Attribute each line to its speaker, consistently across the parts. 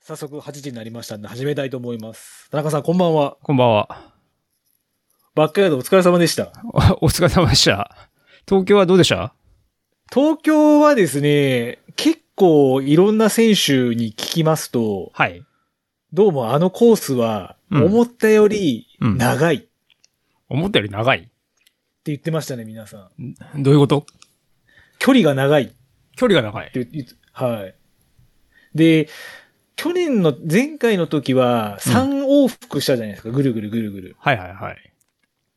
Speaker 1: 早速8時になりましたんで始めたいと思います。田中さんこんばんは。
Speaker 2: こんばんは。
Speaker 1: バックヤードお疲れ様でした。
Speaker 2: おお疲れ様でした。東京はどうでした
Speaker 1: 東京はですね、結構いろんな選手に聞きますと、
Speaker 2: はい。
Speaker 1: どうもあのコースは
Speaker 2: うん
Speaker 1: 思ったより
Speaker 2: うん
Speaker 1: 長いって
Speaker 2: 思ったより長い。
Speaker 1: 言ってましたね、皆さん。
Speaker 2: どういうこと
Speaker 1: 距離が長いって
Speaker 2: 距離が長い。
Speaker 1: 言って、はい。で、去年の前回の時は3往復したじゃないですか、ぐるぐるぐるぐる。
Speaker 2: はいはいはい。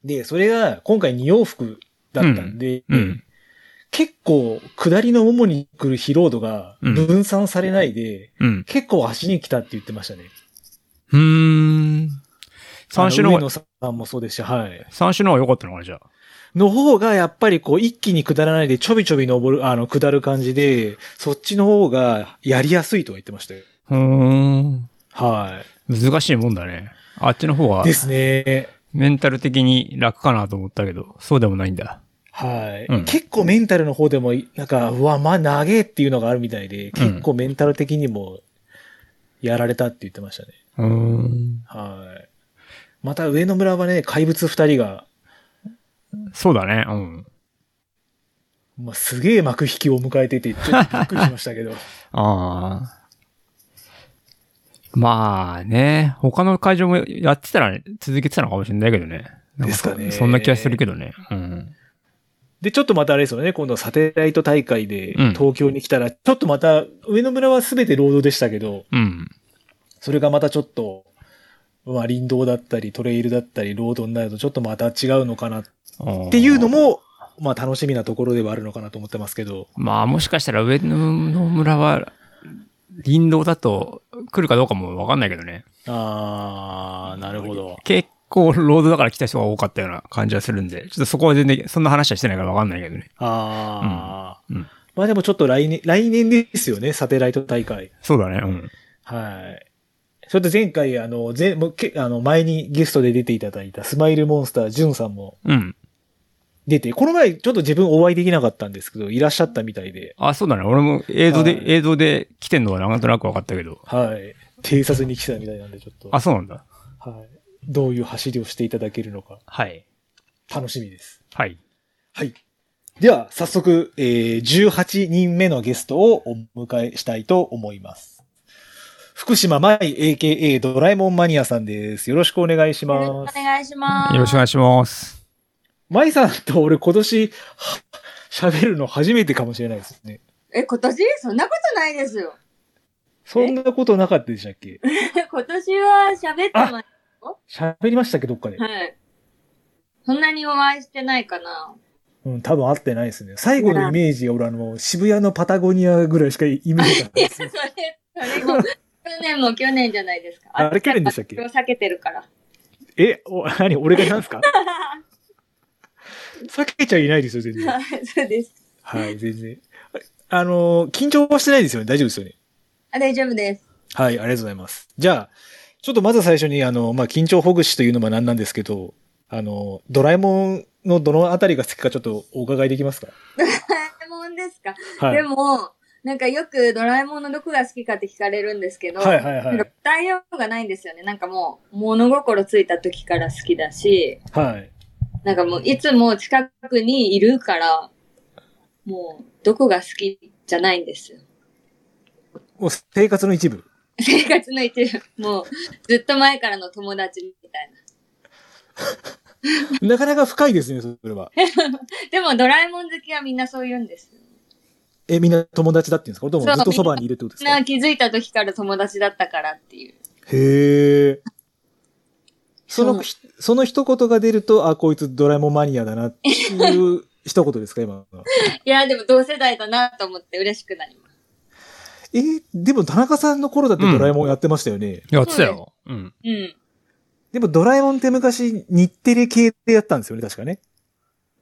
Speaker 1: で、それが今回2往復だったんで、
Speaker 2: うん。
Speaker 1: 結構下りのももに来る疲労度が
Speaker 2: うん
Speaker 1: 分散されないで、
Speaker 2: うん。
Speaker 1: 結構走りに来たって言ってましたね。
Speaker 2: うーん。三種の
Speaker 1: あ上
Speaker 2: 方が
Speaker 1: 野、さんもそうですし、はい。
Speaker 2: 三種の方が良かったのかな、じゃあ。
Speaker 1: の方がやっぱりこう一気に下らないでちょびちょび登る、あの、下る感じで、そっちの方がやりやすいとは言ってましたよ。
Speaker 2: うーん。
Speaker 1: は。
Speaker 2: 難しいもんだね。あっちの方はい
Speaker 1: で、すね。
Speaker 2: メンタル的に楽かなと思ったけど、そうでもないんだ。
Speaker 1: はい、
Speaker 2: うん
Speaker 1: 結構メンタルの方でも、なんか、うわ、まあ、長えっていうのがあるみたいで、結構メンタル的にも、やられたって言ってましたね。
Speaker 2: うーん。
Speaker 1: はい。また上野村はね、怪物二人が、
Speaker 2: そうだね。うん。
Speaker 1: まあ、すげえ幕引きを迎えてて、ちょっとびっくりしました けど。
Speaker 2: ああ。まあね、他の会場もやってたら、ね、続けてたのかもしれないけどね。なん
Speaker 1: ですかね
Speaker 2: そそんな気がするけどね。うん。
Speaker 1: で、ちょっとまたあれですよね、今度はサテライト大会で
Speaker 2: うん
Speaker 1: 東京に来たら、ちょっとまた、上野村は全てロードでしたけど、
Speaker 2: うん。
Speaker 1: それがまたちょっと、まあ、林道だったり、トレイルだったり、ロードになると、ちょっとまた違うのかなっ
Speaker 2: って
Speaker 1: いうの。も、まあ、楽しみなところではあるのかなと思ってますけど、
Speaker 2: まあもしかしたら上野の村は、林道だと来るかどうかもわかんないけどね。
Speaker 1: あー、なるほど。
Speaker 2: 結構ロードだから来た人が多かったような感じはするんで、ちょっとそこは全然、そんな話はしてないからわかんないけどね。
Speaker 1: あー。
Speaker 2: うんうん
Speaker 1: まあでもちょっと来年、来年ですよね、サテライト大会。
Speaker 2: そうだね。うん。
Speaker 1: はい。それと前回、あの、前、もうけあの前にゲストで出ていただいたスマイルモンスター、ジュンさんも
Speaker 2: うん。
Speaker 1: 出て、この前ちょっと自分お会いできなかったんですけど、いらっしゃったみたいで、
Speaker 2: あ、そうだね。俺も映像
Speaker 1: はい
Speaker 2: で、映像で来てんのはなんとなくわかったけど。
Speaker 1: はい。偵察に来たみたいなんで、ちょっと、
Speaker 2: あ、そうなんだ。
Speaker 1: はい。どういう走りをしていただけるのか、
Speaker 2: はい。
Speaker 1: 楽しみです。
Speaker 2: はい。
Speaker 1: はい。では、早速、えー、18人目のゲストをお迎えしたいと思います。福島舞 AKA ドラえもんマニアさんです。よろしくお願いし
Speaker 3: よろ
Speaker 1: ま
Speaker 3: し
Speaker 1: す
Speaker 3: くお。願いします。
Speaker 2: よろしくお願いします。
Speaker 1: 舞さんと俺今年は喋るの初めてかもしれないですね。
Speaker 3: え、今年そんなことないですよ。
Speaker 1: そんなことなかったでしたっけ
Speaker 3: 今年は喋ってま
Speaker 1: 喋りましたっけどっかで。
Speaker 3: はい。そんなにお会いしてないかな。
Speaker 1: うん、多分合ってないですね。最後のイメージ、俺あの、渋谷のパタゴニアぐらいしかイメージがないです
Speaker 3: それ、それも、去年も去年じゃないですか。
Speaker 1: あれ去年でしたっけ
Speaker 3: それを避けてるから。
Speaker 1: え、お、何俺がなん すか避けちゃいないですよ、全然。
Speaker 3: はい、そうです。
Speaker 1: はい、全然。あの、緊張はしてないですよね。大丈夫ですよね。
Speaker 3: あ、大丈夫です。
Speaker 1: はい、ありがとうございます。じゃあ、ちょっとまず最初に、あの、まあ、緊張ほぐしというのもなんなんですけど、あの、ドラえもんのどのあたりが好きかちょっとお伺いできますか
Speaker 3: ドラえもんですか、
Speaker 1: はい。
Speaker 3: でも、なんかよくドラえもんのどこが好きかって聞かれるんですけど、
Speaker 1: はいはいは
Speaker 3: なんか
Speaker 1: い。
Speaker 3: 答えようがないんですよね。なんかもう、物心ついた時から好きだし、
Speaker 1: はい。
Speaker 3: なんかもういつも近くにいるから、もうどこが好きじゃないんですよ。
Speaker 1: もう生活の一部。
Speaker 3: 生活の一部。もうずっと前からの友達みたいな。
Speaker 1: なかなか深いですね、それは。
Speaker 3: でもドラえもん好きはみんなそう言うんですよ。
Speaker 1: え、みんな友達だっていうんですかこれと
Speaker 3: そ
Speaker 1: も
Speaker 3: う
Speaker 1: ずっとそばにいるってことで
Speaker 3: み
Speaker 1: す
Speaker 3: んな
Speaker 1: か
Speaker 3: 気づいた時から友達だったからっていう。
Speaker 1: へえ。そ
Speaker 3: そ
Speaker 1: の
Speaker 3: う、
Speaker 1: その一言が出ると、あ、こいつドラえもんマニアだなっていう一言ですか、今のは。
Speaker 3: いや、でも同世代だなと思って嬉しくなります。
Speaker 1: えーでも田中さんの頃だってドラえもんやってましたよね。
Speaker 2: やってたよ。うん。
Speaker 3: うん。
Speaker 1: でもドラえもんって昔日テレ系でやったんですよね、確かね。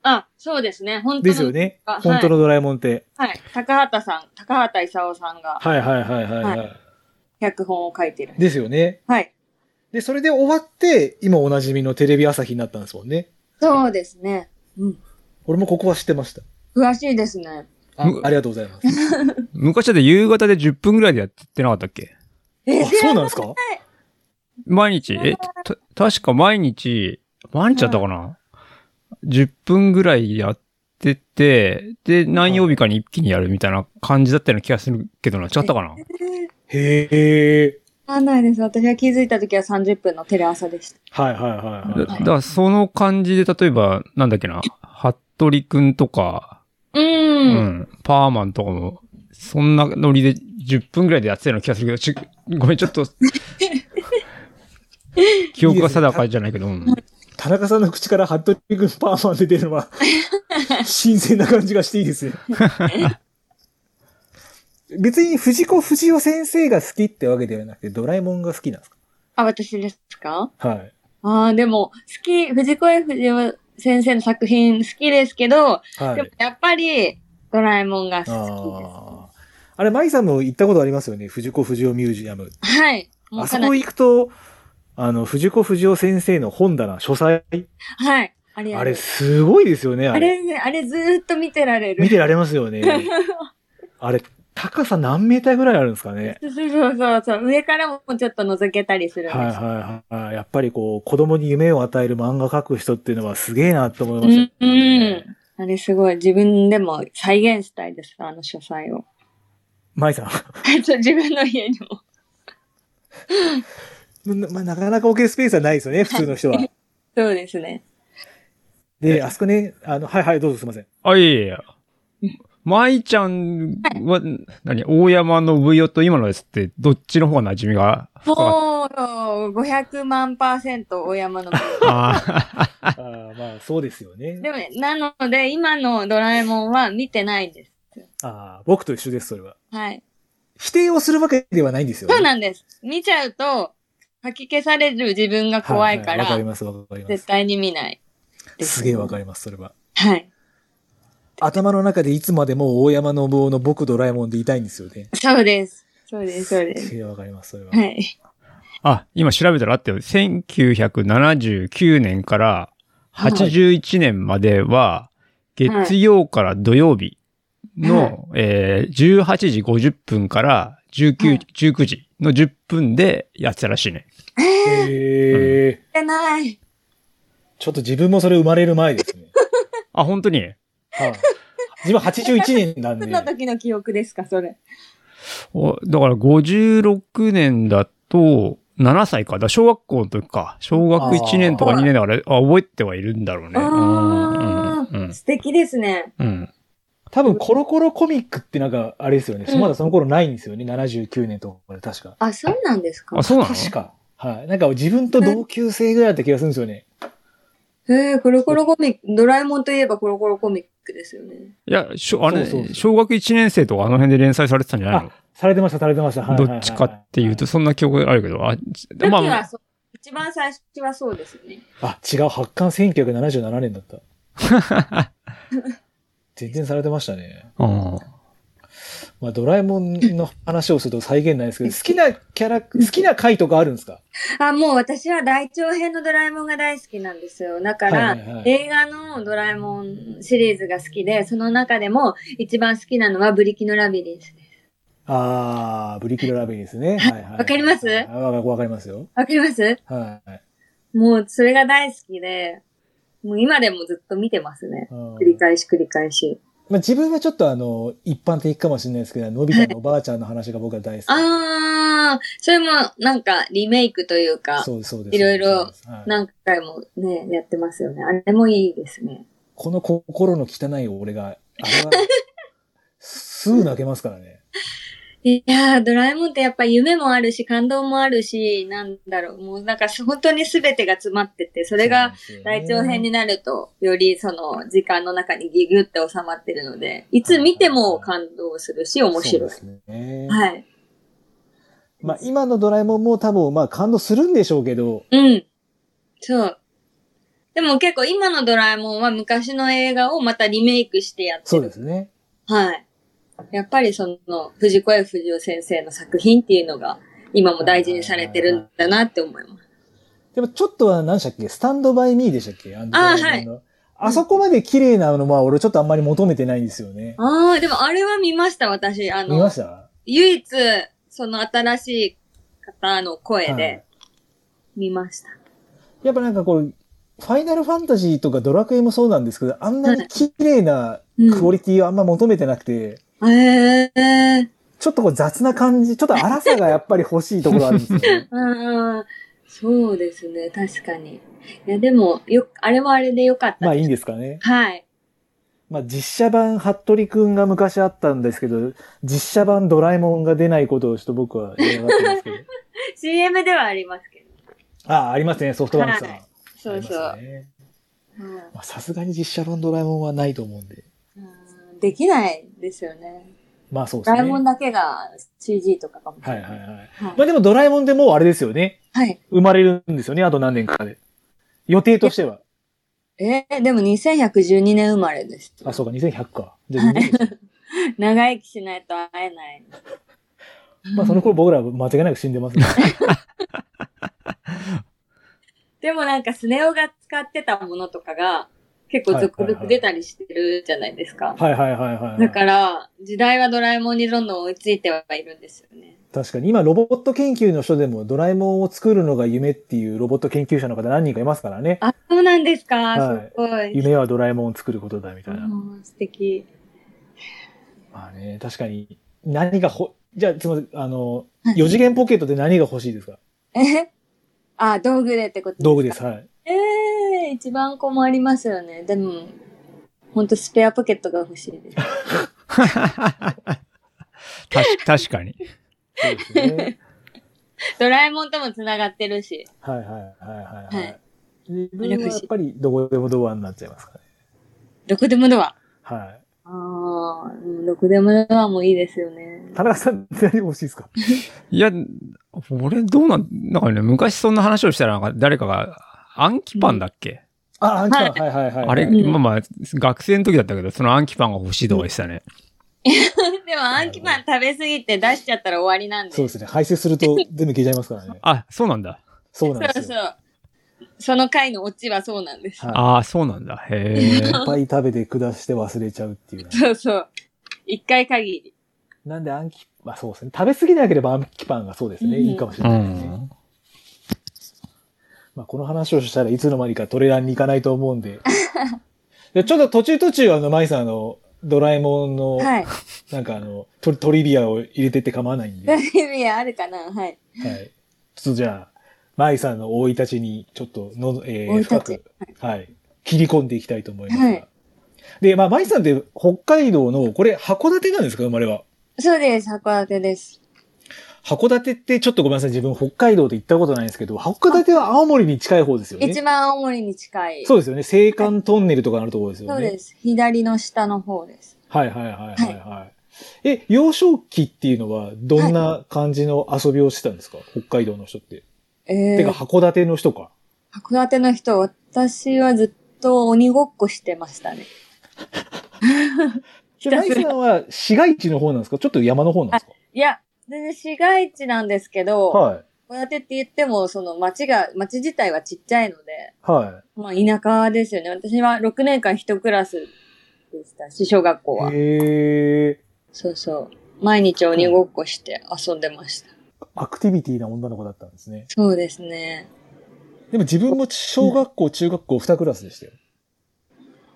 Speaker 3: あ、そうですね。本当
Speaker 1: で
Speaker 3: の
Speaker 1: すよね。
Speaker 3: あはい
Speaker 1: 本当のドラえもんって。
Speaker 3: はい。高畑さん、高畑勲さんが
Speaker 1: はいはいはいはい、はい、
Speaker 3: は脚本を書いてる。
Speaker 1: ですよね。
Speaker 3: はい。
Speaker 1: で、それで終わって、今おなじみのテレビ朝日になったんですもんね。
Speaker 3: そうですね。うん。
Speaker 1: 俺もここは知ってました。
Speaker 3: 詳しいですね。
Speaker 1: あ
Speaker 2: う
Speaker 1: ありがとうございます。
Speaker 2: 昔だって夕方で10分ぐらいでやってなかったっけ
Speaker 3: え
Speaker 1: あ、そうなんですか
Speaker 2: 毎日、え、た、確か毎日、毎日だったかな、?10 分ぐらいやってて、で、何曜日かに一気にやるみたいな感じだったような気がするけどな、違ったかな
Speaker 1: へえ。
Speaker 3: わかんないです。私が気づいた時は30分のテレ朝でした。
Speaker 1: はいはいはい
Speaker 2: だ
Speaker 1: は
Speaker 2: だ
Speaker 1: い。
Speaker 2: からその感じで、例えば、なんだっけな、服部くんとか、
Speaker 3: う。
Speaker 2: うんん、パーマンとかも、そんなノリで10分ぐらいでやってたような気がするけど、ち、 ごめん、ちょっと、記憶が定かじゃないけど、うん
Speaker 1: 田中さんの口からハットリくんパーマンで出るの は、新鮮な感じがしていい ですね。別に藤子不二雄先生が好きってわけではなくて、ドラえもんが好きなんです
Speaker 3: あ、私ですか
Speaker 1: かはい。
Speaker 3: ああ、でも、好き、藤子 F 不二雄先生の作品好きですけど、
Speaker 1: は
Speaker 3: でも
Speaker 1: い。
Speaker 3: やっぱり、ドラえもんが好
Speaker 1: ああ。あれ、マイさんも行ったことありますよね。藤子不二雄ミュージアム。
Speaker 3: きです。はい。も
Speaker 1: あ
Speaker 3: う
Speaker 1: そ
Speaker 3: かな
Speaker 1: こ
Speaker 3: り。
Speaker 1: 行くと、あの、藤子不二雄先生の本棚、書斎。
Speaker 3: はい。あれ
Speaker 1: あれ、すごいですよね、あ
Speaker 3: あ
Speaker 1: れ。
Speaker 3: れね、あれずーっと見てられる
Speaker 1: 見。てられますよ ね。あれ、高さ何メーターぐらいあるんですかね。
Speaker 3: そうそうそうそう。上からもちょっと覗けたりするんです。
Speaker 1: はいはいはい。やっぱりこう、子供に夢を与える漫画描く人っていうのはすげえなと思いました。
Speaker 3: うんうん。あれすごい。自分でも再現したいです。あの書斎を。
Speaker 1: 舞さ
Speaker 3: そう自分の家にも。
Speaker 1: ん、 なまあなかなか置けるスペースはないですよね、普通の 人は。
Speaker 3: そうですね。
Speaker 1: で、あそこね、あの、はいはい、どうぞすいません。
Speaker 2: あ、いえいえ。舞ちゃんは、何大山のブヨと今のですって、どっちの方が馴染みが深かっ
Speaker 3: もう、500万パーセント大山 の。
Speaker 2: たあ
Speaker 1: あーまあ、そうですよね。
Speaker 3: でもね、なので、今のドラえもんは見てないんです。
Speaker 1: あー僕と一緒です、それは。
Speaker 3: はい。
Speaker 1: 否定をするわけではないんですよ、ね。
Speaker 3: そうなんです。見ちゃうと、書き消される自分が怖いか
Speaker 1: ははわ、からり、ます、わかりま
Speaker 3: 絶
Speaker 1: す。
Speaker 3: 対に見ない。
Speaker 1: すげえわかります、それは。
Speaker 3: はい。
Speaker 1: 頭の中でいつまでも大山信夫の僕ドラえもんでいたいんですよね。
Speaker 3: そうです。そうです、そうですす。
Speaker 1: げえわかります、それは。
Speaker 3: はい。
Speaker 2: あ。あ、今調べたらあったよ。1979年から81年までは、月曜から土曜日の、えー18時50分から
Speaker 3: は
Speaker 2: 19
Speaker 3: い、
Speaker 2: 19時の10分でやってたらしいね。
Speaker 3: えー、
Speaker 1: へえ、
Speaker 3: 見てな
Speaker 1: ち
Speaker 3: い。
Speaker 1: ょっと自分もそれ生まれる前ですね。
Speaker 2: あ、本当に
Speaker 1: はい、自分81年なん
Speaker 3: い
Speaker 1: で
Speaker 3: つ。の時の記憶ですか、それ。
Speaker 2: おだから56年だと、7歳か。だから小学校の時か。小学1年とか
Speaker 3: あー
Speaker 2: 2年だから、あ覚えてはいるんだろうね。
Speaker 3: あ
Speaker 2: うんうん
Speaker 3: ー素敵ですね。
Speaker 2: うんうん。
Speaker 1: 多分コロコロコミックってなんか、あれですよね
Speaker 3: う。ん
Speaker 1: まだその頃ないんですよね。79年とかで確か。
Speaker 3: あ、そうなんですか
Speaker 2: あ、。そうなの
Speaker 1: 確か。はい。なんか自分と同級生ぐらいだった気がするんですよね。
Speaker 3: えー、コロコロコミック、ドラえもんといえばコロコロコミックですよね。
Speaker 2: いや、しょあれ
Speaker 1: そうそうそう
Speaker 2: 小学1年生とかあの辺で連載されてたんじゃないの
Speaker 1: あ、されてました、されてました。はいはいはい
Speaker 2: ど
Speaker 1: はい
Speaker 2: っちかっていうと、。そんな記憶があるけど、あ、ち
Speaker 3: 時
Speaker 2: まあ
Speaker 3: は
Speaker 2: ま
Speaker 3: そう、一番最初はそうですね。
Speaker 1: あ、違う。発刊1977年だった。 全然されてましたね。
Speaker 2: あ、うん。
Speaker 1: まあ、ドラえもんの話をすると再現ないですけ ど、好きなキャラ、好きな回とかあるんですか
Speaker 3: あ、もう私は大長編のドラえもんが大好きなんですよ。だから、
Speaker 1: はいはいはい
Speaker 3: 映画のドラえもんシリーズが好きで、その中でも一番好きなのはブリキのラビリンスです。
Speaker 1: あー、ブリキのラビリンですね。はいはい。
Speaker 3: わかります
Speaker 1: あわかわかりますよ。
Speaker 3: わかります
Speaker 1: はい。
Speaker 3: もうそれが大好きで、もう今でもずっと見てますね。
Speaker 1: うん
Speaker 3: 繰り返し繰り返し。
Speaker 1: まあ、自分はちょっとあの、一般的かもしれないですけど、のび太のおばあちゃんの話が僕は大好き。
Speaker 3: あー、それもなんかリメイクというか、
Speaker 1: そうですそうです。
Speaker 3: いろいろ
Speaker 1: はい
Speaker 3: 何回もね、やってますよね。あれもいいですね。
Speaker 1: この心の汚い俺が、あ れは、すぐ泣けますからね。
Speaker 3: いやー、ドラえもんってやっぱ夢もあるし、感動もあるし、なんだろう、もうなんか本当に全てが詰まってて、そ
Speaker 1: そ
Speaker 3: れが
Speaker 1: うなん
Speaker 3: 大
Speaker 1: ですよ
Speaker 3: 長
Speaker 1: ね
Speaker 3: 編になると、よりその時間の中にギュギュって収まってるので、いつ見ても感動するし、面白い。
Speaker 1: そうですね。
Speaker 3: はい。
Speaker 1: まあ、今のドラえもんも多分、まあ、感動するんでしょうけど、
Speaker 3: うん。そう。でも結構今のドラえもんは昔の映画をまたリメイクしてやってる。
Speaker 1: そうですね。
Speaker 3: はい。やっぱりその、藤子 F 不二雄先生の作品っていうのが、今も大事にされてるんだなって思います。
Speaker 1: でもちょっとは何でしたっけスタンドバイミーでしたっけあの
Speaker 3: あー
Speaker 1: ドラえもんのあそこまで綺麗なのは俺ちょっとあんまり求めてないんですよね。
Speaker 3: ああ、でもあれは見ました、私。あ
Speaker 1: 見ま
Speaker 3: の
Speaker 1: し、た
Speaker 3: 唯一、その新しい方の声
Speaker 1: はい
Speaker 3: で見ました。
Speaker 1: やっぱなんかこう、ファイナルファンタジーとかドラクエもそうなんですけど、あんなに綺麗なクオリティをあんま求めてなくて、
Speaker 3: ええ
Speaker 1: ちょっとこう雑な感じ、ちょっと荒さがやっぱり欲しいところあるんですよ ね。
Speaker 3: ああ、そうですね、確かに。いや、でも、よ、あれはあれでよかった。
Speaker 1: まあいいんですかね。
Speaker 3: はい。
Speaker 1: まあ実写版、服部くんが昔あったんですけど、実写版ドラえもんが出ないことをちょっと僕は嫌がってますけど。
Speaker 3: CM ではありますけど。
Speaker 1: ああ、ありますね、ソフトバンクさん。
Speaker 3: はいそうそう。
Speaker 1: あ
Speaker 3: は
Speaker 1: りますね
Speaker 3: い
Speaker 1: まあさすがに実写版ドラえもんはないと思うんで。
Speaker 3: うんできないですよね。
Speaker 1: まあそうです
Speaker 3: ドラえ
Speaker 1: ね。
Speaker 3: もん
Speaker 1: は
Speaker 3: だけが CG とかかもしれ
Speaker 1: いはい
Speaker 3: ない。
Speaker 1: はい。
Speaker 3: はい
Speaker 1: まあでもドラえもんでもうあれですよね。
Speaker 3: はい。
Speaker 1: 生まれるんですよね、あと何年かで。予定としては。
Speaker 3: えーでも2112年生まれです。
Speaker 1: あ、そうか、2100か。じゃあ
Speaker 3: 長生きしないと会えない。
Speaker 1: まあその頃僕らは間違いなく死んで ますね。
Speaker 3: でもなんかスネ夫が使ってたものとかが結構続々出たりしてるじゃないですか。
Speaker 1: はいはいはいはい。
Speaker 3: だから、時代はドラえもんにどんどん追いついてはいるんですよね。
Speaker 1: 確かに今ロボット研究の人でもドラえもんを作るのが夢っていうロボット研究者の方何人かいますからね。
Speaker 3: あ、そうなんですか、
Speaker 1: はい
Speaker 3: すごい。
Speaker 1: 夢はドラえもんを作ることだみたいな。
Speaker 3: うん素敵。
Speaker 1: まあね、確かに何がほ、じゃあ、つまり、あの、
Speaker 3: はい
Speaker 1: 4次元ポケットで何が欲しいですか
Speaker 3: え あ、道具でってこと
Speaker 1: 道具です。 はい。
Speaker 3: ええ一番困りますよね。でも、ほんとスペアポケットが欲し いです。
Speaker 2: 確確かに。
Speaker 1: そうですね。
Speaker 3: ドラえもんとも繋がってるし。
Speaker 1: はいはいはいはい、は
Speaker 3: はいい。
Speaker 1: 自分はやっぱりどこでもドアになっちゃいますかね。
Speaker 3: どこでもドア。
Speaker 1: は
Speaker 3: ああ、うんどこでもドアもいいですよね
Speaker 1: い。。田中さん何が欲しいですか
Speaker 2: いや、俺どうなん、なんかね、昔そんな話をしたら、なんか誰かが、暗記パンだっけ、
Speaker 1: あ、アンキさん、はいはいはいはい。
Speaker 2: あれ、
Speaker 3: うん
Speaker 2: まあまあ、学生の時だったけど、その暗記パンが欲しいとか言ってたね。
Speaker 3: でも、アンキパン食べ過ぎて出しちゃったら終わりなんで。
Speaker 1: そうですね。排泄すると全部消えちゃいますから ね。
Speaker 2: あ、そうなんだ。
Speaker 1: そうなんで
Speaker 3: そう
Speaker 1: す
Speaker 3: そ
Speaker 1: よ。
Speaker 3: う。その回のオチはそうなんです。
Speaker 1: はい
Speaker 2: ああ、そうなんだ。へ
Speaker 1: い
Speaker 2: え。
Speaker 1: っぱい食べて下して忘れちゃうっていうね。
Speaker 3: そうそう。一回限
Speaker 1: なんで暗記、まあそうですね。食べ過ぎなければ暗記パンがそうですね。
Speaker 3: うん
Speaker 1: いいかもし
Speaker 2: う
Speaker 1: れないですね。
Speaker 2: ん。
Speaker 1: まあこの話をしたらいつの間にかトレランに行かないと思うん で。でちょっと途中途中あの、マイさんあの、ドラえもんの、
Speaker 3: り。はい。
Speaker 1: なんかあのト、トリビアを入れてって構わないんで。
Speaker 3: ダ
Speaker 1: はい。
Speaker 3: イビアあるかなはい。
Speaker 1: ちょっとじゃあ、マイさんの生い立ちに、ちょっとの、えー、
Speaker 3: 生い立ち
Speaker 1: 深く、はい、切り込んでいきたいと思いますが。
Speaker 3: はい
Speaker 1: で、まあ、マイさんって北海道の、これ函館なんですか、生まれは。
Speaker 3: そうです。函館です。
Speaker 1: 函館ってちょっとごめんなさい、自分北海道で行ったことないんですけど、函館は青森に近い方ですよ
Speaker 3: 一
Speaker 1: ね。
Speaker 3: 番青森に近い。
Speaker 1: そうですよね。青函トンネルとかあるところですよね。
Speaker 3: そうです。左の下の方です。
Speaker 1: はいはいはいはい、はいえ、幼少期っていうのはどんな感じの遊びをしてたんですか、北海道の人って。
Speaker 3: え
Speaker 1: てか
Speaker 3: ー、
Speaker 1: 函館の人か。
Speaker 3: 函館の人、私はずっと鬼ごっこしてましたね。
Speaker 1: じ
Speaker 3: た
Speaker 1: ゃあ、
Speaker 3: すら
Speaker 1: さんは市街地の方なんですかちょっと山の方なんです
Speaker 3: いや、全然市街地なんですけど、
Speaker 1: かはい。
Speaker 3: 函館って言っても、その町が、町自体はちっちゃいので、
Speaker 1: は。。
Speaker 3: まあ田舎ですよね。私は6年間一クラスでしたし、小学校はい
Speaker 1: へえ。
Speaker 3: そうそう。毎日鬼ごっこして遊んでました。
Speaker 1: アクティビティな女の子だったんですね。
Speaker 3: そうですね。
Speaker 1: でも自分も小学校、中学校2クラスでしたよ。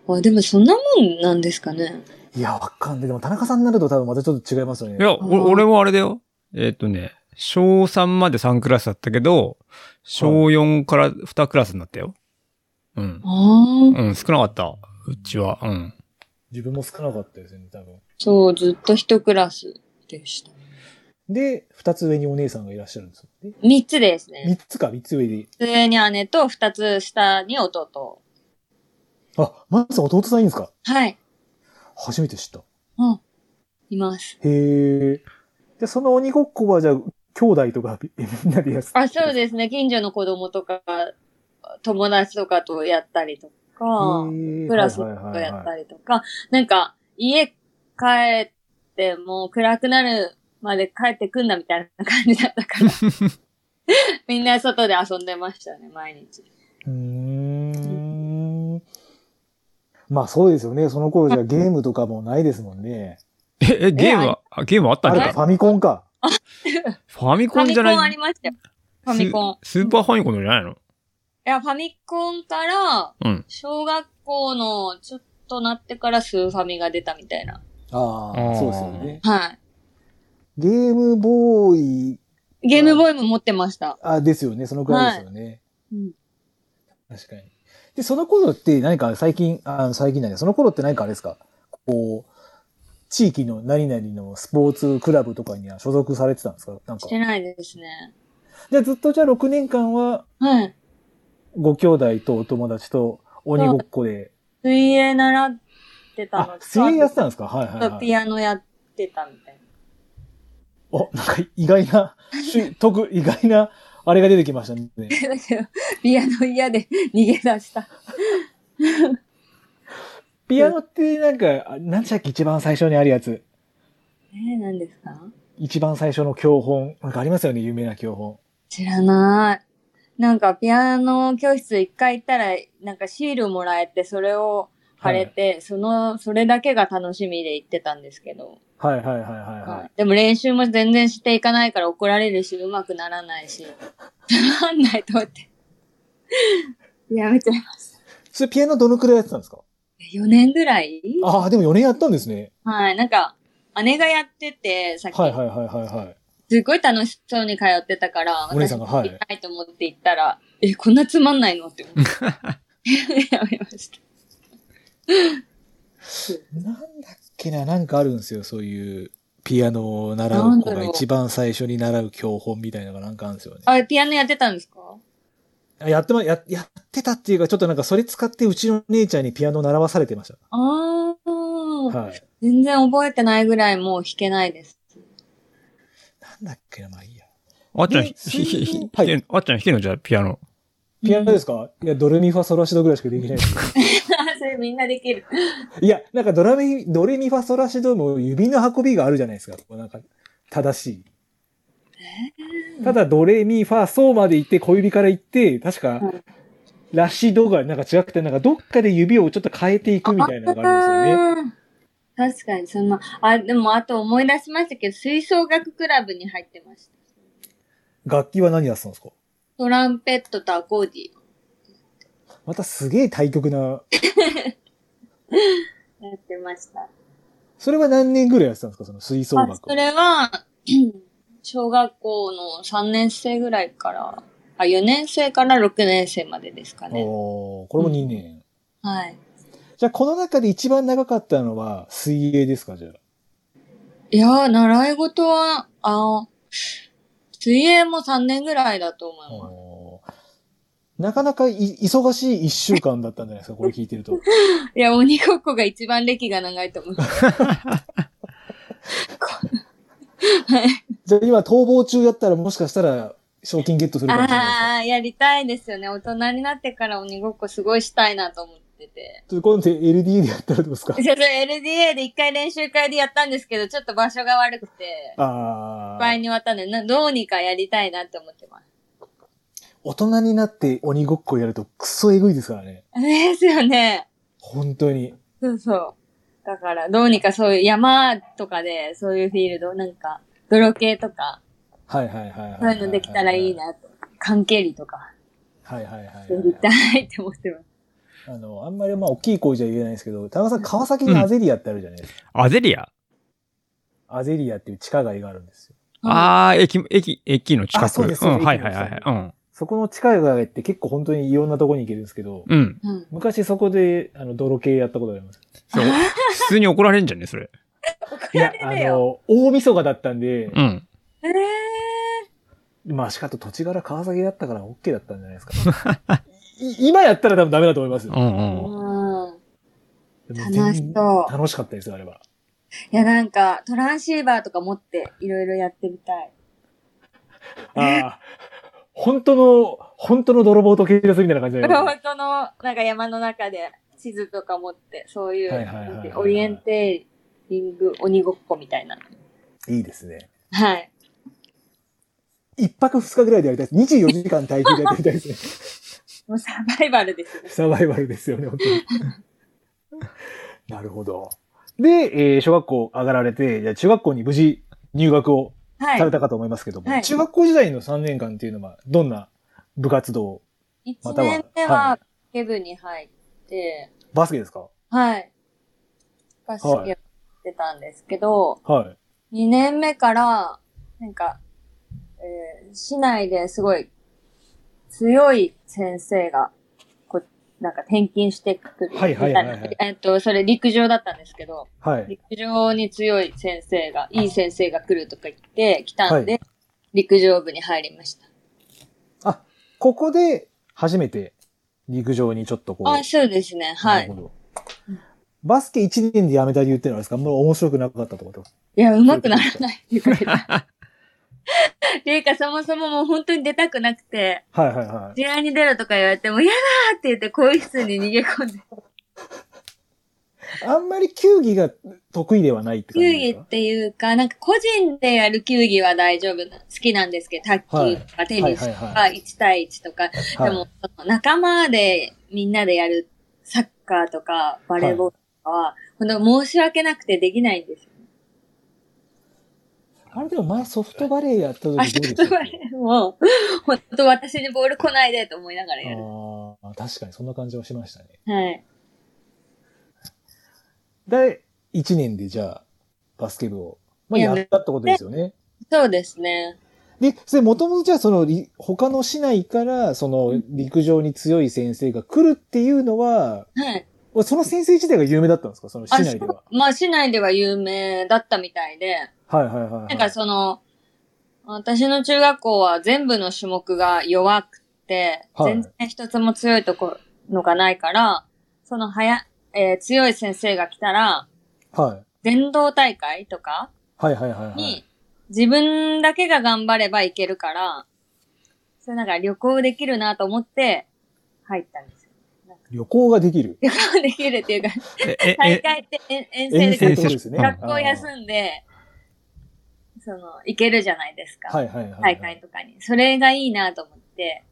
Speaker 3: あ、でもそんなもんなんですかね。
Speaker 1: いや、わかんない。でも田中さんになると多分またちょっと違いますよね。
Speaker 2: いや、お俺もあれだよ。えっ、とね、小3まで3クラスだったけど、小4から2クラスになったよ。うん。
Speaker 3: ああ。
Speaker 2: うん、少なかった。うちは。うん。
Speaker 1: 自分も少なかったですよね、多分。
Speaker 3: そう、ずっと一クラスでした。
Speaker 1: で、二つ上にお姉さんがいらっしゃるんですよね。
Speaker 3: 三つですね。
Speaker 1: 三つか、三つ上で。
Speaker 3: 上に姉と二つ下に弟。
Speaker 1: あ、マンさん弟さんいいんですか
Speaker 3: はい。
Speaker 1: 初めて知った。
Speaker 3: うん。います。
Speaker 1: へえ。で、その鬼ごっこはじゃあ、兄弟とか、 えみんなでやってた
Speaker 3: あ、そうですね。近所の子供とか、友達とかとやったりとか、
Speaker 1: へ
Speaker 3: クラスと
Speaker 1: はいはいはいはい
Speaker 3: やったりとか、なんか、家帰ってもう暗くなるまで帰ってくんなみたいな感じだっ たから。みんな外で遊んでましたね、毎日。
Speaker 1: うーん。まあそうですよね。その頃じゃゲームとかもないですもんね。
Speaker 2: え、え、ゲームは、あゲームあったん
Speaker 1: あ
Speaker 2: じ
Speaker 1: れ
Speaker 2: ゃな
Speaker 1: か、
Speaker 2: い
Speaker 1: ファミコンか。
Speaker 2: ファミ
Speaker 3: フ
Speaker 2: コ
Speaker 3: ァ
Speaker 2: ン
Speaker 3: ミ
Speaker 2: じ
Speaker 3: コ
Speaker 2: ゃない
Speaker 3: ンありましたよ。ファミコン。
Speaker 2: ス。スーパーファミコンじゃないの
Speaker 3: いや、ファミコンから、
Speaker 2: うん。
Speaker 3: 小学校のちょっとなってからスーファミが出たみたいな。
Speaker 1: あ
Speaker 2: あー
Speaker 1: あ、そうですよね。
Speaker 3: は
Speaker 1: ゲームボーイ、
Speaker 3: い。ゲームボーイも持ってました。
Speaker 1: あ、ですよね。そのくらいですよね。
Speaker 3: うん
Speaker 1: 確かに。で、その頃って何か最近、あ最近なんで、その頃って何かあれですかこう、地域の何々のスポーツクラブとかには所属されてたんですかなんか
Speaker 3: し。てないですね。
Speaker 1: じゃあずっとじゃあ6年間は、
Speaker 3: はい。
Speaker 1: ご兄弟とお友達と鬼ごっこで、
Speaker 3: 水泳習ってたの
Speaker 1: あ、水泳やってたんですかはいはい、はい。
Speaker 3: ピアノやってたみたいな。
Speaker 1: お、なんか意外な、 し特、意外な、あれが出てきましたね。
Speaker 3: だけど、 ピアノ嫌で逃げ出した。
Speaker 1: ピアノってなんか、あなんでしたっけ一番最初にあるやつ。
Speaker 3: えー、何ですか
Speaker 1: 一番最初の教本。なんかありますよね、有名な教本。
Speaker 3: 知らない。なんか、ピアノ教室一回行ったら、なんかシールもらえて、それを貼れて、その、それだけが楽しみで行ってたんですけど、
Speaker 1: はいはいはいはいはい。
Speaker 3: でも練習も全然していかないから怒られるし、うまくならないし、つまんないと思って。 やめちゃいました。
Speaker 1: それピアノどのくらいやってたんですか
Speaker 3: 4年ぐらい
Speaker 1: ああ、でも4年やったんですね。
Speaker 3: はい、なんか、姉がやってて、さっき、
Speaker 1: はいはいはいはいはい。
Speaker 3: すごい楽しそうに通ってたから、
Speaker 1: お姉さんがはい
Speaker 3: 私行きたいと思って行ったら、え、こんなつまんないのって思って。 やめました。
Speaker 1: なんだっけな、なんかあるんですよ、そういう。ピアノを習う子が一番最初に習う教本みたいなのがなんかあるんですよね。
Speaker 3: あ、ピアノやってたんですか
Speaker 1: あやってま、や、やってたっていうか、ちょっとなんかそれ使ってうちの姉ちゃんにピアノ習わされてまし
Speaker 3: あ
Speaker 1: た。
Speaker 3: あ、
Speaker 1: はい。
Speaker 3: 全然覚えてないぐらいもう弾けないです。
Speaker 1: なんだっけな、まあいいや。
Speaker 2: あっちゃん、
Speaker 1: で
Speaker 2: ひ、ひ、ひ、ひ
Speaker 1: はい
Speaker 2: 弾けんあっちゃん弾けんのじゃあ、ピアノ。
Speaker 1: ピアノですか、いや、ドレミファソラシドぐらいしかできないです。
Speaker 3: それみんなできる。
Speaker 1: いや、なんかドラミ、ドレミファソラシドも指の運びがあるじゃないですか。こうなんか、正しい。ただ、ドレミファソまで行って、小指から行って、確か
Speaker 3: うん、
Speaker 1: ラシドがなんか違くて、なんかどっかで指をちょっと変えていくみたいなのがあるんですよね。
Speaker 3: あー確かに、その、あ、でもあと思い出しましたけど、吹奏楽クラブに入ってました。
Speaker 1: 楽器は何やってたんですか
Speaker 3: トランペットとアコーディ
Speaker 1: またすげえ対極な、
Speaker 3: オンやってました。
Speaker 1: それは何年ぐらいやってたんですかその吹奏楽
Speaker 3: あ
Speaker 1: は。
Speaker 3: それは、 小学校の3年生ぐらいから、あ、4年生から6年生までですかね。
Speaker 1: おーこれも2年。
Speaker 3: はい。
Speaker 1: じゃあ、この中で一番長かったのは水泳ですかじゃあ。
Speaker 3: いやー、習い事は、あ水泳も3年ぐらいだと思います。
Speaker 1: おーなかなかい忙しい一週間だったんじゃないですかこれ聞いてる と。
Speaker 3: いや、鬼ごっこが一番歴が長い と思う。
Speaker 1: じゃあ今逃亡中やったらもしかしたら賞金ゲットするかもしれない
Speaker 3: ああ、やりたいですよね。大人になってから鬼ごっこすごいしたいなと思ってて。
Speaker 1: ですか。今度 LD でやったらどうですか
Speaker 3: それ LDA で一回練習会でやったんですけど、ちょっと場所が悪くて、いっ
Speaker 1: あ
Speaker 3: ぱい
Speaker 1: あ。
Speaker 3: にわたんで、などうにかやりたいなって思ってます。
Speaker 1: 大人になって鬼ごっこやるとクソエグいですからね。
Speaker 3: ですよね。
Speaker 1: 本当に。
Speaker 3: そうそう。だから、どうにかそういう山とかで、そういうフィールド、なんか、泥系とか、
Speaker 1: はいはいはいは
Speaker 3: そう
Speaker 1: はい。
Speaker 3: いうのできたらいい。なと。関係理とか、
Speaker 1: はいはいはいはい
Speaker 3: やりたいって思ってます。
Speaker 1: あの、あんまりまあ大きい声じゃ言えないですけど、田中さん川崎にアゼリアってあるじゃないですか。
Speaker 2: アゼリア
Speaker 1: アゼリアっていう地下街があるんですよ。
Speaker 2: ああ、駅、駅、駅の近く。
Speaker 1: あそうです
Speaker 2: ん、
Speaker 1: そうです
Speaker 2: はいはいはいはい。うん。
Speaker 1: そこの地下街って結構本当にいろんなとこに行けるんですけど、
Speaker 2: うん。
Speaker 3: うん。
Speaker 1: 昔そこで、あの、泥系やったことあります。
Speaker 2: そう。普通に怒られんじゃんね、それ。
Speaker 1: いや、あ
Speaker 3: れるよ
Speaker 1: の、大晦日だったんで、
Speaker 2: うん。
Speaker 3: ええ
Speaker 1: まあ、しかと土地柄川崎だったから OK だったんじゃないですか。 い今やったら多分ダメだと思います
Speaker 2: う
Speaker 1: よ。
Speaker 2: んうん。
Speaker 3: うん。
Speaker 1: でも
Speaker 3: 楽
Speaker 1: 全
Speaker 3: し
Speaker 1: 然
Speaker 3: そう。
Speaker 1: 楽しかったですよ、あれは。
Speaker 3: いや、なんか、トランシーバーとか持って、いろいろやってみたい。
Speaker 1: ああ、本当の、本当の泥棒と警察みたいな感じだよ。
Speaker 3: 本当の、なんか山の中で、地図とか持って、そういう、
Speaker 1: はいはいはいはい
Speaker 3: なんてオリエンテーリング鬼ごっこみたいな。
Speaker 1: いいですね。
Speaker 3: はい。
Speaker 1: 一泊二日ぐらいでやりたいです。24時間耐久でやってみたい ですね。
Speaker 3: もうサバイバルですね。
Speaker 1: サバイバルですよね、本当に。 なるほど。で、えー小学校上がられて、じゃあ中学校に無事入学を
Speaker 3: は
Speaker 1: され
Speaker 3: い。
Speaker 1: たかと思いますけども、
Speaker 3: はい
Speaker 1: 中学校時代の3年間っていうのは、どんな部活動、ま
Speaker 3: 1
Speaker 1: たは
Speaker 3: 年目
Speaker 1: は
Speaker 3: は、ケブに入って、
Speaker 1: バスケですか
Speaker 3: はい。バスケをやってたんですけど、
Speaker 1: は
Speaker 3: 2年目から、なんか、えー市内ですごい強い先生が、こう、なんか転勤してくるみた
Speaker 1: はいい
Speaker 3: な。
Speaker 1: はいはいはい
Speaker 3: えっと、それ陸上だったんですけど、
Speaker 1: い。はい。
Speaker 3: 陸上に強い先生が、いい先生が来るとか言って、来たんで、
Speaker 1: は
Speaker 3: 陸上部に入りました。
Speaker 1: あ、ここで、初めて、陸上にちょっとこう。
Speaker 3: あ、そうですね。は
Speaker 1: ないる。ほど。バスケ1年でやめた理由ってのはあれですかもう面白くなかったってこと
Speaker 3: いや、うまくならないっていうか。 っていうか、そもそももう本当に出たくなくて、
Speaker 1: はいはいは
Speaker 3: 試合に出るとか言われても、嫌だーって言って、更衣室に逃げ 込んで。
Speaker 1: い。あんまり球技が得意ではないって
Speaker 3: 球
Speaker 1: 感じで
Speaker 3: 技
Speaker 1: すか
Speaker 3: っていうか、なんか個人でやる球技は大丈夫な、好きなんですけど、卓球とかテニスと
Speaker 1: はい
Speaker 3: か、
Speaker 1: は
Speaker 3: 1対1とか、
Speaker 1: はい
Speaker 3: でも、その仲間でみんなでやるサッカーとか、バレーボールとかは、ほんと申し訳なくてできないんですよ。
Speaker 1: あれでも前ソフトバレーやった時どう
Speaker 3: あ、
Speaker 1: で
Speaker 3: ちょ
Speaker 1: し
Speaker 3: ったとバレーも、ほんと私にボール来ないでと思いながらやる。
Speaker 1: ああ、確かにそんな感じはしましたね。
Speaker 3: はい。
Speaker 1: で、1年でじゃあ、バスケ部を、まあ、
Speaker 3: いや
Speaker 1: やったってことですよね。
Speaker 3: そうですね。
Speaker 1: で、それもともとじゃあその、り他の市内から、その、陸上に強い先生が来るっていうのは、
Speaker 3: はい。
Speaker 1: その先生自体が有名だったんですかその市
Speaker 3: あ
Speaker 1: 内では。
Speaker 3: そうまあ、市内では有名だったみたいで、
Speaker 1: はいはいはい、はい。
Speaker 3: なんかその、私の中学校は全部の種目が弱くて、
Speaker 1: はい
Speaker 3: 全然一つも強いところのがないから、その早、えー強い先生が来たら、
Speaker 1: はい。
Speaker 3: 全道大会とか
Speaker 1: はいはいはい、はい。
Speaker 3: に、自分だけが頑張ればいけるから、それなんか旅行できるなと思って入ったんですよ。
Speaker 1: 旅行ができる。
Speaker 3: 旅行できるっていうか、
Speaker 2: え、え、
Speaker 3: 大
Speaker 2: え、
Speaker 3: 会って遠遠征
Speaker 1: 遠
Speaker 3: で
Speaker 1: 征
Speaker 2: 遠
Speaker 1: って
Speaker 2: 征
Speaker 1: ことですね。
Speaker 3: 学校
Speaker 1: あ
Speaker 3: 休んで、その、行けるじゃないですか。
Speaker 1: ーはいはいはい。
Speaker 3: 大会とかに。それがいいなと思って。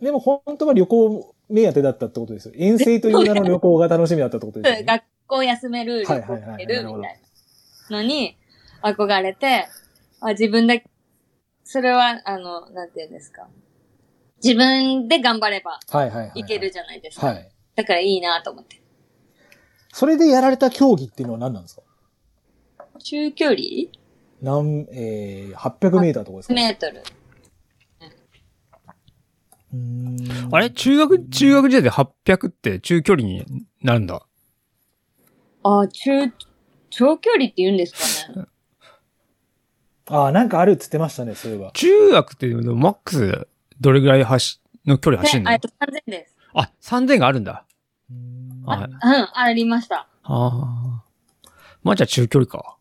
Speaker 1: でも本当は旅行目当てだったってことですよ。遠征という名の旅行が楽しみだったってことですよ、ね。
Speaker 3: 学校休める、
Speaker 1: はいは
Speaker 3: 旅
Speaker 1: い
Speaker 3: 行
Speaker 1: はい
Speaker 3: 行ける
Speaker 1: な
Speaker 3: みた
Speaker 1: る
Speaker 3: いなのに憧れて、あ自分だけ、それは、あの、なんて言うんですか。自分で頑張れば
Speaker 1: はいはいはい、はい。
Speaker 3: いけるじゃないですか。
Speaker 1: はい。
Speaker 3: だからいいなと思って。
Speaker 1: それでやられた競技っていうのは何なんですか
Speaker 3: 中距離1
Speaker 1: 何、えー、800メーターとかですか
Speaker 3: メートル。
Speaker 1: うーん
Speaker 2: あれ中学、中学時代で800って中距離になるんだ。
Speaker 3: あ、中、長距離って言うんですかね。
Speaker 1: ああ、なんかあるっつってましたね、それは。
Speaker 2: 中学っていうのマックスどれぐらい走、の距離走る
Speaker 3: であえ
Speaker 2: の
Speaker 3: っと、3000です。
Speaker 2: あ、3000があるんだ。
Speaker 1: うーん
Speaker 2: はい。
Speaker 3: うん、ありました。
Speaker 2: ああ。まあじゃあ中距離か。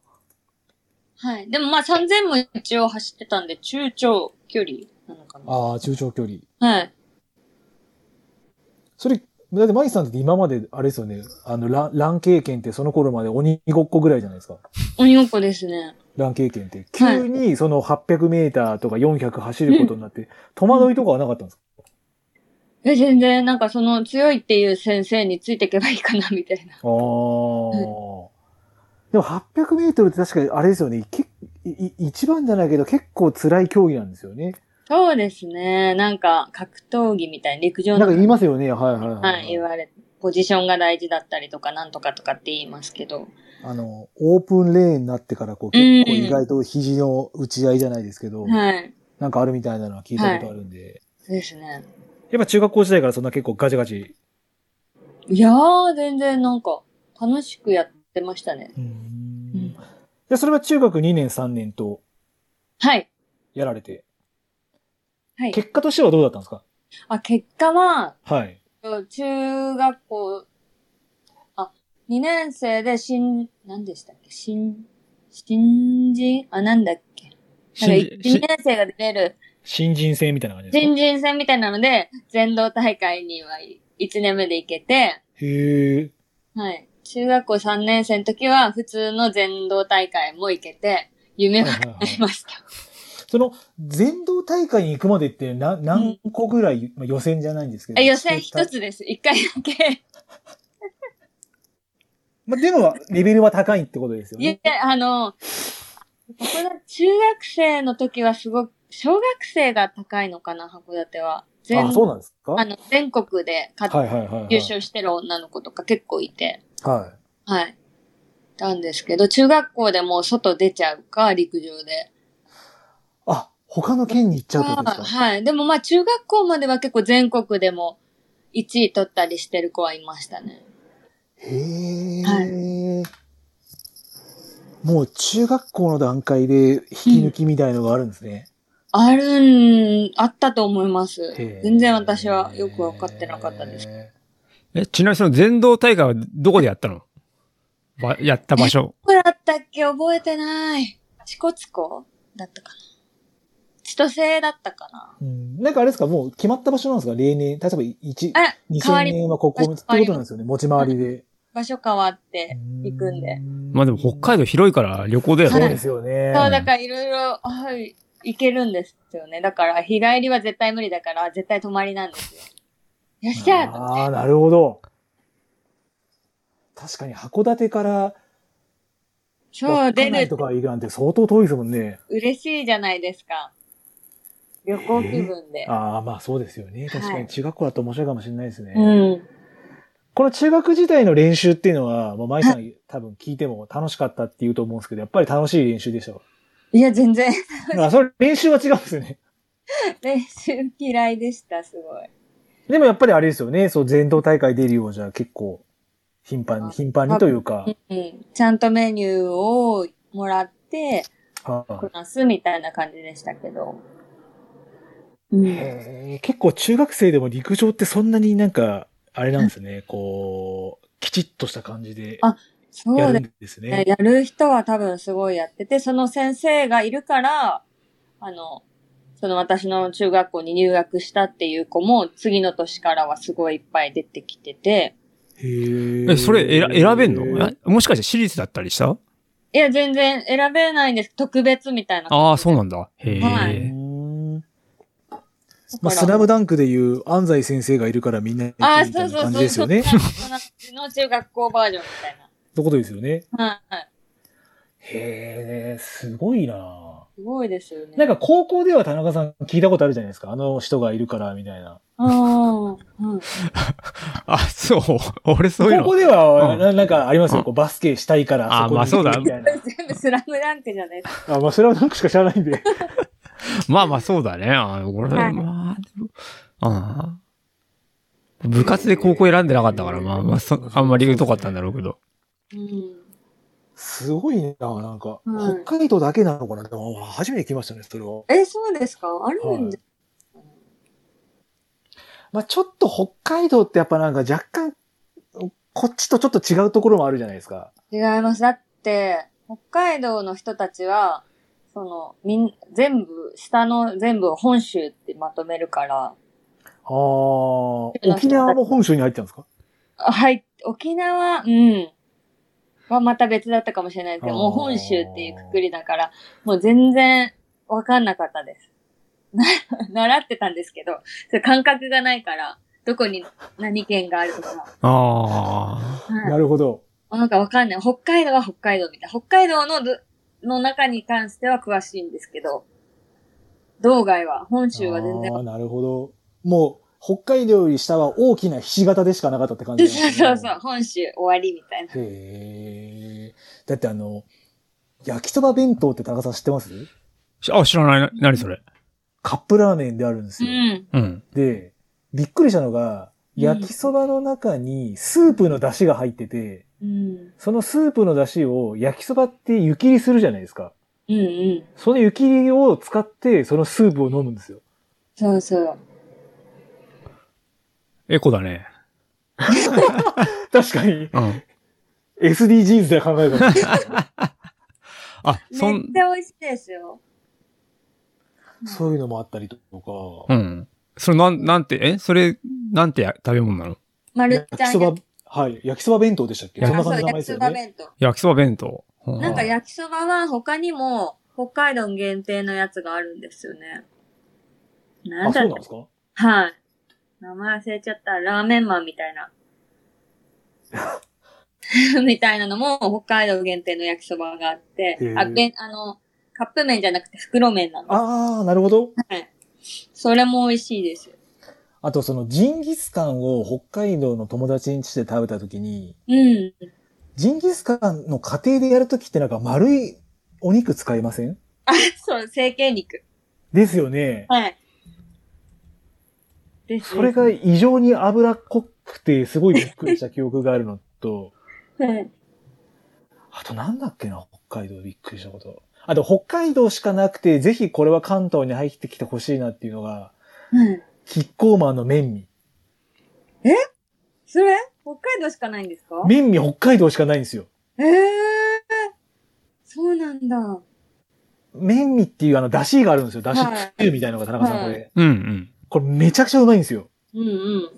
Speaker 3: はい。でもまあ3000も一応走ってたんで、中長距離なのかな。
Speaker 1: ああ、中長距離。
Speaker 3: はい。
Speaker 1: それ、だってマギさんって今まで、あれですよね、あの、ラン、ラン経験ってその頃まで鬼ごっこぐらいじゃないですか。
Speaker 3: 鬼ごっこですね。
Speaker 1: ラン経験って。急にその800メーターとか400走ることになって、戸惑いとかはなかったんですか
Speaker 3: え、全然、なんかその強いっていう先生についていけばいいかな、みたいな。
Speaker 1: あ あ。でも800メートルって確かにあれですよね、けいい一番じゃないけど結構辛い競技なんですよね。
Speaker 3: そうですね。なんか格闘技みたいな陸上
Speaker 1: なん
Speaker 3: の。
Speaker 1: か言いますよね、はいはいはい。
Speaker 3: はい、言われ、ポジションが大事だったりとか、なんとかとかって言いますけど。
Speaker 1: あの、オープンレーンになってからこう結構意外と肘の打ち合いじゃないですけど、
Speaker 3: はい。
Speaker 1: なんかあるみたいなのは聞いたことあるんで。
Speaker 3: そうですね。
Speaker 1: やっぱ中学校時代からそんな結構ガチガチ。
Speaker 3: いやー、全然なんか楽しくやってましたね。うん
Speaker 1: じゃあそれは中学2年3年と
Speaker 3: はい。
Speaker 1: やられて、
Speaker 3: はい。
Speaker 1: 結果としてはどうだったんですか
Speaker 3: あ、結果は、
Speaker 1: はい。
Speaker 3: 中学校、あ、2年生で新、何でしたっけ新、新人あ、なんだっけなんか
Speaker 2: 新人
Speaker 3: 1年生が出る
Speaker 1: 新人戦みたいな感じです
Speaker 3: 新
Speaker 1: か
Speaker 3: 人戦みたいなので、全道大会には1年目で行けて、
Speaker 1: へえ。
Speaker 3: はい。中学校3年生の時は普通の全道大会も行けて、夢が
Speaker 1: はいはいはい
Speaker 3: ありました。
Speaker 1: その、全道大会に行くまでって何何個ぐらい、まあ、予選じゃないんですけど。
Speaker 3: え予選一
Speaker 1: つ。
Speaker 3: つです。一回だけ。
Speaker 1: まあ、でも、レベルは高いってことですよ
Speaker 3: いや
Speaker 1: ね。、
Speaker 3: あの、函館、中学生の時はすごく、小学生が高いのかな、函館は。全
Speaker 1: あ、そうなんですか
Speaker 3: あの全国で勝っ
Speaker 1: はいはいはい、はい。
Speaker 3: 優勝してる女の子とか結構いて、
Speaker 1: は
Speaker 3: はい。なんですけど、中学校でもう外出ちゃうか、陸上で。
Speaker 1: い。あ、他の県に行っちゃうってことですか
Speaker 3: はい。でもまあ中学校までは結構全国でも1位取ったりしてる子はいましたね。
Speaker 1: へえ、もう中学校の段階で引き抜きみたいのがあるんですね。
Speaker 3: あるん、あったと思います
Speaker 1: へー。
Speaker 3: 全然私はよくわかってなかったです。。
Speaker 2: え、ちなみにその全道大会はどこでやったのばやった場所。
Speaker 3: どこだったっけ覚えてない。チコチコだったかな。千歳だったかな。
Speaker 1: うん、なんかあれですか、もう決まった場所なんですか例年、例えば1
Speaker 3: あ、ら、変わ
Speaker 1: 2000
Speaker 3: り
Speaker 1: 年はここ、ってことなんですよね。持ち回りで。
Speaker 3: 場所変わって行くんで。
Speaker 2: まあでも北海道広いから旅行だよ
Speaker 1: そう
Speaker 2: ね
Speaker 1: で。すよね。
Speaker 3: そう、だからいろいろ、はい、行けるんですよね。だから、日帰りは絶対無理だから、絶対泊まりなんですよ。よっしゃー
Speaker 1: ああ、なるほど。確かに函館から
Speaker 3: そう、出
Speaker 1: 稚内
Speaker 3: る
Speaker 1: と、か行くなんて相当遠いですもんね。
Speaker 3: 嬉しいじゃないですか。旅行気分で。
Speaker 1: ああ、まあそうですよね。確かに中学校だと面白いかもしれないですね。
Speaker 3: うん。
Speaker 1: この中学時代の練習っていうのは、まあ、舞さん多分聞いても楽しかったって言うと思うんですけど、やっぱり楽しい練習 でしたわ。
Speaker 3: いや、全然、
Speaker 1: あ、それ練習は違うんですよね。
Speaker 3: 練習嫌いでした、すごい。
Speaker 1: でもやっぱりあれですよね。そう、全道大会出るようじゃ結構、頻繁に、頻繁にというか、
Speaker 3: うん。ちゃんとメニューをもらって、
Speaker 1: は
Speaker 3: こなすみたいな感じでしたけど。う
Speaker 1: い
Speaker 3: ん。
Speaker 1: へー結構中学生でも陸上ってそんなになんか、あれなんですね。こう、きちっとした感じで
Speaker 3: あそう
Speaker 1: や
Speaker 3: です
Speaker 1: る
Speaker 3: ね
Speaker 1: んです
Speaker 3: ね
Speaker 1: ね。
Speaker 3: やる人は多分すごいやってて、その先生がいるから、あの、その私の中学校に入学したっていう子も、次の年からはすごいいっぱい出てきてて、
Speaker 1: へー
Speaker 2: え、それ選選べんのえもしかして私立だったりした
Speaker 3: いや、全然選べないんです。特別みたいな。
Speaker 2: ああ、そうなんだ。へ
Speaker 3: は
Speaker 1: う
Speaker 2: え。
Speaker 1: ーん
Speaker 3: だから
Speaker 1: まあ、スラムダンクでいう安西先生がいるからみんな行
Speaker 3: あ
Speaker 1: け
Speaker 3: あ、
Speaker 1: るみたい
Speaker 3: そうそ
Speaker 1: な
Speaker 3: う
Speaker 1: 感じ
Speaker 3: そう。
Speaker 1: ですよね。
Speaker 3: そんな感じの中学校バージョンみたい
Speaker 1: ってことですよね。
Speaker 3: な。はい。
Speaker 1: へえ、すごいな
Speaker 3: すごいですよね。
Speaker 1: なんか高校では田中さん聞いたことあるじゃないですか。あの人がいるからみたいな。
Speaker 3: ああ、うん。
Speaker 2: あ、そう。俺そういう
Speaker 1: 高校
Speaker 2: の。
Speaker 1: では、
Speaker 2: うん
Speaker 1: ななんかあります
Speaker 2: う
Speaker 1: よ。
Speaker 2: ん
Speaker 1: こうバスケしたいから
Speaker 2: あ
Speaker 1: そこに行くみたいな。
Speaker 3: 全部スラムダンクじゃないですか。
Speaker 1: あ、まあ、スラムダンクしか知らないんで。
Speaker 2: まあまあそうだね。あ俺、
Speaker 3: はい
Speaker 2: まあ、ああ。部活で高校選んでなかったから、まあまあ、そあんまり疎かったんだろうけど。
Speaker 3: うん。
Speaker 1: すごいななんか、
Speaker 3: はい
Speaker 1: 北海道だけなのかなでも、初めて来ましたね、それは。
Speaker 3: え、そうですかあるんで
Speaker 1: まあ、ちょっと北海道ってやっぱなんか若干、こっちとちょっと違うところもあるじゃないですか。
Speaker 3: 違います。だって、北海道の人たちは、その、みん、全部、下の全部を本州ってまとめるから、
Speaker 1: ああ、沖縄も本州に入っちゃうんですか
Speaker 3: あはい、沖縄、うん。はまた別だったかもしれないですけ
Speaker 1: あ
Speaker 3: ど、
Speaker 1: ー
Speaker 3: もう本州っていうくくりだから、もう全然わかんなかったです。な 習ってたんですけど、それ感覚がないから、どこに何県があるとか、
Speaker 2: ああ。
Speaker 3: はい
Speaker 1: なるほど。
Speaker 3: なんかわかんない。北海道は北海道みたい。北海道のど、の中に関しては詳しいんですけど、道外は、本州は全然
Speaker 1: あ。ーなるほど。もう、北海道より下は大きなひし形でしかなかったって感
Speaker 3: そう
Speaker 1: じなん
Speaker 3: そう
Speaker 1: ですね
Speaker 3: そうそう、本州終わりみたいな。
Speaker 1: へえ。だってあの、焼きそば弁当って田中さん知ってます
Speaker 2: しあ、知らない。な何それ。
Speaker 1: カップラーメンであるんですよ。
Speaker 3: うん。
Speaker 2: うん。
Speaker 1: で、びっくりしたのが、
Speaker 3: うん
Speaker 1: 焼きそばの中にスープの出汁が入ってて、
Speaker 3: うん。
Speaker 1: そのスープの出汁を焼きそばって湯切りするじゃないですか。
Speaker 3: うんうん。
Speaker 1: その湯切りを使って、そのスープを飲むんですよ。
Speaker 3: そうそう。
Speaker 2: エコだね。
Speaker 1: 確かに、
Speaker 2: うん。
Speaker 1: SDGs で考えるかもしれない。
Speaker 2: あ、そ
Speaker 3: めっ
Speaker 2: ん、
Speaker 3: ちゃ美味しいですよ。
Speaker 1: そういうのもあったりとか、
Speaker 2: うん。それなん、なんて、えそれ、なんてや食べ物なの
Speaker 3: まる
Speaker 1: 焼
Speaker 3: ちゃ
Speaker 1: き
Speaker 3: ん
Speaker 1: そば
Speaker 3: 焼き、
Speaker 1: はい、焼きそば弁当でしたっけ
Speaker 2: あ
Speaker 1: そん
Speaker 3: あ
Speaker 1: な
Speaker 3: そ
Speaker 1: 感
Speaker 3: う
Speaker 1: じの名前で
Speaker 3: 焼き
Speaker 1: す
Speaker 3: そ
Speaker 1: よ
Speaker 3: ば
Speaker 1: ね。
Speaker 3: 弁当。
Speaker 2: 焼きそば弁当。う
Speaker 3: なんか
Speaker 1: や
Speaker 3: 焼きそばは他にも北海道限定のやつがあるんですよね。な
Speaker 1: あ、
Speaker 3: ん
Speaker 1: そ
Speaker 3: だ
Speaker 1: う
Speaker 3: っ
Speaker 1: なん
Speaker 3: け
Speaker 1: ですか
Speaker 3: はい。名前忘れちゃった。ラーメンマンみたいな。 みたいなのも、北海道限定の焼きそばがあって
Speaker 1: へ、ー
Speaker 3: あ、べんあの、カップ麺じゃなくて袋麺なの。
Speaker 1: ああ、なるほど。
Speaker 3: それも美味しいです。
Speaker 1: あと、その、ジンギスカンを北海道の友達にして食べたときに、
Speaker 3: うん。
Speaker 1: ジンギスカンの家庭でやるときってなんか丸いお肉使いません
Speaker 3: あ、そう、成形肉。
Speaker 1: ですよね。
Speaker 3: はい。です
Speaker 1: それが異常に脂っこくて、すごいびっくりした記憶があるのと、
Speaker 3: はい。
Speaker 1: あとなんだっけな、北海道びっくりしたこと。あと、北海道しかなくて、ぜひこれは関東に入ってきてほしいなっていうのが、
Speaker 3: はい。
Speaker 1: キッコーマンの麺味。
Speaker 3: それ北海道しかないんですか
Speaker 1: 麺味北海道しかないんですよ。
Speaker 3: ええー。そうなんだ。
Speaker 1: 麺味っていうあの、出汁があるんですよ。出汁
Speaker 3: はい
Speaker 1: つゆみたいなのが、田中さんこ
Speaker 3: は
Speaker 1: れ。
Speaker 2: うんうん。
Speaker 1: これめちゃくちゃうまいんですよ。
Speaker 3: うんうん。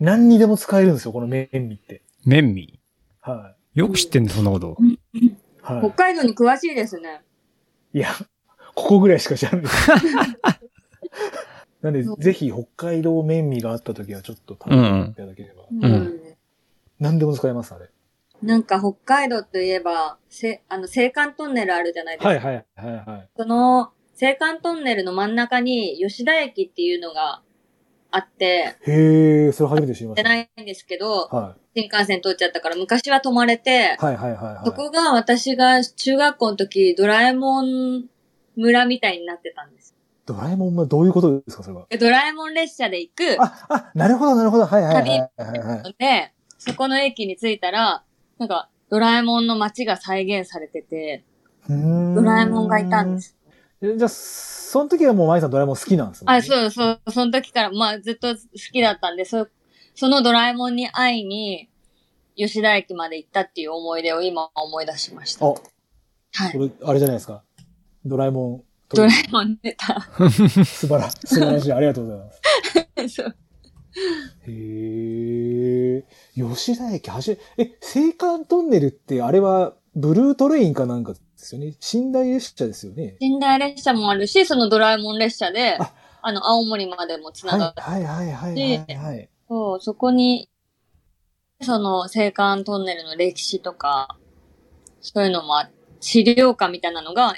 Speaker 1: 何にでも使えるんですよ、この麺味って。
Speaker 2: 麺味。
Speaker 1: は
Speaker 2: よく知ってんだ、そんなこと。
Speaker 1: い。は
Speaker 3: 北海道に詳しいですね。
Speaker 1: い。いや、ここぐらいしか知らない。 なんで、ぜひ北海道麺味があった時はちょっと食べていただければ。
Speaker 3: うん
Speaker 1: 何でも使えます、あれ。
Speaker 3: なんか北海道といえば、せあの、青函トンネルあるじゃないですか。
Speaker 1: はいはいはいはい。
Speaker 3: その、青函トンネルの真ん中に吉田駅っていうのがあって、
Speaker 1: へえ、それ初めて知りま
Speaker 3: じ
Speaker 1: し
Speaker 3: ゃ
Speaker 1: た。
Speaker 3: ないんですけど、
Speaker 1: は
Speaker 3: 新幹線通っちゃったから昔は止まれて
Speaker 1: い。、はいはいはいはい。
Speaker 3: そこが私が中学校の時、ドラえもん村みたいになってたんです。
Speaker 1: ドラえもんはどういうことですか、それは。
Speaker 3: でドラえもん列車で行く
Speaker 1: あ、あ、なるほどなるほど。はいはいはいはいはい。
Speaker 3: ので、そこの駅に着いたら、なんか、ドラえもんの街が再現されてて、ド
Speaker 1: ド
Speaker 3: ラえもんがいたんで。す。
Speaker 1: えじゃあ、その時はもう、まゆさんドラえもん好きなんですね。
Speaker 3: あ、そうそう、その時から、まあずっと好きだったんで、そ、そのドラえもんに会いに、吉田駅まで行ったっていう思い出を今思い出しました。は
Speaker 1: あ、こ
Speaker 3: い。
Speaker 1: れ、あれじゃないですか。ドラえもん。
Speaker 3: ドラえもん出た。
Speaker 1: 素晴らしい。素晴らしい。ありがとうございます。
Speaker 3: そう
Speaker 1: へえ。吉田駅走る。え、青函トンネルって、あれは、ブルートレインかなんかですよね。寝台列車ですよね。
Speaker 3: 寝台列車もあるし、そのドラえもん列車で、
Speaker 1: あ
Speaker 3: あの、青森までも繋
Speaker 1: はい
Speaker 3: がって、
Speaker 1: はいはいはいはい、はい。
Speaker 3: そうそこに、その青函トンネルの歴史とか、そういうのもあ、資料館みたいなのが、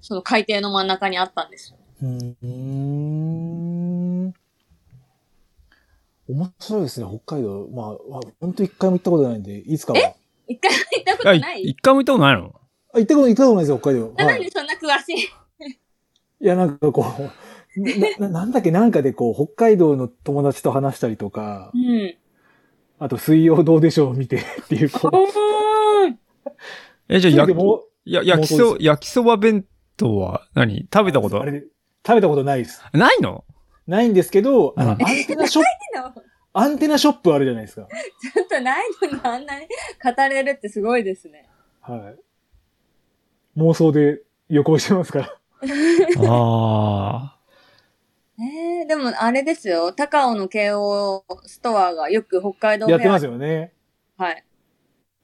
Speaker 3: その海底の真ん中にあったんですよ。
Speaker 1: うーん。面白いですね、北海道。まあわ、ほんと一回も行ったことないんで、いつかは。
Speaker 3: 一回も行ったこ
Speaker 2: あ
Speaker 3: と
Speaker 2: い
Speaker 3: ない
Speaker 2: 一回も行ったことないの
Speaker 1: あ、行ったこと、行ったことないですよ、北海道。
Speaker 3: な
Speaker 1: は
Speaker 3: ん
Speaker 1: い。
Speaker 3: で
Speaker 1: い
Speaker 3: そんな詳しい
Speaker 1: や、なんかこう、 な、ななんだっけ、なんかでこう、北海道の友達と話したりとか、
Speaker 3: うん。
Speaker 1: あと、水曜どうでしょうを見てっていう、こう、
Speaker 2: え、じゃあ、
Speaker 1: 一人
Speaker 2: 焼
Speaker 1: で
Speaker 2: き
Speaker 1: も
Speaker 2: いや焼き
Speaker 1: もうそう
Speaker 2: そ、焼きそば弁当は何食べたこ
Speaker 1: あ
Speaker 2: と
Speaker 1: れで、食べたことないです。
Speaker 2: ないの
Speaker 1: ないんですけど、あの、
Speaker 2: う
Speaker 1: ア
Speaker 2: ん
Speaker 1: ンテナショップ、
Speaker 3: ち
Speaker 1: アンテナショップあるじゃないですか。
Speaker 3: ょっとないのにあんなに語れるってすごいですね。
Speaker 1: はい。妄想で旅行してますから。
Speaker 2: ああ。
Speaker 3: えー、でもあれですよ。高尾の慶応ストアがよく北海道フェ
Speaker 1: や
Speaker 3: ア
Speaker 1: ってますよね。
Speaker 3: はい。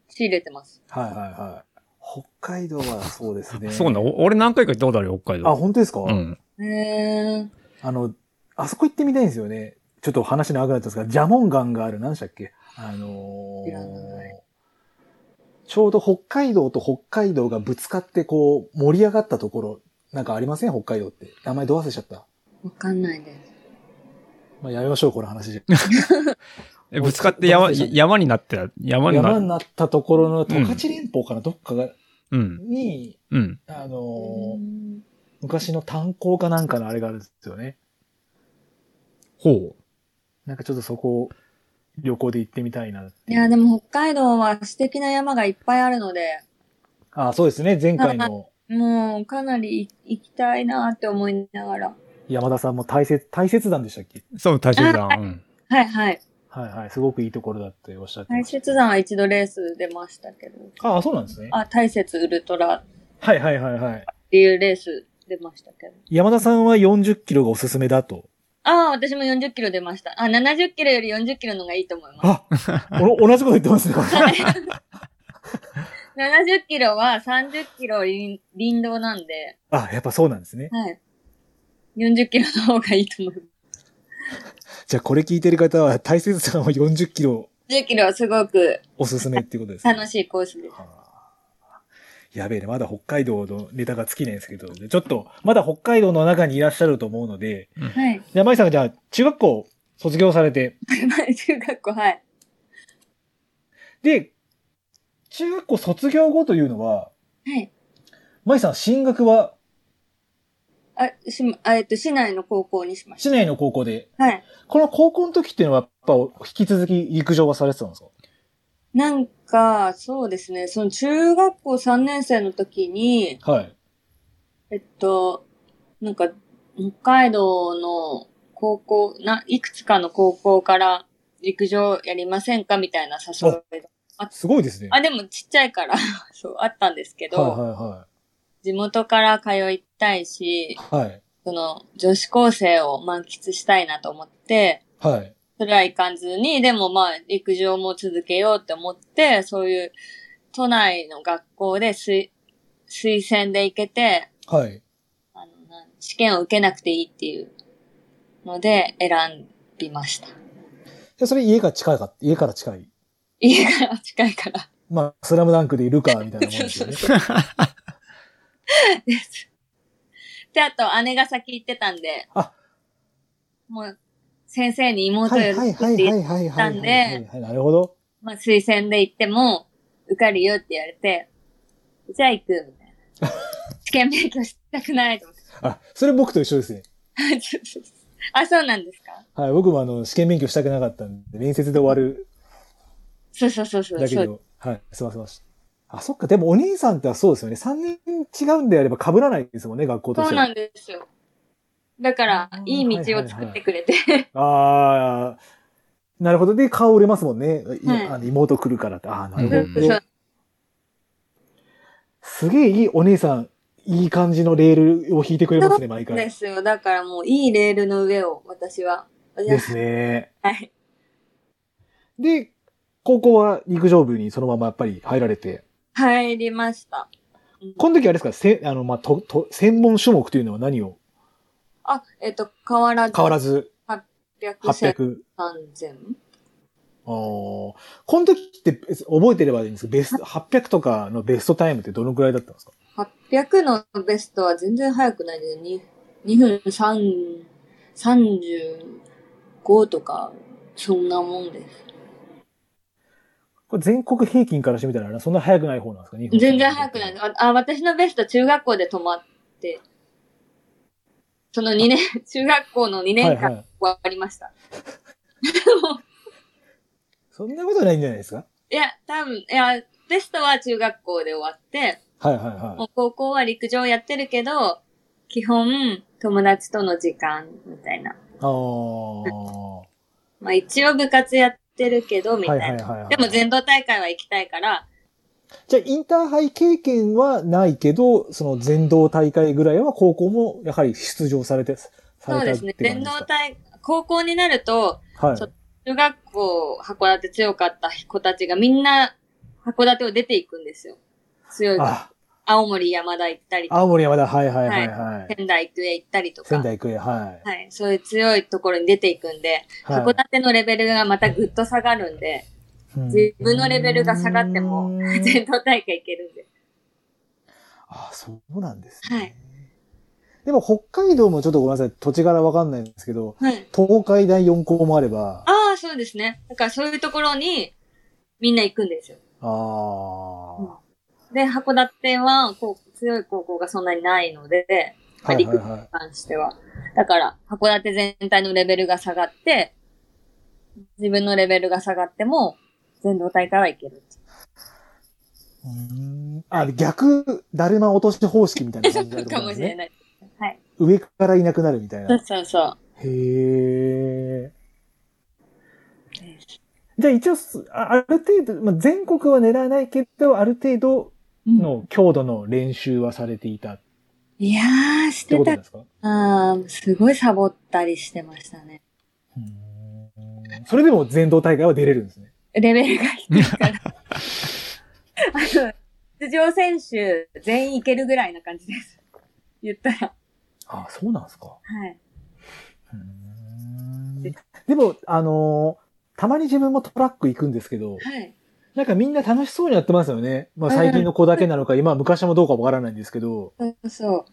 Speaker 3: 仕入れてます。
Speaker 1: はいはいはい。北海道はそうですね。
Speaker 2: そうなんだ。お俺何回か行ったことあるよ、北海
Speaker 1: あ、
Speaker 2: 道。
Speaker 1: 本当ですか、
Speaker 2: うん。
Speaker 3: へえー。
Speaker 1: あの、あそこ行ってみたいんですよね。ちょっと話長くなったんですが、ジャモンガンがある、何でしたっけあのー
Speaker 3: 知らない
Speaker 1: ちょうど北海道と北海道がぶつかってこう、盛り上がったところ、なんかありません北海道って。名前ど忘れしちゃった。
Speaker 3: わかんないです。
Speaker 1: まあ、やめましょう、この話じゃ。
Speaker 2: え、ぶつかって山、
Speaker 1: どうでした
Speaker 2: 山になってた。山に
Speaker 1: 山に
Speaker 2: な、
Speaker 1: なったところの十勝連峰かな、どっかが
Speaker 2: うん、
Speaker 1: に、
Speaker 2: うん。
Speaker 1: あ
Speaker 3: う
Speaker 1: のー
Speaker 3: ん
Speaker 1: 昔の炭鉱かなんかのあれがあるんですよね。
Speaker 2: ほう。
Speaker 1: なんかちょっとそこ、旅行で行ってみたいなって
Speaker 3: いうや、でも北海道は素敵な山がいっぱいあるので、
Speaker 1: あ、そうですね。前回の
Speaker 3: もうかなりい行きたいなって思いながら。
Speaker 1: 山田さんも大切、大切団でしたっけ
Speaker 2: そう、大切だ。うん。
Speaker 3: はいはい。
Speaker 1: はいはい。すごくいいところだっておっしゃって
Speaker 3: 大
Speaker 1: ました。
Speaker 3: 雪山は一度レース出ましたけど。
Speaker 1: あそうなんですね。
Speaker 3: あ、大雪ウルトラ
Speaker 1: はいはいはいはい。
Speaker 3: っていうレース出ましたけど。
Speaker 1: 山田さんは40キロがおすすめだと。
Speaker 3: ああ、私も40キロ出ました。あ、70キロより40キロの方がいいと思います。
Speaker 1: あお 同じこと言ってますね。
Speaker 3: 70キロは30キロ林林道なんで、
Speaker 1: あ、やっぱそうなんですね。
Speaker 3: はい。40キロの方がいいと思います。
Speaker 1: じゃあこれ聞いてる方は大切団を40キロ
Speaker 3: 10キロはすごく
Speaker 1: おすすめっていうことですね。
Speaker 3: 楽しいコースです。
Speaker 1: あーやべえね、まだ北海道のネタが尽きないんですけど、ちょっと、まだ北海道の中にいらっしゃると思うので、
Speaker 3: はい。
Speaker 1: じゃあ、舞さんがじゃあ、中学校卒業されて、
Speaker 3: 中学校、はい。
Speaker 1: で、中学校卒業後というのは、
Speaker 3: はい。
Speaker 1: 舞さん進学は
Speaker 3: あ、しま、あえっと、市内の高校にしまし
Speaker 1: 市内の高校で、
Speaker 3: た。はい。
Speaker 1: この高校の時っていうのは、やっぱ引き続き陸上はされてたんですか
Speaker 3: なんか、そうですね、その中学校3年生の時に、
Speaker 1: はい。
Speaker 3: えっと、なんか、北海道の高校、な、いくつかの高校から陸上やりませんかみたいな誘いが。
Speaker 1: すごいですね。
Speaker 3: あ、でもちっちゃいから、 そう、あったんですけど、
Speaker 1: はいは
Speaker 3: 地元から通いたいし、
Speaker 1: いはい。はい。
Speaker 3: その、女子高生を満喫したいなと思って、
Speaker 1: はい。
Speaker 3: それはいかんずに、でもまあ、陸上も続けようって思って、そういう、都内の学校で推、推薦で行けて、
Speaker 1: はい。
Speaker 3: あの、なん試験を受けなくていいっていうので選びました。
Speaker 1: で、それ家が近いか、家から近い。
Speaker 3: 家から近いから。
Speaker 1: まあ、スラムダンクでいるか、みたいなもん
Speaker 3: そう
Speaker 1: です
Speaker 3: そ
Speaker 1: よね。
Speaker 3: うそう。です。で、あと姉が先行ってたんで、
Speaker 1: あ
Speaker 3: もう、先生に妹
Speaker 1: は
Speaker 3: よ
Speaker 1: い
Speaker 3: り
Speaker 1: はい
Speaker 3: 作
Speaker 1: は
Speaker 3: っ
Speaker 1: い
Speaker 3: て
Speaker 1: はいいはい
Speaker 3: た
Speaker 1: はい
Speaker 3: ん
Speaker 1: は
Speaker 3: で
Speaker 1: いはい。なるほど。
Speaker 3: まあ、推薦で行っても、受かるよって言われて、じゃあ行く、みたいな。 試験勉強したくないと思って。
Speaker 1: あ、それ僕と一緒ですね。
Speaker 3: あ、そうなんですか
Speaker 1: はい、僕もあの、試験勉強したくなかったんで、面接で終わる
Speaker 3: そうそうそうそう。
Speaker 1: だけ
Speaker 3: そう
Speaker 1: ど、はい、済ませました。あ、そっか、でもお兄さんってそうですよね。3年違うんであれば被らないですもんね、学校とし
Speaker 3: そ
Speaker 1: て
Speaker 3: う
Speaker 1: は。
Speaker 3: なんですよ。だから
Speaker 1: あー、
Speaker 3: いい道を作ってくれて。
Speaker 1: ああ、なるほど。で、顔売れますもんね。い
Speaker 3: はい
Speaker 1: あの妹来るからって。ああ、なるほど。
Speaker 2: はいはいはい
Speaker 3: そうそう
Speaker 1: すげえいいお姉さん、いい感じのレールを引いてくれますね、毎
Speaker 3: そうで
Speaker 1: 回。
Speaker 3: すよ。だからもう、いいレールの上を、私は。
Speaker 1: ですね。
Speaker 3: はい。
Speaker 1: で、高校は陸上部にそのままやっぱり入られて、
Speaker 3: 入りました。
Speaker 1: この時あれですか、せあの、まあ、と、と、専門種目というのは何を
Speaker 3: あ、えっ、と、変わらず。
Speaker 1: 変わらず
Speaker 3: 800、
Speaker 1: 800。
Speaker 3: 3000。
Speaker 1: あーこの時ってえ覚えてればいいんですけど、ベスト、800とかのベストタイムってどのくらいだったんですか
Speaker 3: 800のベストは全然早くないで、2, 2分3 35とか、そんなもんです。
Speaker 1: これ全国平均からしてみたら、そんな早くない方なんですか日本
Speaker 3: 全然早くないです。あ、あ私のベスト中学校で止まって、その2年、中学校の2
Speaker 1: は
Speaker 3: 年
Speaker 1: いは
Speaker 3: 間
Speaker 1: い。
Speaker 3: 終わりました。
Speaker 1: そんなことないんじゃないですか
Speaker 3: いや、多分、いや、ベストは中学校で終わって、
Speaker 1: はいはいは
Speaker 3: もう高校は陸上やってるけど、基本友達との時間みたいな。
Speaker 1: い。ああ。は
Speaker 3: まあ一応部活やってるけど、み
Speaker 1: い
Speaker 3: た
Speaker 1: はいい
Speaker 3: な。
Speaker 1: はいはい。
Speaker 3: でも全道大会は行きたいから、
Speaker 1: じゃあ、インターハイ経験はないけど、その全道大会ぐらいは高校もやはり出場されて、された
Speaker 3: そうですね
Speaker 1: っ、て感
Speaker 3: 全
Speaker 1: じ
Speaker 3: 道
Speaker 1: か
Speaker 3: 大、高校になると、
Speaker 1: はい。
Speaker 3: そう中学校、函館強かった子たちがみんな函館を出ていくんですよ。強い子。
Speaker 1: あ、
Speaker 3: 青森山田行ったりとか、
Speaker 1: 青森山田、はいはいはいはい。
Speaker 3: 仙台育英行ったりとか、
Speaker 1: 仙台育英、はい。
Speaker 3: はい、そういう強いところに出ていくんで、
Speaker 1: はい
Speaker 3: 函館のレベルがまたぐっと下がるんで、自分のレベルが下がっても
Speaker 1: うん、
Speaker 3: 全道大会行けるんで。
Speaker 1: あ、そうなんですね。
Speaker 3: はい
Speaker 1: でも北海道もちょっとごめんなさい、土地柄わかんないんですけど、
Speaker 3: はい。
Speaker 1: 東海大4校もあれば、
Speaker 3: ああ、そうですね。だからそういうところにみんな行くんですよ。
Speaker 1: ああ、
Speaker 3: うんで、函館はこう強い高校がそんなにないので、
Speaker 1: は
Speaker 3: はいい
Speaker 1: はいはい。
Speaker 3: 関しては。だから、函館全体のレベルが下がって、自分のレベルが下がっても、全道大会はいける。
Speaker 1: うーんあ、逆、だるま落とし方式みたいな感じだと
Speaker 3: か
Speaker 1: 思うん
Speaker 3: も
Speaker 1: です
Speaker 3: しれ
Speaker 1: ね。
Speaker 3: ない。はい。
Speaker 1: 上からいなくなるみたい
Speaker 3: そう
Speaker 1: な。
Speaker 3: そうそ
Speaker 1: へえ。
Speaker 3: う。
Speaker 1: じゃあ一応す、あある程度、まあ、全国は狙わないけど、ある程度の強度の練習はされていたっ
Speaker 3: いやー、してて
Speaker 1: ことな
Speaker 3: た
Speaker 1: ん。ですか
Speaker 3: あーすごいサボったりしてましたね。
Speaker 1: うーんそれでも全道大会は出れるんですね。
Speaker 3: レベルが低い から。あの、出場選手全員いけるぐらいな感じです。言ったら。
Speaker 1: あそうなんですか。
Speaker 3: はい。
Speaker 1: でも、あのーたまに自分もトラック行くんですけど、
Speaker 3: はい。
Speaker 1: なんかみんな楽しそうにやってますよね。まあ最近の子だけなのか、今は昔もどうかわからないんですけど。
Speaker 3: そうそう。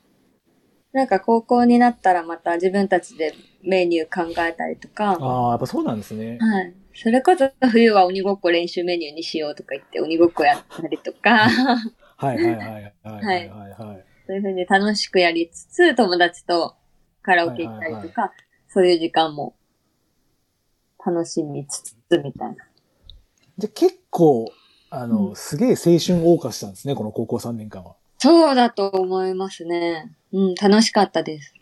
Speaker 3: なんか高校になったらまた自分たちでメニュー考えたりとか、
Speaker 1: ああ、やっぱそうなんですね。
Speaker 3: はい。それこそ冬は鬼ごっこ練習メニューにしようとか言って鬼ごっこやったりとか、
Speaker 1: はいはいはいはいはいはいはい。
Speaker 3: そういうふうに楽しくやりつつ、友達とカラオケ行ったりとか、
Speaker 1: はい
Speaker 3: そういう時間も楽しみつつみたいな。
Speaker 1: じゃあ結構、あの、
Speaker 3: うん
Speaker 1: すげえ青春を謳歌したんですね、この高校3年間は。
Speaker 3: そうだと思いますね。うん、楽しかったです。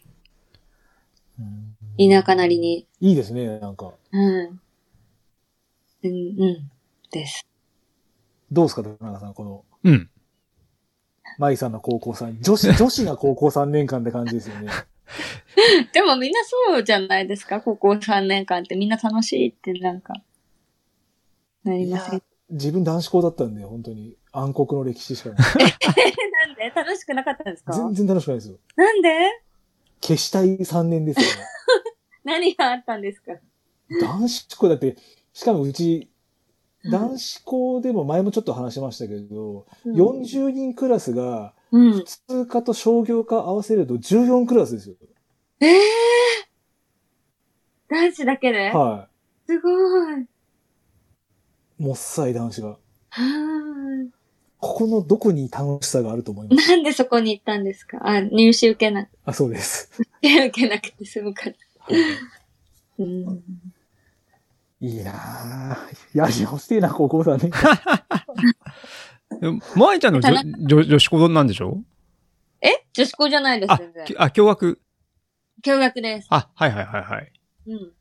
Speaker 3: 田舎なり。に。
Speaker 1: いいですね、なんか。
Speaker 3: うん。うん、うん。 です。
Speaker 1: どうですか、田中さん、この、
Speaker 2: うん。
Speaker 1: 舞さんの高校3、女子、女子が高校3年間って感じですよね。
Speaker 3: でもみんなそうじゃないですか、ここ3年間って。みんな楽しいってなんか、なり
Speaker 1: い
Speaker 3: ま
Speaker 1: や
Speaker 3: せん。
Speaker 1: 自分男子校だったんで、本当に暗黒の歴史しかない。
Speaker 3: なんで楽しくなかったんですか
Speaker 1: 全然楽しくないですよ。
Speaker 3: なんで
Speaker 1: 消したい3年ですよね。
Speaker 3: 何があったんですか
Speaker 1: 男子校だって、しかもうち、男子校でも前もちょっと話しましたけど、40人クラスが、
Speaker 3: うん。
Speaker 1: 普通科と商業科合わせると14クラスですよ。
Speaker 3: ええー、男子だけで、
Speaker 1: は
Speaker 3: すごい。
Speaker 1: い。もっさい男子が。
Speaker 3: はーい
Speaker 1: ここのどこに楽しさがあると思 います。
Speaker 3: なんでそこに行ったんですかあ、入試受けな、
Speaker 1: あ、そうです。
Speaker 3: 受けなくて済むから。
Speaker 1: はい
Speaker 3: うん。
Speaker 1: いいなぁ。やり直してえな、高校3年間。
Speaker 2: でも舞ちゃんの
Speaker 3: 田
Speaker 2: 女女女子校なんでしょ
Speaker 3: え女子校じゃないです、
Speaker 2: あ
Speaker 3: 全然、。
Speaker 2: きあ、驚愕。
Speaker 3: 驚愕です。
Speaker 2: あ、はいはいはいはい。
Speaker 3: うん。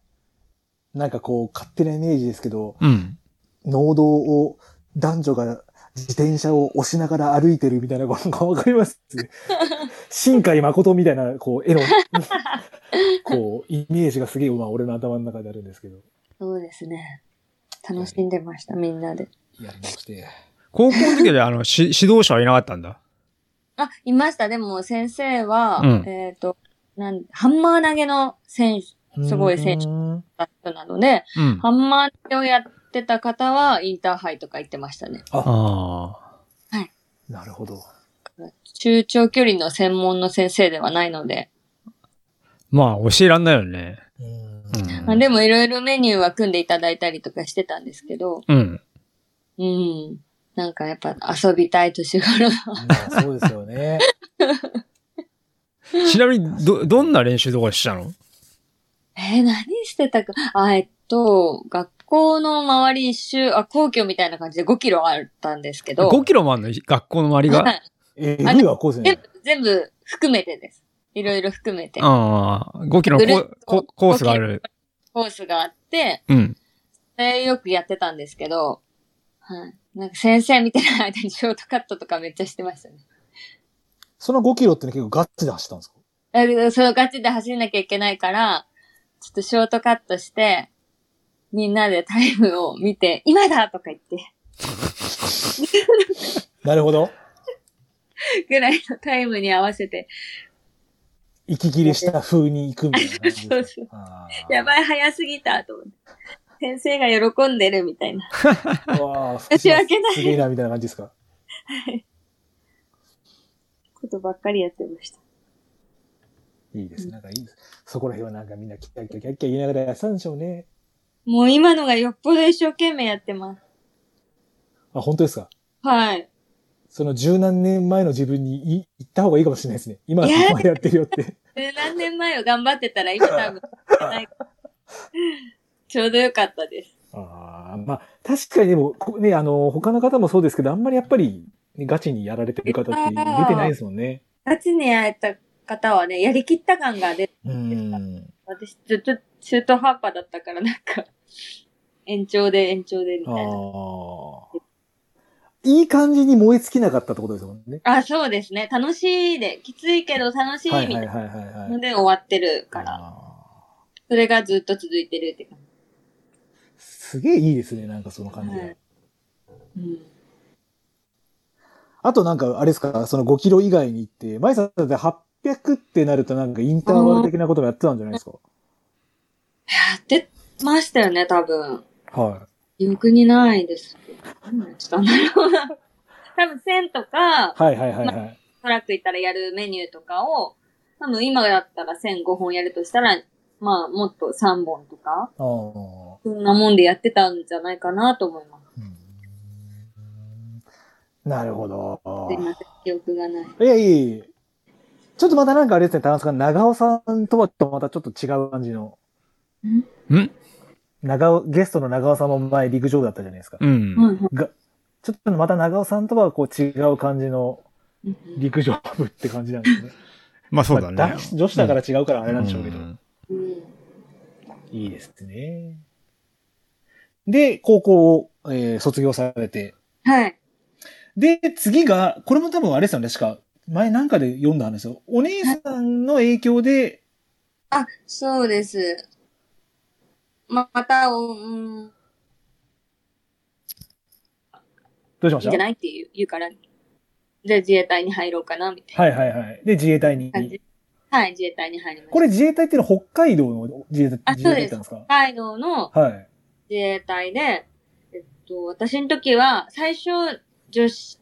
Speaker 1: なんかこう、勝手なイメージですけど、
Speaker 2: うん。
Speaker 1: 農道を男女が自転車を押しながら歩いてるみたいなことがわかり ます。新海誠みたいな、こう、絵の、こう、イメージがすげえ、まあ、俺の頭の中であるんですけど。
Speaker 3: そうですね。楽しんでました、みんなで。
Speaker 1: やり直してえ。
Speaker 2: 高校の時であの、し 指導者はいなかったんだ。
Speaker 3: あ、いました。でも先生は、
Speaker 2: うん
Speaker 3: えっ、と、なん、ハンマー投げの選手すごい選手
Speaker 1: 手。
Speaker 3: だった人なので、
Speaker 2: うん。
Speaker 3: ハンマー投げをやってた方は、インターハイとか行ってましたね。
Speaker 2: あ
Speaker 1: なるほど。
Speaker 3: 中長距離の専門の先生ではないので、
Speaker 2: あ。まあ、教えらんないよね。うん。
Speaker 3: まあでもいろいろメニューは組んでいただいたりとかしてたんですけど、
Speaker 2: うん。
Speaker 3: うん。なんかやっぱ遊びたい年頃。
Speaker 1: まあそうですよね。
Speaker 2: ちなみに、ど、どんな練習とかしたの
Speaker 3: えー何してたか。あ、えっと、学校の周り一周、あ、皇居みたいな感じで5キロあったんですけど、
Speaker 2: ?5 キロもあんの学校の周り
Speaker 3: は
Speaker 2: が。
Speaker 3: い
Speaker 1: えぐい学校です
Speaker 3: 全
Speaker 1: ね
Speaker 3: 部。、全部含めてです。いろいろ含めて。
Speaker 2: ああ、5キロのコココースがある。
Speaker 3: コースがあって、
Speaker 2: うん。
Speaker 3: それよくやってたんですけど、はい。なんか先生見てない間にショートカットとかめっちゃしてましたね。
Speaker 1: その5キロってね、結構ガッチで走ったんですか
Speaker 3: だけど、そのガチで走んなきゃいけないから、ちょっとショートカットして、みんなでタイムを見て、今だとか言って、
Speaker 1: なるほど。
Speaker 3: ぐらいのタイムに合わせて
Speaker 1: 息切れした風に行くみたいな感じです
Speaker 3: そうそう
Speaker 1: か。
Speaker 3: や
Speaker 1: い。
Speaker 3: ばい、早すぎた、と思って。先生が喜んでるみたいな。
Speaker 1: うわあ、
Speaker 3: 申し訳ない
Speaker 1: すげえな、みたいな感じですか。
Speaker 3: ことばっかりやってました。
Speaker 1: いいですね。なんかいいです。そこら辺はなんかみんなキャッキャキャッキャ言いながらやってたんでしょうね。
Speaker 3: もう今のがよっぽど一生懸命やってます。
Speaker 1: あ、本当ですか。
Speaker 3: はい。
Speaker 1: その十何年前の自分に言い言った方がいいかもしれないですね。今はここまでやってるよって。
Speaker 3: 十何年前を頑張ってたら今多分、 ないちょうどよかったです。
Speaker 1: ああ、まあ、確かにでも、こね、あの、他の方もそうですけど、あんまりやっぱり、ね、ガチにやられてる方って出てないですもんね。
Speaker 3: ガチに会えた方はね、やりきった感が出る。
Speaker 1: うん。
Speaker 3: 私ずっと中途半端だったからなんか、延長で延長でみ
Speaker 1: あ
Speaker 3: たいな。
Speaker 1: あ。いい感じに燃え尽きなかったってことですもんね。
Speaker 3: あそうですね。楽しいで、きついけど楽しいみ
Speaker 1: は
Speaker 3: た
Speaker 1: い
Speaker 3: い
Speaker 1: はい
Speaker 3: な
Speaker 1: はいはい、は
Speaker 3: の
Speaker 1: い。
Speaker 3: で終わってるから。
Speaker 1: あー
Speaker 3: それがずっと続いてるって感じ。
Speaker 1: すげえいいですね、なんかその感じが。
Speaker 3: はいうん
Speaker 1: あとなんか、あれですか、その5キロ以外に行って、前さんだって800ってなるとなんかインターバル的なこともやってたんじゃないですか。
Speaker 3: やってましたよね、多分。
Speaker 1: は
Speaker 3: 記憶にないです。何やってたんだろうな。 多分線とか、
Speaker 1: はいはいはいはい。
Speaker 3: トラック行ったらやるメニューとかを、多分今だったら線5本やるとしたら、まあもっと3本とか、
Speaker 1: あー
Speaker 3: そんなもんでやってたんじゃないかなと思います。
Speaker 1: うんなるほど。
Speaker 3: すいません、記憶がない。
Speaker 1: いやいやいやちょっとまたなんかあれですね、田中さん、長尾さんとはまたちょっと違う感じの。
Speaker 2: ん
Speaker 1: 長尾、ゲストの長尾さんも前陸上部だったじゃないですか。
Speaker 2: うん。
Speaker 3: はいは
Speaker 1: が、ちょっとまた長尾さんとはこう違う感じの
Speaker 3: い。
Speaker 1: 陸上部って感じなんですね。
Speaker 2: まあ そうだね。
Speaker 1: まあ男子女子だから違うからあ
Speaker 2: あ
Speaker 1: れなんでしょうけど。
Speaker 3: うん。
Speaker 1: いいですね。で、高校を、えー卒業されて。
Speaker 3: はい。
Speaker 1: で、次が、これも多分あれですよね、確か。前なんかで読んだ話ですよ。お姉さんの影響で、
Speaker 3: あ、そうです。ま、また、おうん、
Speaker 1: どうしま
Speaker 3: いい
Speaker 1: し
Speaker 3: んじゃ
Speaker 1: た
Speaker 3: ないっていう言うから、じゃあ自衛隊に入ろうかな、みたい
Speaker 1: はいはいはい。で、自衛隊に
Speaker 3: な。感じ。はい、自衛隊に入りました。
Speaker 1: これ自衛隊っていうのは北海道の自衛隊
Speaker 3: あ
Speaker 1: 自衛
Speaker 3: そう
Speaker 1: 隊だっ
Speaker 3: です
Speaker 1: たんですか
Speaker 3: 北海道の
Speaker 1: はい。
Speaker 3: 自衛隊で、えっと、私の時は、最初、女子、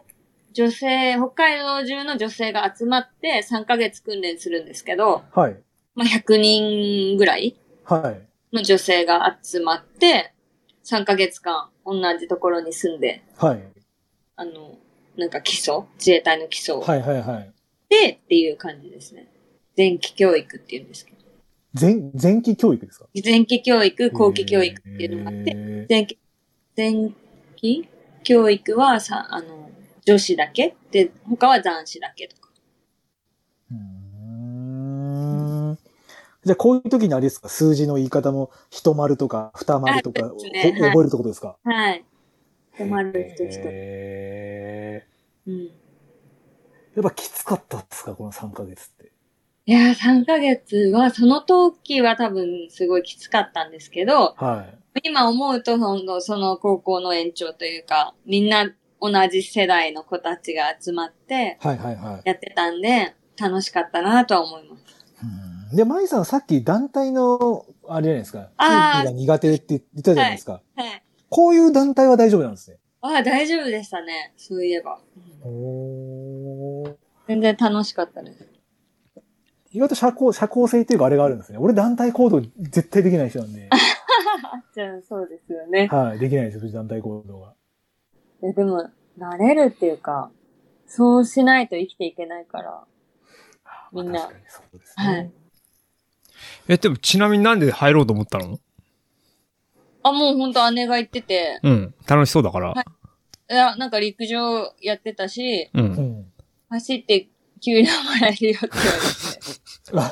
Speaker 3: 女性、北海道中の女性が集まって3ヶ月訓練するんですけど、
Speaker 1: はい。
Speaker 3: まあ、100人ぐらい
Speaker 1: はい。
Speaker 3: の女性が集まって、3ヶ月間同じところに住んで、
Speaker 1: はい。
Speaker 3: あの、なんか基礎、自衛隊の基礎を
Speaker 1: はいはいはい。
Speaker 3: でっていう感じですね。前期教育っていうんですけど。
Speaker 1: 前、前期教育ですか
Speaker 3: 前期教育、後期教育っていうのがあって、
Speaker 1: て。
Speaker 3: 前期、前期教育はさ、あの、女子だけで、他は男子だけとか。
Speaker 1: うーんじゃあこういう時にあれですか数字の言い方も一丸とか二丸とか
Speaker 3: あ
Speaker 1: ほ
Speaker 3: そう
Speaker 1: 覚
Speaker 3: ですねはい
Speaker 1: えるってことですか
Speaker 3: はい。困る人一人。
Speaker 1: へ
Speaker 3: うん。
Speaker 1: ーやっぱきつかったですかこの3ヶ月って。
Speaker 3: いやー、3ヶ月は、その時は多分すごいきつかったんですけど、
Speaker 1: はい。
Speaker 3: 今思うと、ほんとその高校の延長というか、みんな同じ世代の子たちが集まって
Speaker 1: はいはいはい。
Speaker 3: やってたんで、楽しかったなとは思います。
Speaker 1: うんで、舞さんさっき団体の、あれじゃないですか。空
Speaker 3: あー
Speaker 1: 気が苦手って言ったじゃないですか。
Speaker 3: はい。
Speaker 1: こういう団体は大丈夫なんですね。
Speaker 3: ああ、大丈夫でしたね。そういえば。
Speaker 1: おー
Speaker 3: 全然楽しかったです。
Speaker 1: 意外と社交、社交性っていうかあれがあるんですね。俺団体行動絶対できない人なんで。
Speaker 3: じゃあ、そうですよね。
Speaker 1: はい、できないですよ、団体行動が。
Speaker 3: いやでも、慣れるっていうか、そうしないと生きていけないから。みん
Speaker 1: ま
Speaker 3: な
Speaker 1: あ確かにそうですね。
Speaker 3: はい
Speaker 2: え、でもちなみになんで入ろうと思ったの
Speaker 3: あ、もうほんと姉が言ってて、
Speaker 2: うん。楽しそうだから。
Speaker 3: はいいや、なんか陸上やってたし、
Speaker 2: う。
Speaker 1: うんん。
Speaker 3: 走って給料もらえるよって言わ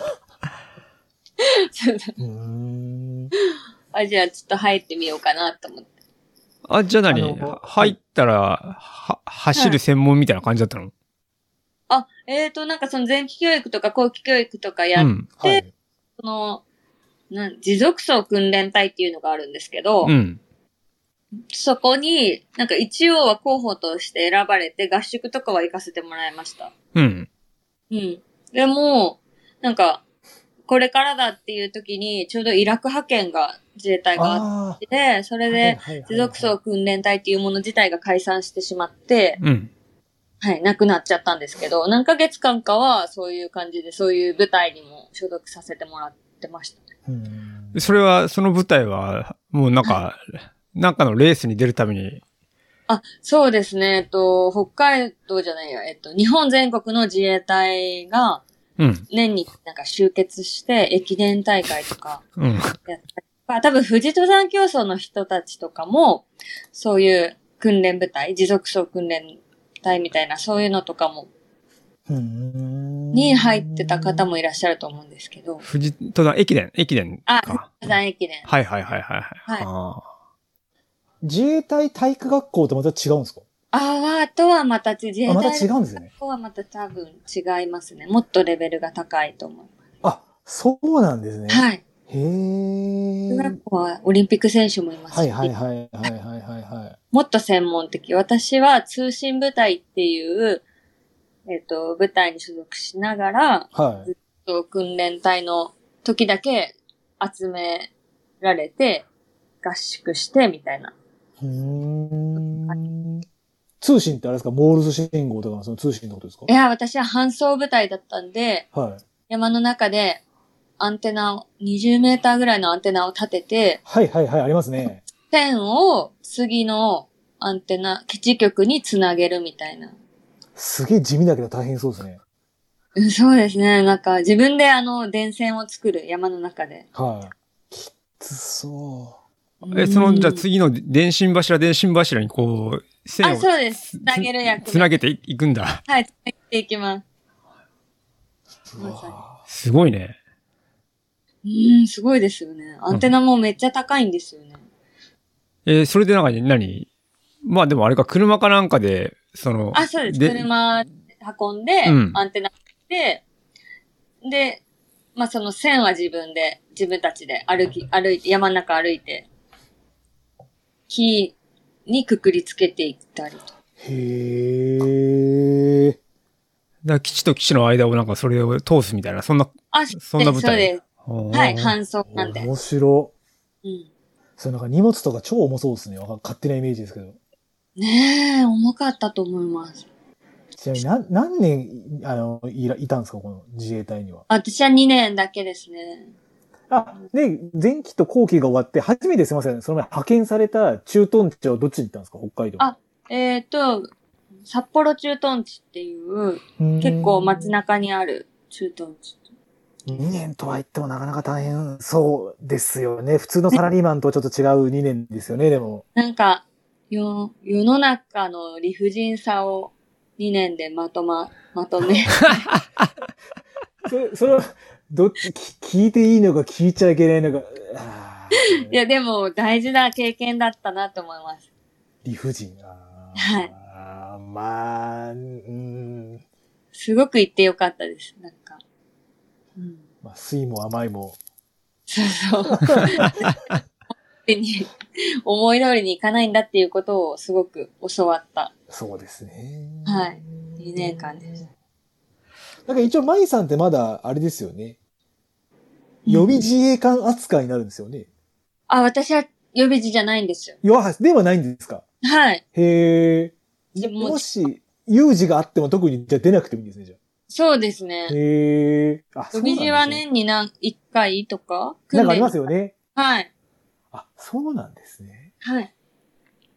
Speaker 3: れて。ち ょっと
Speaker 1: うーん。
Speaker 3: あ、じゃあちょっと入ってみようかなと思って。
Speaker 2: あ、じゃあ
Speaker 1: あ
Speaker 2: 何
Speaker 1: の
Speaker 2: 入ったら、は、走る専門みたいな感じだったの
Speaker 3: あ、えっ、と、なんかその前期教育とか後期教育とかや、
Speaker 2: うん。
Speaker 1: はい。
Speaker 3: その、なん持続走訓練隊っていうのがあるんですけど、
Speaker 2: うん。
Speaker 3: そこに、なんか一応は候補として選ばれて合宿とかは行かせてもらいました。
Speaker 2: うん。
Speaker 3: うん。でも、なんか、これからだっていう時に、ちょうどイラク派遣が自衛隊があっ
Speaker 1: あー
Speaker 3: て、それで、
Speaker 1: はいはいはいはい
Speaker 3: 持続走訓練隊っていうもの自体が解散してしまって、
Speaker 2: うん。
Speaker 3: はい、なくなっちゃったんですけど、何ヶ月間かはそういう感じで、そういう舞台にも所属させてもらってました。
Speaker 1: うん
Speaker 2: それは、その舞台は、もうなんか、なんかのレースに出るために、
Speaker 3: あ、そうですね、えっと、北海道じゃないや、えっと、日本全国の自衛隊が
Speaker 2: うん。
Speaker 3: 年になんか集結して、駅伝大会とか
Speaker 2: うん。
Speaker 3: やったりとか、多分富士登山競争の人たちとかも、そういう訓練部隊、持続走訓練隊みたいな、そういうのとかも、
Speaker 1: うん
Speaker 3: に入ってた方もいらっしゃると思うんですけど、
Speaker 2: 富士登山、駅伝、駅伝
Speaker 3: あ、富士
Speaker 2: か。
Speaker 3: 登山駅伝。
Speaker 2: はいはいはいはい。はい、ああ。
Speaker 1: 自衛隊体育学校とまた違うんですか
Speaker 3: ああ、とはまた自衛
Speaker 1: あ
Speaker 3: 隊
Speaker 1: また違うんですね。
Speaker 3: こはまた多分違いますね。もっとレベルが高いと思いま
Speaker 1: あ、そうなんですね。
Speaker 3: す。はい。
Speaker 1: へえ。
Speaker 3: 中学校はオリンピック選手もいますし、
Speaker 1: はいはいはいはいはいはいはい。
Speaker 3: もっと専門的。私は通信部隊っていう、えっ、と、部隊に所属しながら、
Speaker 1: はい。
Speaker 3: と訓練隊の時だけ集められて、合宿してみたいな
Speaker 1: うーん通信ってあれですかモールス信号とかのその通信のことですか
Speaker 3: いや、私は搬送部隊だったんで、
Speaker 1: はい。
Speaker 3: 山の中でアンテナを、20メーターぐらいのアンテナを立てて、
Speaker 1: はいはいはい、ありますね。
Speaker 3: 線を次のアンテナ、基地局につなげるみたいな。
Speaker 1: すげえ地味だけど大変そうですね。
Speaker 3: うんそうですね。なんか自分であの電線を作る山の中で。
Speaker 1: はい。きつそ
Speaker 2: え、その、じゃあ
Speaker 3: うん
Speaker 2: 次の電信柱、電信柱にこう、線
Speaker 3: あ、
Speaker 2: を
Speaker 3: そうです。つなげる役。
Speaker 2: つなげていくんだ。
Speaker 3: はい、つなげていきます。
Speaker 1: う。うわ
Speaker 2: すごいね。
Speaker 3: うん、すごいですよね。アンテナもめっちゃ高いんですよね。
Speaker 2: えーそれでなんか何まあでもあれか、車かなんかで、その、
Speaker 3: あ、そうです。車運んで、
Speaker 2: うん
Speaker 3: アンテナで、で、まあその線は自分で、自分たちで歩き、歩いて、山の中歩いて、木にくくりつけていったりと。
Speaker 1: へえ。
Speaker 2: だから基地と基地の間をなんかそれを通すみたいな、そんな、
Speaker 3: あ、そうです
Speaker 2: そんな舞
Speaker 3: そう
Speaker 2: 台
Speaker 3: です。はい、
Speaker 2: は
Speaker 3: 搬送なんで。
Speaker 1: 面白。
Speaker 3: うん、
Speaker 1: それなんか荷物とか超重そうですね。わか勝手なイメージですけど。
Speaker 3: ねえ、重かったと思います。
Speaker 1: ちなみに何、何年、あの、いらいたんですかこの自衛隊には。
Speaker 3: 私は2年だけですね。
Speaker 1: あ、で、前期と後期が終わって、初めてすいません。その前派遣された駐屯地はどっちに行ったんですか北海道。
Speaker 3: あえっ、と、札幌駐屯地っていう、結構街
Speaker 1: な。
Speaker 3: 中にある駐屯地。
Speaker 1: 2年とは言ってもなかなか大変そうですよね。普通のサラリーマンとはちょっと違う2年ですよね、でも。
Speaker 3: なんか、よ、世の中の理不尽さを2年でまとま、まとめ。
Speaker 1: それ、それは、どっち、き聞いていいのか聞いちゃいけないのか。あー
Speaker 3: いや、でも大事な経験だったなと思います。
Speaker 1: 理不尽。あー
Speaker 3: はい
Speaker 1: あーまあ、うん。
Speaker 3: すごく行ってよかったです。なんか。うん。
Speaker 1: まあ、酸いも甘いも。
Speaker 3: そうそう。に思い通りにいかないんだっていうことをすごく教わった。
Speaker 1: そうですね。
Speaker 3: はい。2年間です。
Speaker 1: なんか一応、舞さんってまだ、あれですよね。予備自衛官扱いになるんですよね。
Speaker 3: あ、私は予備時じゃないんですよ。
Speaker 1: 弱はではないんですか
Speaker 3: はい。
Speaker 1: へ
Speaker 3: で
Speaker 1: え。
Speaker 3: も
Speaker 1: もし、有事があっても特にじゃあ出なくてもいいんですね、じゃ
Speaker 3: そうですね
Speaker 1: あ。。へえ。あ、
Speaker 3: 予
Speaker 1: うなん
Speaker 3: 備
Speaker 1: です
Speaker 3: 時は年に何、1回とか
Speaker 1: なんかあります
Speaker 3: よ。
Speaker 1: よね。
Speaker 3: はい。
Speaker 1: あ、そうなんですね。
Speaker 3: はい。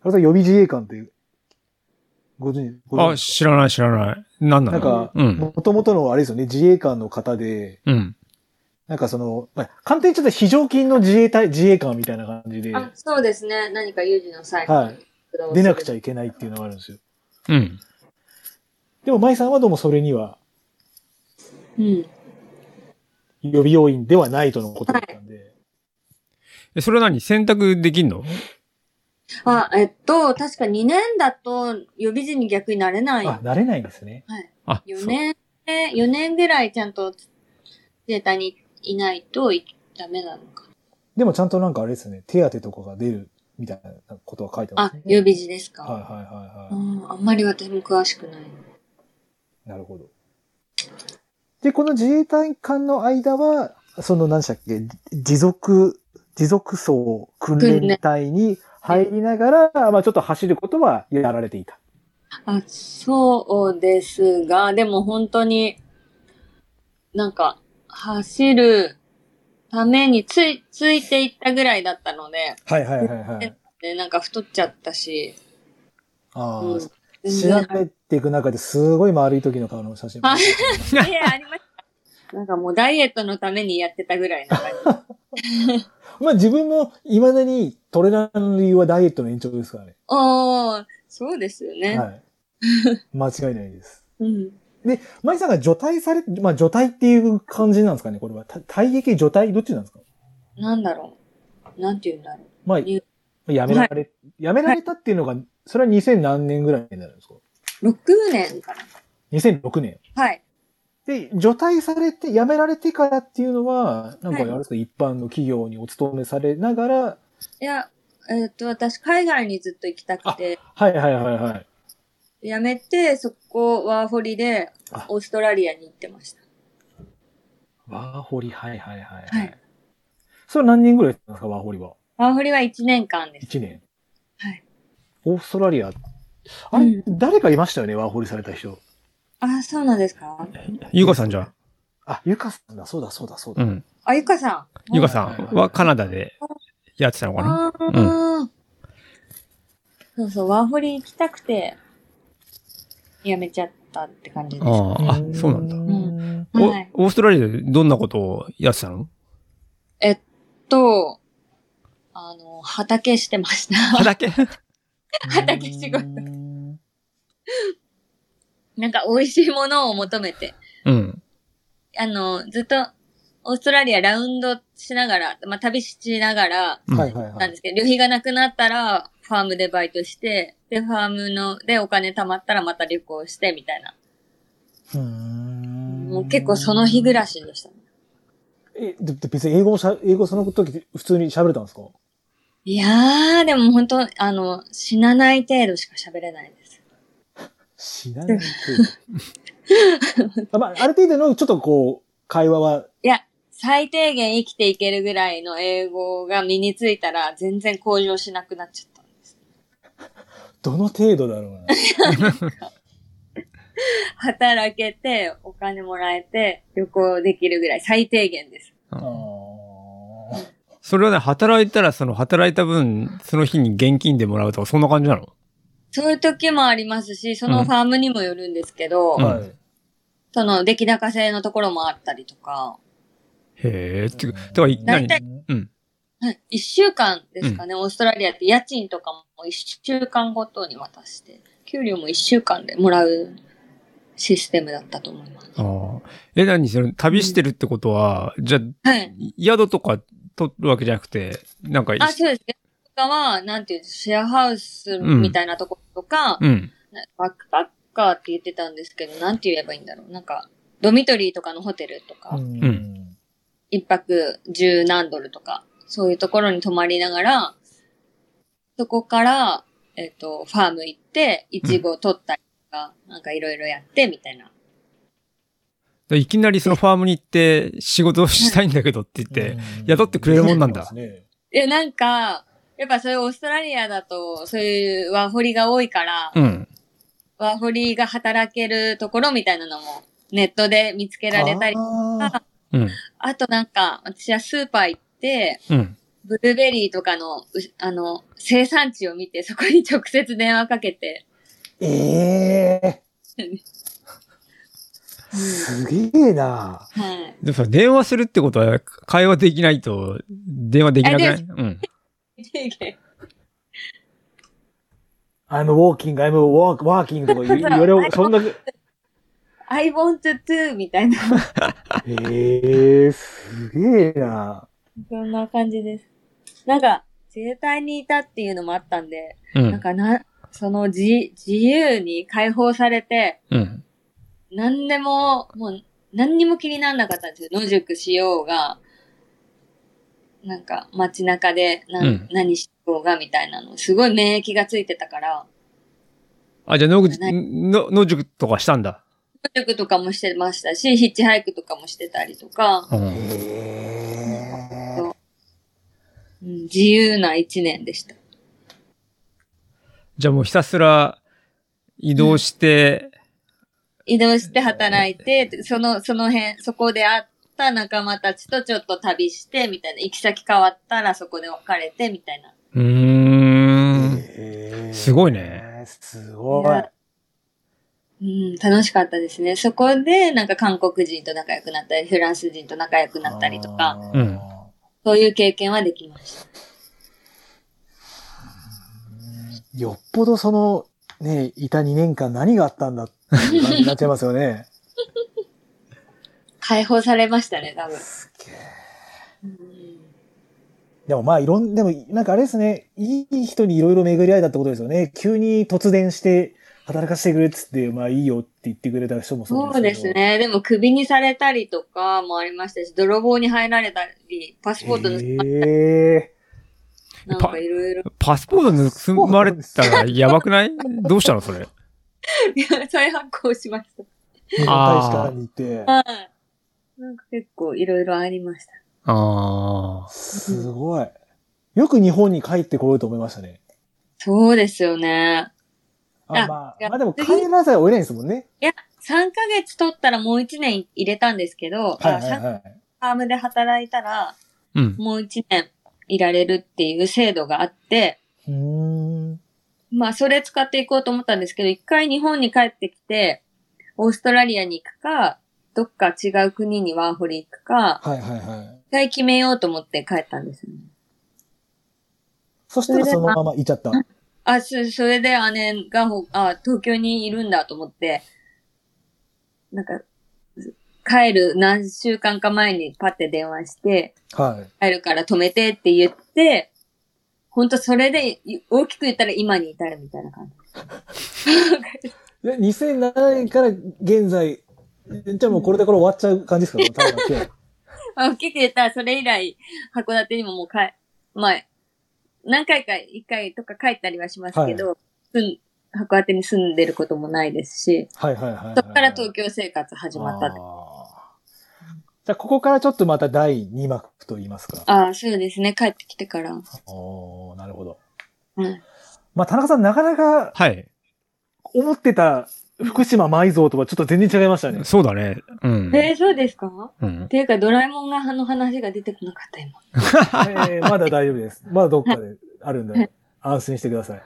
Speaker 1: あれさん予備自衛官って、ご存知ご存知
Speaker 2: あ、知らない知らない。なんな
Speaker 1: なん
Speaker 2: の
Speaker 1: か、
Speaker 2: うん
Speaker 1: もともとのあれですよね、自衛官の方で、
Speaker 2: うん。
Speaker 1: なんかその、まあ、簡単にちょっと非常勤の自衛隊、自衛官みたいな感じで、
Speaker 3: あ
Speaker 1: は、
Speaker 3: そうですね。何か有事の際
Speaker 1: い。出なくちゃ
Speaker 3: い
Speaker 1: いけないっていうのがあるんですよ。
Speaker 2: うん。
Speaker 1: でも、舞さんはどうもそれには
Speaker 3: けない。うん。
Speaker 1: 予備要員ではないとのことだったんで。
Speaker 2: え、それは何選択できんの
Speaker 3: あ、えっと、確か2年だと予備時に逆になれない。
Speaker 1: あ、なれないんですね。
Speaker 2: あ、
Speaker 3: 4年、4年ぐらいちゃんと自衛隊にいないといダメなのか。
Speaker 1: でもちゃんとなんかあれですね、手当とかが出るみたいなことは書いてま
Speaker 3: あ
Speaker 1: すね。、
Speaker 3: 予備時ですか。
Speaker 1: はいはいはいは
Speaker 3: うん、あんまり私も詳しくない。
Speaker 1: い。なるほど。で、この自衛隊間の間は、その何でしたっけ、持続、持続層訓練隊に入りながら、まあちょっと走ることはやられていた。
Speaker 3: あ、そうですが、でも本当に、なんか、走るためについ、ついていったぐらいだったので、
Speaker 1: はいはいはいはい。
Speaker 3: で、なんか太っちゃったし。
Speaker 1: あ
Speaker 3: うん
Speaker 1: あ、調べていく中ですごい丸い時の顔の写真も。
Speaker 3: はいいや、ありました。なんかもうダイエットのためにやってたぐらい な感じ。
Speaker 1: まあ自分も未だにトレラーの理由はダイエットの延長ですからね。
Speaker 3: おー、そうですよね。
Speaker 1: はい。間違いないです。
Speaker 3: うん。
Speaker 1: で、マリさんが除隊され、まあ除隊っていう感じなんですかねこれは。た退役除隊どっちなんですか
Speaker 3: なんだろう。なんて言うんだろう。
Speaker 1: まあ、
Speaker 3: い
Speaker 1: やめられ、やめられたっていうのが、それは2000何年ぐらいになるんですか
Speaker 3: 6年かな。
Speaker 1: ?2006 年。
Speaker 3: はい。
Speaker 1: で、除隊されて、やめられてからっていうのは、なんかあれですか、一般の企業にお勤めされながら、
Speaker 3: いや、えっと、私、海外にずっと行きたくて、
Speaker 1: はいはいはいはい。
Speaker 3: 辞めて、そこ、ワーホリで
Speaker 1: あ、
Speaker 3: オーストラリアに行ってました。
Speaker 1: ワーホリ、はいはいはい。
Speaker 3: はい。
Speaker 1: それは何年ぐらいですか、ワーホリは。
Speaker 3: ワーホリは1年間です。
Speaker 1: 1年。
Speaker 3: はい。
Speaker 1: オーストラリア。あれ、
Speaker 3: うん
Speaker 1: 誰かいましたよね、ワーホリされた人。
Speaker 3: あ、そうなんですか
Speaker 2: ゆかさんじゃん。
Speaker 1: あ、ゆかさんだ、そうだ、そうだ、そう
Speaker 2: う
Speaker 1: だ。
Speaker 2: ん。
Speaker 3: あ、ゆかさん。
Speaker 2: ゆかさんはカナダでやってたのかな
Speaker 3: ああ、そうそう、ワーホリ行きたくて、やめちゃったって感じです。は
Speaker 2: ああ、あそうなんだ。
Speaker 1: ん
Speaker 2: お
Speaker 3: い。
Speaker 2: オーストラリアでどんなことをやってたの
Speaker 3: えっと、あの、畑してました。
Speaker 2: 畑
Speaker 3: 畑仕事
Speaker 1: うん
Speaker 3: なんか美味しいものを求めて。
Speaker 2: うん。
Speaker 3: あの、ずっと、オーストラリアラウンドしながら、まあ、旅しながら、
Speaker 2: うん
Speaker 1: はいはいは
Speaker 3: なん
Speaker 1: い
Speaker 3: で。すけど、旅費がなくなったら、ファームでバイトして、で、ファームの、で、お金貯まったらまた旅行して、みたいな。
Speaker 1: うん
Speaker 3: もう結構その日暮らしでしたね。
Speaker 1: え、でで別に英語もしゃ、英語その時普通に喋れたんですか
Speaker 3: いやー、でも本当あの、死なない程度しか喋れないです。
Speaker 1: 知らないけどあまあ、ある程度のちょっとこう、会話は、
Speaker 3: いや、最低限生きていけるぐらいの英語が身についたら、全然向上しなくなっちゃったんです。
Speaker 1: どの程度だろうな。
Speaker 3: 働けて、お金もらえて、旅行できるぐらい、最低限です。
Speaker 1: あー
Speaker 2: それはね、働いたら、その働いた分、その日に現金でもらうとか、そんな感じなの
Speaker 3: そういう時もありますし、そのファームにもよるんですけど、
Speaker 2: うん
Speaker 1: はい。
Speaker 3: その出来高制のところもあったりとか、
Speaker 2: へえ、っていうか、だからい、
Speaker 3: 大
Speaker 2: 何
Speaker 3: 体
Speaker 2: うん。
Speaker 3: はい一週間ですかね、オーストラリアって家賃とかも一週間ごとに渡して、給料も一週間でもらうシステムだったと思います。
Speaker 2: ああ。え、何それ、旅してるってことは、じゃあ、
Speaker 3: はい。
Speaker 2: 宿とか取るわけじゃなくて、なんか、
Speaker 3: あ、そうです。とかは、なんていうんですシェアハウスみたいなところとか、
Speaker 2: うん。
Speaker 3: なバックパッカーって言ってたんですけど、なんて言えばいいんだろう。なんか、ドミトリーとかのホテルとか、
Speaker 1: うん
Speaker 2: うん
Speaker 3: 一泊十何ドルとか、そういうところに泊まりながら、そこから、えっ、と、ファーム行って、イチゴ取ったりとか、なんかいろいろやって、みたいな。
Speaker 2: でいきなりそのファームに行って、仕事をしたいんだけどって言って、、
Speaker 1: うん
Speaker 2: 雇ってくれるもんなんだ
Speaker 1: そうですね
Speaker 3: いや、なんか、やっぱそういうオーストラリアだと、そういうワーホリが多いから、
Speaker 2: うん。
Speaker 3: ワーホリが働けるところみたいなのも、ネットで見つけられたり、あ
Speaker 1: あー
Speaker 2: うん。
Speaker 3: となんか、私はスーパー行って、
Speaker 2: うん。
Speaker 3: ブルーベリーとかの、うあの、生産地を見て、そこに直接電話かけて、
Speaker 1: ええ
Speaker 3: うん
Speaker 1: すげえな。
Speaker 3: はい。
Speaker 2: でもさ、電話するってことは、会話できないと、電話できなくないうん。
Speaker 1: I'm walking, I'm walk, walking とか言う言われる、そんな、
Speaker 3: I want to みたいな。
Speaker 1: ええすげえな。
Speaker 3: そんな感じです。なんか、自衛隊にいたっていうのもあったんで、
Speaker 2: う
Speaker 3: なん
Speaker 2: ん。
Speaker 3: かな、その自、自由に解放されて、
Speaker 2: うん。
Speaker 3: 何でも、もう、何にも気にならなかったんですよ。野宿しようが、なんか街中で何,、
Speaker 2: うん
Speaker 3: 何しようがみたいなの。すごい免疫がついてたから、
Speaker 2: あ、じゃあ、野口、の、野宿とかしたんだ。
Speaker 3: 野宿とかもしてましたし、ヒッチハイクとかもしてたりとか、
Speaker 2: う
Speaker 1: え
Speaker 2: ん。
Speaker 1: え
Speaker 3: うん自由な一年でした。
Speaker 2: じゃあもうひたすら、移動して、
Speaker 3: 移動して働いて、その、その辺、そこで会った仲間たちとちょっと旅して、みたいな。行き先変わったらそこで別れて、みたいな。
Speaker 2: うーん。
Speaker 1: ええ
Speaker 2: すごいね。
Speaker 1: すごい。
Speaker 3: うん、楽しかったですね。そこで、なんか韓国人と仲良くなったり、フランス人と仲良くなったりとか、
Speaker 1: あー。
Speaker 2: うん
Speaker 3: そういう経験はできました。
Speaker 1: よっぽどその、ね、いた2年間何があったんだっていう感じになっちゃいますよね。
Speaker 3: 解放されましたね、多分。
Speaker 1: すげえ。
Speaker 3: うん
Speaker 1: でもまあいろん、でもなんかあれですね、いい人にいろいろ巡り合えたってことですよね。急に突然して働かせてくれっつって、まあいいよって言ってくれた人もそ
Speaker 3: そうう
Speaker 1: で
Speaker 3: ですす
Speaker 1: けど。
Speaker 3: ね。でも、首にされたりとかもありましたし、泥棒に入られたり、パスポートの、
Speaker 1: へ
Speaker 3: なんかいろいろ。
Speaker 2: パスポート盗まれたらやばく ないどうしたのそれ。
Speaker 3: い やそれ発行しました。
Speaker 1: え。日本大使館に行って、
Speaker 3: はい。なんか結構いろいろありました。
Speaker 2: ああ。
Speaker 1: すごい。よく日本に帰ってこようと思いましたね。
Speaker 3: そうですよね。
Speaker 1: あ
Speaker 3: あ
Speaker 1: ま
Speaker 3: いや
Speaker 1: あ、まあでも帰らざるを得ないですもんね。
Speaker 3: いや、3ヶ月取ったらもう1年入れたんですけ
Speaker 1: は
Speaker 3: ど、
Speaker 1: いはい
Speaker 3: あサッ
Speaker 1: はい。
Speaker 3: カームで働いたら、
Speaker 2: うん。
Speaker 3: もう1年いられるっていう制度があって、
Speaker 1: うーん。
Speaker 3: まあ、それ使っていこうと思ったんですけど、一回日本に帰ってきて、オーストラリアに行くか、どっか違う国にワーホリ行くか、
Speaker 1: はいはいはい。
Speaker 3: 一回決めようと思って帰ったんですよね。
Speaker 1: そしたらそのままいちゃった。
Speaker 3: あ、そ、それで姉がほ、あ、東京にいるんだと思って、なんか、帰る何週間か前にパッて電話して、
Speaker 1: はい。
Speaker 3: 帰るから止めてって言って、ほんとそれでい大きく言ったら今に至るみたいな感じ。
Speaker 1: で、2007年から現在、じゃあもうこれでこれ終わっちゃう感じですか多分 今日
Speaker 3: あ大きく言ったらそれ以来、函館にももう帰、まあ、何回か一回とか帰ったりはしますけど、住ん函館に住んでることもないですし、
Speaker 1: はいはいはいはい。
Speaker 3: そっから東京生活始まったって
Speaker 1: あーじゃあここからちょっとまた第2幕と言いますか。
Speaker 3: ああ、そうですね。帰ってきてから。
Speaker 1: おーなるほど。
Speaker 3: うん。
Speaker 1: まあ田中さんなかなか
Speaker 2: はい。
Speaker 1: 思ってた福島埋蔵とはちょっと全然違いましたね。
Speaker 2: そうだね。うん。
Speaker 3: えー、そうですかっ
Speaker 2: うん。
Speaker 3: ていうか、ドラえもんがあの話が出てこなかった今。
Speaker 1: えーまだ大丈夫 です。まだどっかであるんで、安心してください。へ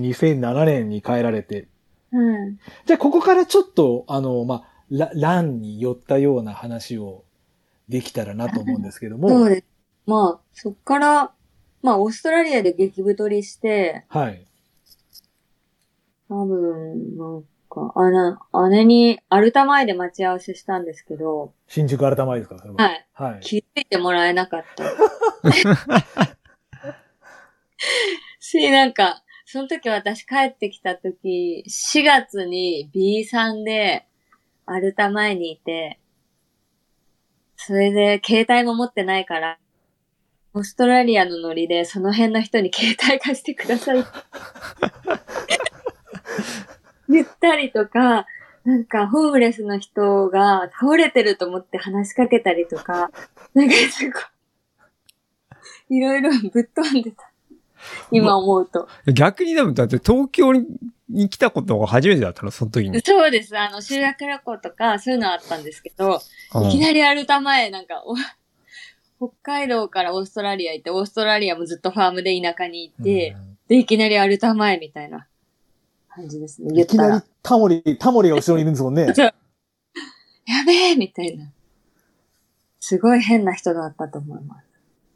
Speaker 1: え、2007年に変えられて。
Speaker 3: うん。
Speaker 1: じゃあ、ここからちょっと、あの、まあ、ラ乱に寄ったような話をできたらなと思うんですけど
Speaker 3: そう
Speaker 1: も。
Speaker 3: です。まあ、そっから、まあ、オーストラリアで激太りして、
Speaker 1: はい。
Speaker 3: 多分、なんか、あな、姉に、アルタ前で待ち合わせしたんですけど、
Speaker 1: 新宿改まりですか。
Speaker 3: はいい。
Speaker 1: はい。
Speaker 3: 気づいてもらえなかった。 し、なんか、その時私帰ってきた時、4月に B さんで、アルタ前にいて、それで携帯も持ってないから、オーストラリアのノリでその辺の人に携帯貸してくださ いって。言ったりとか、なんかホームレスの人が倒れてると思って話しかけたりとか、なんかすごい、いろいろぶっ飛んでた。今思うと。
Speaker 2: 逆にでも、だって東京に来たことが初めてだったの、その 時に。
Speaker 3: そうです。あの、修学旅行とか、そういうのあったんですけど、いきなりアルタ前、なんか、お北海道からオーストラリア行って、オーストラリアもずっとファームで田舎に行って、で、いきなりアルタ前みたいな感じですね。
Speaker 1: うん
Speaker 3: 言
Speaker 1: い
Speaker 3: っ
Speaker 1: き
Speaker 3: た
Speaker 1: な
Speaker 3: ら
Speaker 1: り。タモリ、タモリが後ろにいるんですもん ね。
Speaker 3: やべえみたいな。すごい変な人だったと思いま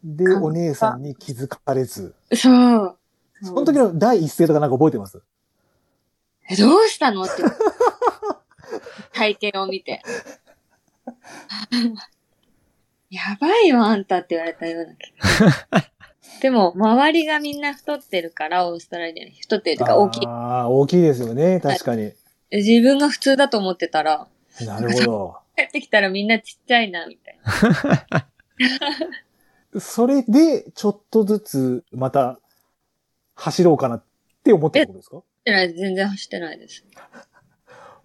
Speaker 1: で、お姉さんに気づかれず。
Speaker 3: す。そう。
Speaker 1: その時の第一声とかなんか覚えてます
Speaker 3: え、どうしたの って。体型を見て。 やばいよ、あんたって言われたような気が。 でも、周りがみんな太ってるから、オーストラリアに太ってるとか大きい。
Speaker 1: ああ、大きいですよね。確かに。
Speaker 3: 自分が普通だと思ってたら、
Speaker 1: なるほ
Speaker 3: 帰ってきたらみんなちっちゃいな、みたいな。
Speaker 1: ど。それで、ちょっとずつ、また、走ろうかなって思ったってことですか
Speaker 3: 走ってない全然走ってないです。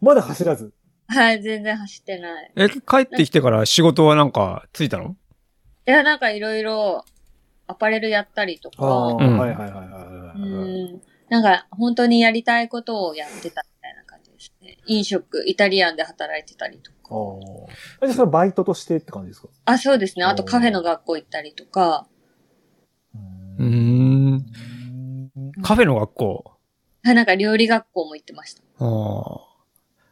Speaker 1: まだ走らず。
Speaker 3: はい、全然走ってない。
Speaker 2: え、帰ってきてから仕事はなんかついたの
Speaker 3: いや、なんかいろいろ、アパレルやったりと
Speaker 1: ああ、は
Speaker 3: か、
Speaker 2: う
Speaker 1: い
Speaker 2: ん
Speaker 1: はいはいは
Speaker 3: う
Speaker 1: いはい。
Speaker 3: ん。なんか、本当にやりたいことをやってたみたいな感じですね。飲食、イタリアンで働いてたりと
Speaker 1: あ
Speaker 3: か。
Speaker 1: ーえじゃあそれバイトとしてって感じですか
Speaker 3: あ、そうですね。あと
Speaker 1: おー
Speaker 3: カフェの学校行ったりとか。
Speaker 2: うー
Speaker 1: うん
Speaker 2: ん。カフェの学校。
Speaker 3: あなんか料理学校も行ってました。
Speaker 2: ああ。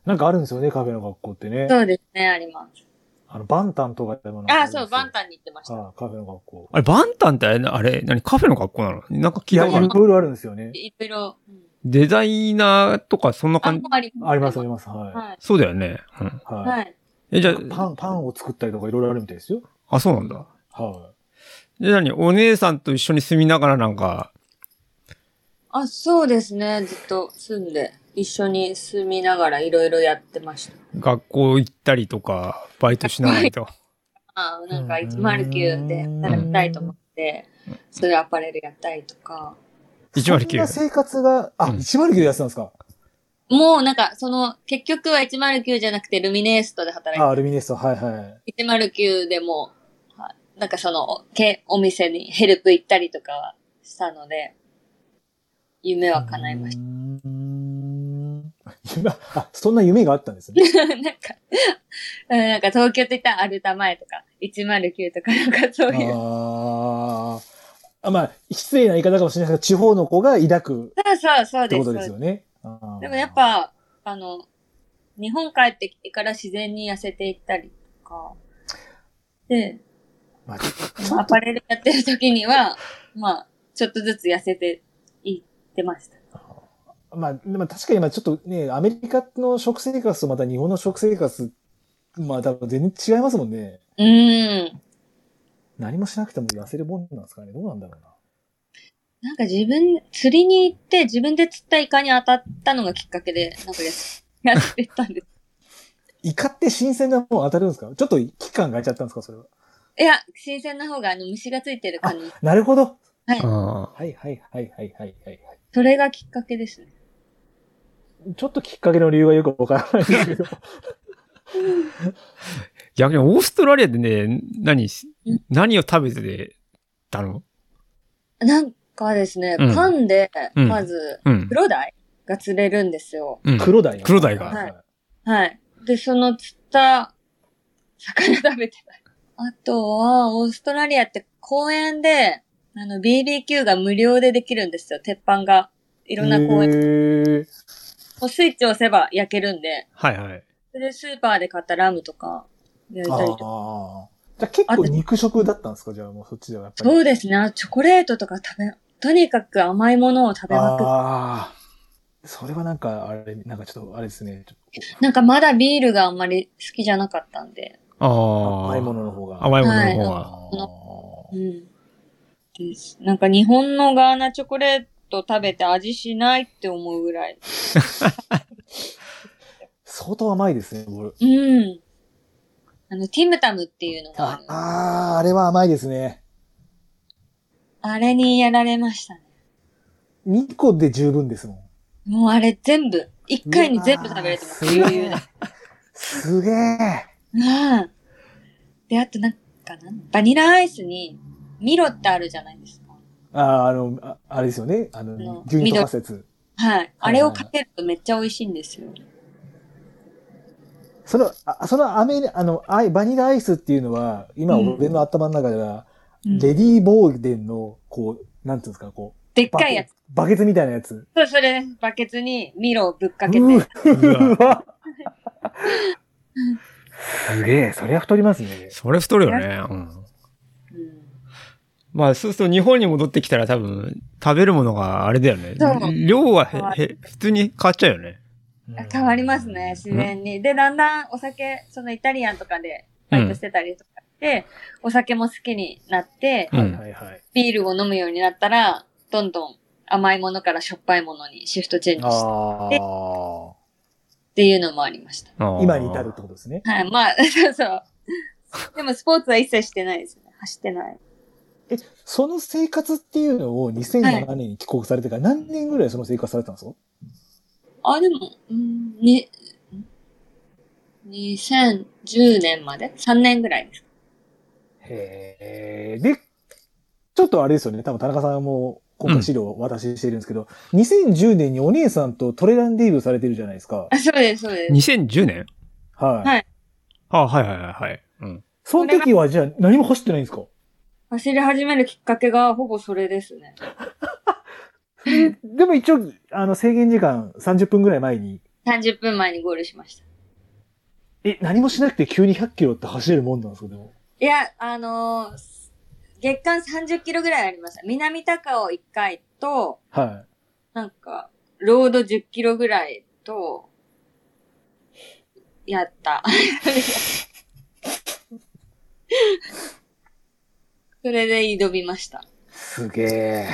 Speaker 1: なんかあるんですよね、カフェの学校ってね。
Speaker 3: そうですね、あります。
Speaker 1: あの、バンタンとかでもなんか
Speaker 3: あ、
Speaker 1: るんですよ
Speaker 3: そう、バンタンに行ってました。
Speaker 1: ああカフェの学校。
Speaker 2: あれ、バンタンってあれ、あれ何カフェの学校なのなんか聞
Speaker 1: い
Speaker 2: い
Speaker 1: や、
Speaker 2: たこ
Speaker 1: い
Speaker 2: とある。
Speaker 1: ろいろあるんですよね。
Speaker 3: いろいろ。うん
Speaker 2: デザイナーとかそんな
Speaker 3: あ、
Speaker 2: 感
Speaker 3: も
Speaker 2: じ
Speaker 3: う。あり
Speaker 1: ありますあ
Speaker 3: は
Speaker 1: り
Speaker 3: い。
Speaker 1: ます。は
Speaker 2: そうだよね。うん。
Speaker 1: い。は。
Speaker 3: はいい。
Speaker 2: え、じゃ
Speaker 1: パ
Speaker 2: あ、
Speaker 1: ン、パンを作ったりとかいろいろあるみたいですよ。
Speaker 2: あ、そうなんだ。
Speaker 1: は
Speaker 2: で、何お姉さんと一緒に住みながらなんか、
Speaker 3: あ、そうですね。ずっと住んで、一緒に住みながらいろいろやってました。
Speaker 2: 学校行ったりとか、バイトしながらと。
Speaker 3: あなんか109で働きたいと思って
Speaker 2: うん、
Speaker 3: そういうアパレルやったりとか。
Speaker 1: い。
Speaker 2: 109
Speaker 1: そんな生活が、あ、
Speaker 2: うん
Speaker 1: 109でやってたんですか
Speaker 3: もうなんか、その、結局は109じゃなくてルミネーストで働
Speaker 1: あ、アルミネスト、はいはい。
Speaker 3: いて、109でも、はいなんかその、けお店にヘルプ行ったりとかはしたので、夢は叶いまし
Speaker 1: うーん夢あ、そんな夢があったんですね。
Speaker 3: た。なんか、うんなんか東京って言ったらアルタ前とか、109とかなんか そういう。
Speaker 1: あーあ。まあ、失礼な言い方かもしれないですけど、地方の子が抱く
Speaker 3: そうそう、そう
Speaker 1: って
Speaker 3: で
Speaker 1: こと
Speaker 3: す。そうで
Speaker 1: ですすよね。あー
Speaker 3: でもやっ、ぱ、あの、日本帰ってきてから自然に痩せていったりとか、で、
Speaker 1: まあ
Speaker 3: アパレルやってる時には、まあ、ちょっとずつ痩せていってました。
Speaker 1: まあ、でも確かにまあちょっとね、アメリカの食生活とまた日本の食生活、まあ多分全然違いますもんね。
Speaker 3: うーん。
Speaker 1: 何もしなくても痩せるもんなんですかね。どうなんだろうな。
Speaker 3: なんか自分、釣りに行って自分で釣ったイカに当たったのがきっかけで、なんかやつやってたんです。
Speaker 1: イカって新鮮なもの当たるんですかちょっと期間が空いちゃったんですかそれは。
Speaker 3: いや、新鮮な方があの虫がついてる感じ。
Speaker 1: なるほど。
Speaker 3: はい。
Speaker 2: あ
Speaker 1: はいはいはいはいはいはい、はい。
Speaker 3: それがきっかけですね。
Speaker 1: ちょっときっかけの理由がよくわからないですけど。
Speaker 2: あ逆にオーストラリアでね、何し
Speaker 3: うん、
Speaker 2: 何を食べてたの
Speaker 3: なんかですね、
Speaker 2: うん
Speaker 3: パンで、
Speaker 2: うん
Speaker 3: まず、
Speaker 2: うん。
Speaker 3: 黒鯛が釣れるんですよ。
Speaker 2: うん
Speaker 1: 黒鯛が。
Speaker 2: 黒鯛が
Speaker 1: はい
Speaker 3: はい。で、その釣った魚食べてた。あとは、オーストラリアって公園で、あの、BBQ が無料でできるんですよ。鉄板が。いろんな公園。
Speaker 1: へー
Speaker 3: もうスイッチ押せば焼けるんで。
Speaker 2: はいはい。
Speaker 3: それでスーパーで買ったラムとか焼い
Speaker 1: あ
Speaker 3: たり
Speaker 1: ー
Speaker 3: とか。
Speaker 1: じゃあ結構肉食だったんですかじゃあもうそっちではやっぱり。
Speaker 3: そうですね。あチョコレートとか食べ、とにかく甘いものを食べまくっ
Speaker 1: ああ。それはなんか、あれ、なんかちょっと、あれですね。ちょっ
Speaker 3: なんかまだビールがあんまり好きじゃなかったんで。
Speaker 2: あ
Speaker 1: と
Speaker 2: あ。
Speaker 1: 甘いものの方が。
Speaker 2: 甘いものの方が。
Speaker 1: あ
Speaker 3: う
Speaker 1: ー
Speaker 3: ん。です。なんか日本のガーナチョコレート食べて味しないって思うぐらい。
Speaker 1: 相当甘いですね、僕
Speaker 3: うん。あの、ティムタムっていうのがあ
Speaker 1: あ
Speaker 3: る。あ
Speaker 1: あー、あれは甘いですね。
Speaker 3: れにやられましたね。
Speaker 1: 2個で十分ですもん。
Speaker 3: もうあれ全部、一回に全部食べれてます。
Speaker 1: うわー
Speaker 3: 余裕で。
Speaker 1: すげえ。
Speaker 3: うん。で、あとなんかな、バニラアイスに、ミロってあるじゃないですか。
Speaker 1: あーあの、ああれですよね。あ
Speaker 3: の
Speaker 1: の、牛乳とか説。
Speaker 3: はい。あれをかけるとめっちゃ美味しいんですよ。
Speaker 1: その、あそのアメリ、あの、アイバニラアイスっていうのは、今
Speaker 3: うん
Speaker 1: 俺の頭の中では、
Speaker 3: うん
Speaker 1: レディー・ボーデンの、こう、なんていうんですか、こう。
Speaker 3: でっかいやつ。
Speaker 1: バケツみたいなやつ。
Speaker 3: そう、それ、バケツにミロをぶっかけて。
Speaker 1: う
Speaker 2: うわ
Speaker 1: わすげえ、そりゃ太りますね。
Speaker 2: それ太るよね。うん。
Speaker 3: うん
Speaker 2: まあ、そうすると日本に戻ってきたら多分、食べるものがあれだよね
Speaker 3: そう。
Speaker 2: 量は
Speaker 3: 変わ
Speaker 2: へへ普通に変わっちゃうよね。
Speaker 3: 変わりますね、自然に。で、だんだんお酒、そのイタリアンとかでバイトしてたりとかして、お酒も好きになって
Speaker 2: う、ん
Speaker 1: はいはいはい。
Speaker 3: ビールを飲むようになったら、どんどん甘いものからしょっぱいものにシフトチェンジしたっ
Speaker 1: ああ。
Speaker 3: ていうのもありました。
Speaker 2: あー
Speaker 1: 今に至るってことですね。
Speaker 3: はい、まあ、 そうそう。でもスポーツは一切してないですね。走ってない。
Speaker 1: え、その生活っていうのを2007年に帰国されてから何年ぐらいその生活されてたんですか
Speaker 3: あ、でも、うん、に、ん2010年まで ?3 年ぐらいです。
Speaker 1: へえ。で、ちょっとあれですよね。多分田中さんも今回資料をお渡ししてるんですけど、2010年にお姉さんとトレランディーブされてるじゃないですか。
Speaker 3: あ、そうです、そうです。
Speaker 2: 2010年
Speaker 1: はい。
Speaker 3: はい
Speaker 2: あはいはいはいはい。うん。
Speaker 1: その時はじゃあ何も走ってないんです か
Speaker 3: 走り始めるきっかけがほぼそれですね。
Speaker 1: でも一応、あの、制限時間30分ぐらい前に、
Speaker 3: 30分前にゴールしました。
Speaker 1: え、何もしなくて急に100キロって走れるもんなんですかでも。
Speaker 3: いや、あのー月間30キロぐらいありました。南高尾1回と、
Speaker 1: は
Speaker 3: なんか、ロード10キロぐらいと、やった。 それで挑みました。
Speaker 1: い。すげえ。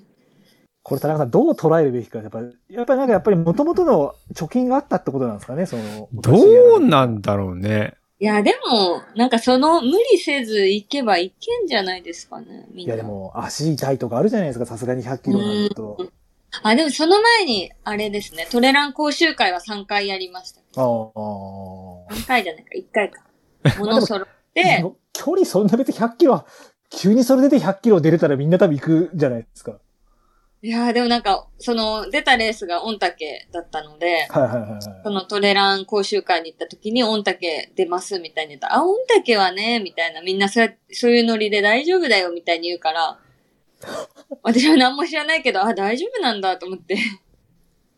Speaker 1: これ田中さんどう捉えるべきか、やっぱ、やっぱりなんかやっぱり元々の貯金があったってことなんですかね、その。
Speaker 2: どうなんだろうね。
Speaker 3: いや、でも、なんかその、無理せず行けば行けんじゃないですかね、み
Speaker 1: い
Speaker 3: んな。
Speaker 1: やでも、足痛いとかあるじゃないですか、さすがに100キロになると。
Speaker 3: あ、でもその前に、あれですね、トレラン講習会は3回やりました。
Speaker 1: ああ。
Speaker 3: 3回じゃないか、1回か。もの揃って、
Speaker 1: 距離そんな別に100キロ急にそれで100キロ出れたらみんな多分行くじゃないですか。
Speaker 3: いやーでもなんか、その、出たレースが御嶽だったので、
Speaker 1: はいはいはいはい。
Speaker 3: そのトレラン講習会に行った時に、御嶽出ますみたいに言ったら、あ、御嶽はね、みたいな、みんなそうやそういうノリで大丈夫だよ、みたいに言うから、 私は何も知らないけど、あ、大丈夫なんだと思って。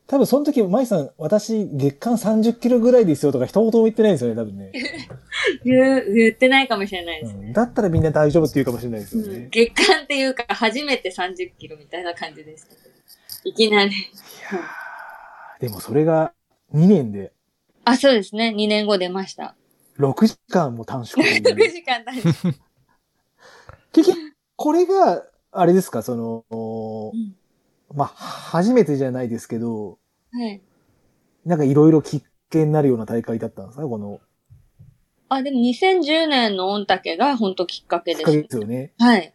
Speaker 1: 多分その時、舞さん、私、月間30キロぐらいですよとか一言も言ってないんですよね、多分ね。
Speaker 3: 言う、言ってないかもしれないで
Speaker 1: う
Speaker 3: す。
Speaker 1: ん、だったらみんな大丈夫って言うかもしれないですよ
Speaker 3: うん
Speaker 1: ね。
Speaker 3: 月間っていうか、初めて30キロみたいな感じでした。いきなり。
Speaker 1: でもそれが2年で
Speaker 3: あ、そうですね。2年後出ました。
Speaker 1: 6時間も短縮と
Speaker 3: 6
Speaker 1: いう。
Speaker 3: 時間だ。
Speaker 1: 結局、これが、あれですか、その、
Speaker 3: うん
Speaker 1: まあ、初めてじゃないですけど、
Speaker 3: はい。
Speaker 1: なんかいろいろきっかけになるような大会だったんですかこの、
Speaker 3: あ、でも2010年の御嶽が本当きっかけ
Speaker 1: きっ
Speaker 3: で。
Speaker 1: かけですすよね。
Speaker 3: はい。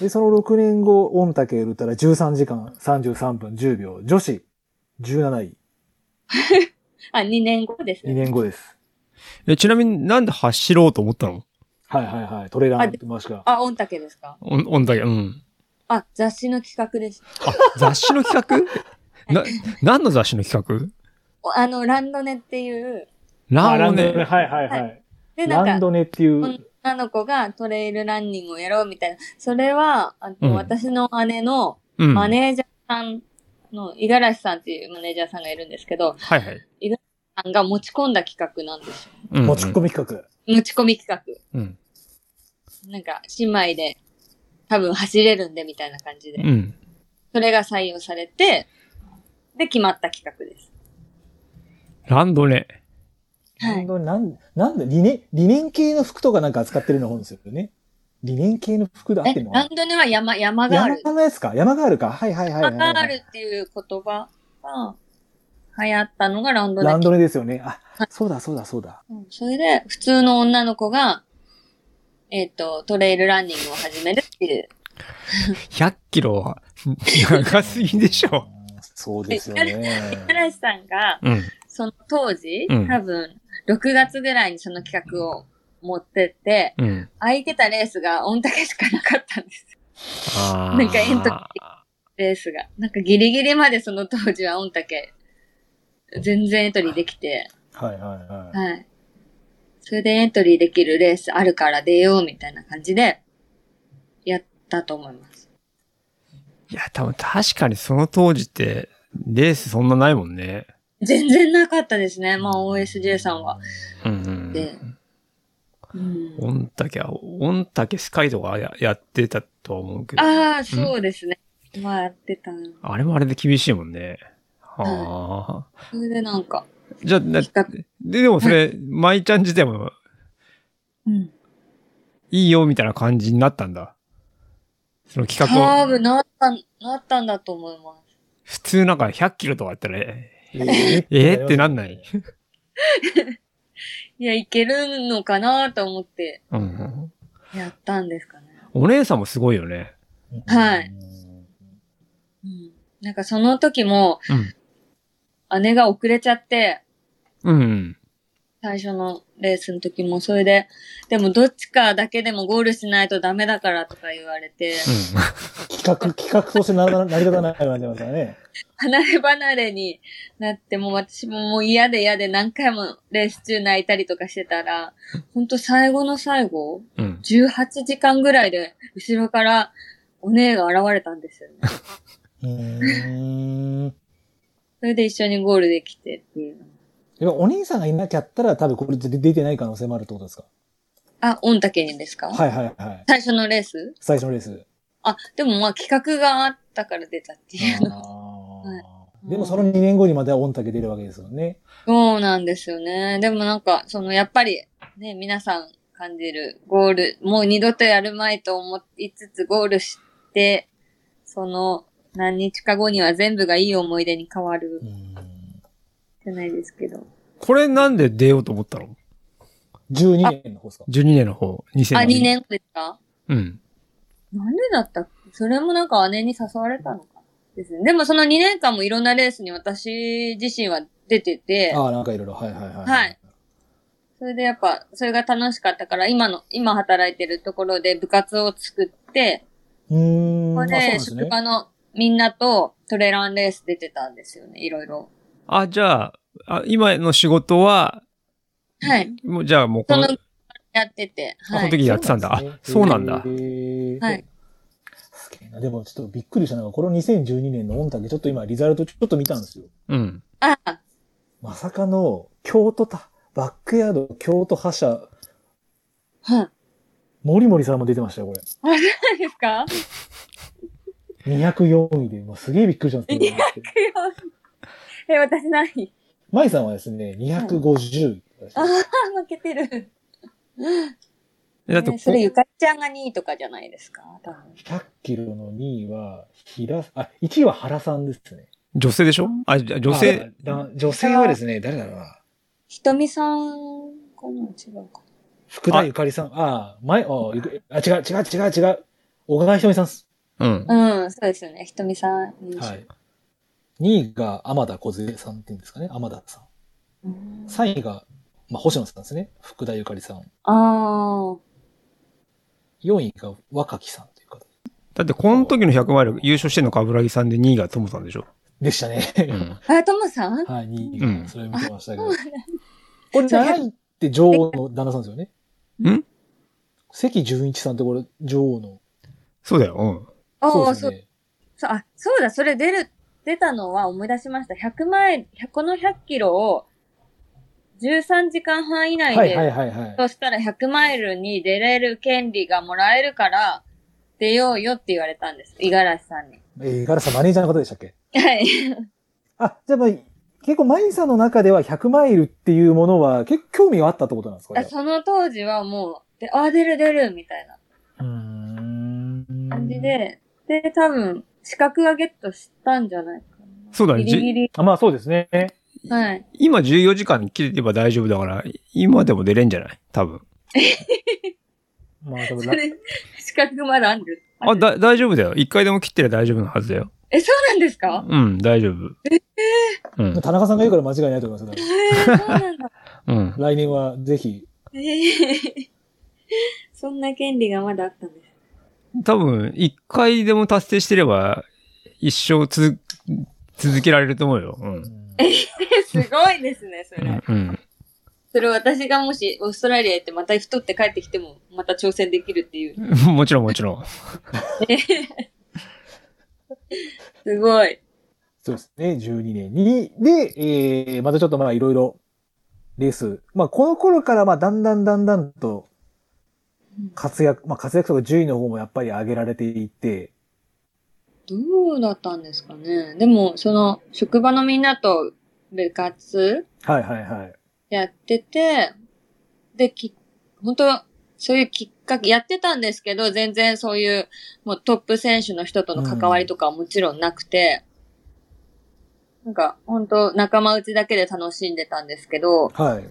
Speaker 1: で、その6年後、御嶽ウルトラ13時間33分10秒、女子17位、
Speaker 3: あ、2年後です
Speaker 1: 2
Speaker 3: ね。
Speaker 1: 年後です。
Speaker 2: え、ちなみになんで走ろうと思ったの
Speaker 1: はいはいはい、トレラ
Speaker 3: あ
Speaker 1: ン
Speaker 3: で、
Speaker 1: もしくは。
Speaker 3: あ、御嶽ですか
Speaker 2: おん、おんだけ、うん。
Speaker 3: あ、雑誌の企画です。
Speaker 2: あ、雑誌の企画な、何の雑誌の企画
Speaker 3: おあの、ランドネっていう、
Speaker 1: あラン
Speaker 2: ラーメ
Speaker 1: ドネ
Speaker 2: ン。
Speaker 1: はいはいは。
Speaker 3: はいで、
Speaker 1: ラ
Speaker 3: なん
Speaker 1: ン
Speaker 3: か、
Speaker 1: ドネっていう、
Speaker 3: 女の子がトレイルランニングをやろうみたいな。それは、あの
Speaker 2: うん
Speaker 3: 私の姉の
Speaker 2: うん。
Speaker 3: マ
Speaker 2: はい
Speaker 3: ネージャーさんの、五十嵐さんっていうマネージャーさんがいるんですけど、
Speaker 2: はい。
Speaker 3: さんが持ち込んだ企画なんですよ。
Speaker 2: うん
Speaker 1: 持ち込み企画。
Speaker 3: 持ち込み企画。
Speaker 2: うん。
Speaker 3: なんか、姉妹で、多分走れるんでみたいな感じで。
Speaker 2: うん。
Speaker 3: それが採用されて、で、決まった企画です。
Speaker 2: ランドネ。
Speaker 3: は
Speaker 1: ラ
Speaker 3: い
Speaker 1: ン。ドネ、なん、なんだ、理念、理念系の服とかなんか扱ってるような本ですよね。理念系の服で合って
Speaker 3: え
Speaker 1: る、のか
Speaker 3: ラ
Speaker 1: な
Speaker 3: ンドネは山、山ガー
Speaker 1: 山
Speaker 3: ル。
Speaker 1: のやつか山ガールかはいはいはいは
Speaker 3: 山
Speaker 1: い
Speaker 3: ガ
Speaker 1: は
Speaker 3: ー
Speaker 1: い。
Speaker 3: ルっていう言葉が流行ったのがランドネ。
Speaker 1: ランドネですよね。あ、そうだそうだそうだ。
Speaker 3: うんそれで、普通の女の子が、えっ、と、トレイルランニングを始めるっていう。
Speaker 2: 100キロは長すぎでしょ。
Speaker 1: うん。そうですよね。
Speaker 3: 倉石さんが、
Speaker 2: うん。
Speaker 3: その当時、
Speaker 2: うん
Speaker 3: 多分、6月ぐらいにその企画を持ってって、
Speaker 2: うん。
Speaker 3: 空いてたレースが御嶽しかなかったんです。
Speaker 2: あー
Speaker 3: なんかエントリーレースが。なんかギリギリまでその当時は御嶽、全然エントリーできて、
Speaker 1: はいはいはい。
Speaker 3: はい。それでエントリーできるレースあるから出ようみたいな感じで、やったと思います。
Speaker 2: いや、多分確かにその当時って、レースそんなないもんね。
Speaker 3: 全然なかったですね、まあ OSJ さんは。
Speaker 2: うん
Speaker 3: でうん
Speaker 2: うん。御嶽は、御嶽スカイとかややってたとは思うけど。
Speaker 3: ああ、そうですね。まあやってたな。
Speaker 2: あれもあれで厳しいもんね。はあ。
Speaker 3: それでなんか、
Speaker 2: じゃあ、な
Speaker 3: 比較。
Speaker 2: で、でもそれ、舞ちゃん自体も
Speaker 3: うん。
Speaker 2: いいよみたいな感じになったんだ。その企
Speaker 3: 多
Speaker 2: 画を。
Speaker 3: 分なった、なったんだと思いま
Speaker 2: 普通なんか100キロとかやったら、え
Speaker 1: え
Speaker 2: えってなんない。
Speaker 3: す。いや、いけるのかなと思って
Speaker 2: うん。
Speaker 3: やったんですかね。
Speaker 2: お姉さんもすごいよね。
Speaker 3: はい。うん。なんかその時も、姉が遅れちゃって、
Speaker 2: うん。うん。
Speaker 3: 最初のレースの時もそれで、でもどっちかだけでもゴールしないとダメだからとか言われて、
Speaker 1: 企画、企画としてなな成り立たないようになってますからね。
Speaker 3: 離れ離れになって、もう私ももう嫌で嫌で何回もレース中泣いたりとかしてたら、ほんと最後の最後、
Speaker 2: うん。うん。
Speaker 3: 18時間ぐらいで後ろからお姉が現れたんですよね。
Speaker 1: うーん。
Speaker 3: それで一緒にゴールできてっていう。
Speaker 1: でもお兄さんがいなきゃったら多分これで出てない可能性もあるってことですか
Speaker 3: あ、御嶽にですか
Speaker 1: はいはいはい。
Speaker 3: 最初のレース
Speaker 1: 最初のレース。
Speaker 3: あ、でもまあ企画があったから出たっていうの。い
Speaker 1: でもその2年後にまた御嶽出るわけですよね。
Speaker 3: そうなんですよね。でもなんか、そのやっぱりね、皆さん感じるゴール、もう二度とやるまいと思いつつゴールして、その何日か後には全部がいい思い出に変わる
Speaker 1: うん
Speaker 3: じゃないですけど。
Speaker 2: これなんで出ようと思ったの
Speaker 1: 12年の方ですか
Speaker 2: ?12 年の方、2000
Speaker 3: あ、2。年後ですか
Speaker 2: うん。
Speaker 3: なんでだったっけそれもなんか姉に誘われたのかなですね。でもその2年間もいろんなレースに私自身は出てて、
Speaker 1: ああ、なんかいろいろ。はいはいはい。
Speaker 3: はい。それでやっぱ、それが楽しかったから、今の、今働いてるところで部活を作って、
Speaker 1: うーん。
Speaker 3: ここ
Speaker 1: あそうなん
Speaker 3: で、
Speaker 1: ですね
Speaker 3: 職。場のみんなとトレランレース出てたんですよね、いろいろ。
Speaker 2: あ、じゃあ、あ今の仕事は、
Speaker 3: はい。
Speaker 2: もうじゃあもうこ
Speaker 3: そ
Speaker 2: の、
Speaker 3: の
Speaker 2: あ、
Speaker 3: やってて、
Speaker 2: そ
Speaker 3: は
Speaker 2: の時
Speaker 3: い。
Speaker 2: にやってたんだ。あそうなんだ。
Speaker 3: は。
Speaker 1: はいすげえな。でもちょっとびっくりしたのが、この2012年の御嶽、ちょっと今リザルトちょっと見たんですよ。
Speaker 2: うん。
Speaker 3: ああ、
Speaker 1: まさかの、京都た、バックヤード京都覇者、
Speaker 3: はい。
Speaker 1: 森森さんも出てましたよ、これ。
Speaker 3: 何ですか
Speaker 1: 204位で、もうすげえびっくりしたんです けど。
Speaker 3: え、私何
Speaker 1: 舞さんはですね、250位。
Speaker 3: ああ、負けてる。
Speaker 2: だって
Speaker 3: ね
Speaker 2: こ、
Speaker 3: それゆかりちゃんが2位とかじゃないですか多分。
Speaker 1: 100キロの2位は、平、あ、1位は原さんですね。
Speaker 2: 女性でしょあ、じゃあ女性。
Speaker 1: あだ女性はですね、誰だろうな。
Speaker 3: ひとみさんかな違うか。
Speaker 1: 福田ゆかりさん。ああ、前、ああゆくあ、違う、違う、違う、違う。小川ひとみさんっす。
Speaker 2: うん。
Speaker 3: うん、そうですよね。ひとみさん。
Speaker 1: はい。2位が天田小梢さんっていうんですかね、天田さん。
Speaker 3: うん
Speaker 1: 3位が、まあ、星野さんですね、福田ゆかりさん。
Speaker 3: ああ。
Speaker 1: 4位が若木さんという方
Speaker 2: だってこの時の100マイル優勝してんの冠城さんで2位がトモさんでしょ
Speaker 1: でしたね。
Speaker 2: うん。
Speaker 3: あ、トムさん
Speaker 1: はい、2位
Speaker 2: うん
Speaker 1: が、それを見てました けど。これ7位って女王の旦那さんですよね。
Speaker 2: ん
Speaker 1: 関純一さんってこれ、女王の。
Speaker 2: そうだよ。うん。
Speaker 3: ああ、
Speaker 1: です
Speaker 3: そう
Speaker 1: よ、ね。
Speaker 3: そう、あ、そうだ、それ出る、出たのは思い出しました。100前、100この100キロを13時間半以内
Speaker 1: はいはい
Speaker 3: で、
Speaker 1: はいはい。
Speaker 3: そしたら100マイルに出れる権利がもらえるから、出ようよって言われたんです。五十嵐さんに。
Speaker 1: えー、ガラさんマネージャーの方でしたっけ
Speaker 3: はい。
Speaker 1: あ、じゃあまあ、結構マインさんの中では100マイルっていうものは結構興味があったってことなんですか
Speaker 3: あ
Speaker 1: ね。
Speaker 3: その当時はもう、で、あ、出る出るみたいな
Speaker 1: うーん。
Speaker 3: 感じ。で、で、多分、資格はゲットしたんじゃないか
Speaker 2: そうだ
Speaker 3: な。
Speaker 2: ね。
Speaker 3: ギ
Speaker 2: じ
Speaker 3: リギリ。
Speaker 1: あまあそうですね。
Speaker 3: はい。
Speaker 2: 今14時間切れてば大丈夫だから、今でも出れんじゃない多分。
Speaker 1: まあ多分
Speaker 3: そ
Speaker 1: ラ
Speaker 3: れ、 資格まだある
Speaker 2: あ、だ、大丈夫だよ。一回でも切ってりゃ大丈夫なはずだよ。
Speaker 3: え、そうなんで すか
Speaker 2: うん、大丈夫。うん。
Speaker 1: 田中さんが言うから間違いないと思いますよ。
Speaker 3: えー、そうなんだ。
Speaker 2: うん。
Speaker 1: 来年はぜひ。
Speaker 3: ええ そんな権利がまだあったんです。
Speaker 2: 多分、一回でも達成してれば、一生続、続けられると思うよ。うん
Speaker 1: う。ん
Speaker 3: すごいですね、そ
Speaker 2: うん。うん
Speaker 3: それ私がもしオーストラリア行ってまた太って帰ってきてもまた挑戦できるっていう。
Speaker 2: もちろんもちろん。
Speaker 3: すごい。
Speaker 1: そうですね、12年に。で、えー、またちょっとまあいろいろ、レース。まあこの頃からまあだんだんだんだんと活躍、まあ活躍とか順位の方もやっぱり上げられていって、
Speaker 3: どうだったんですかね。でも、その、職場のみんなと部活
Speaker 1: はいはいはい。
Speaker 3: やってて、で、き、本当そういうきっかけ、やってたんですけど、全然そういう、もうトップ選手の人との関わりとかはもちろんなくて、なんか、本当仲間内だけで楽しんでたんですけど、
Speaker 1: はい。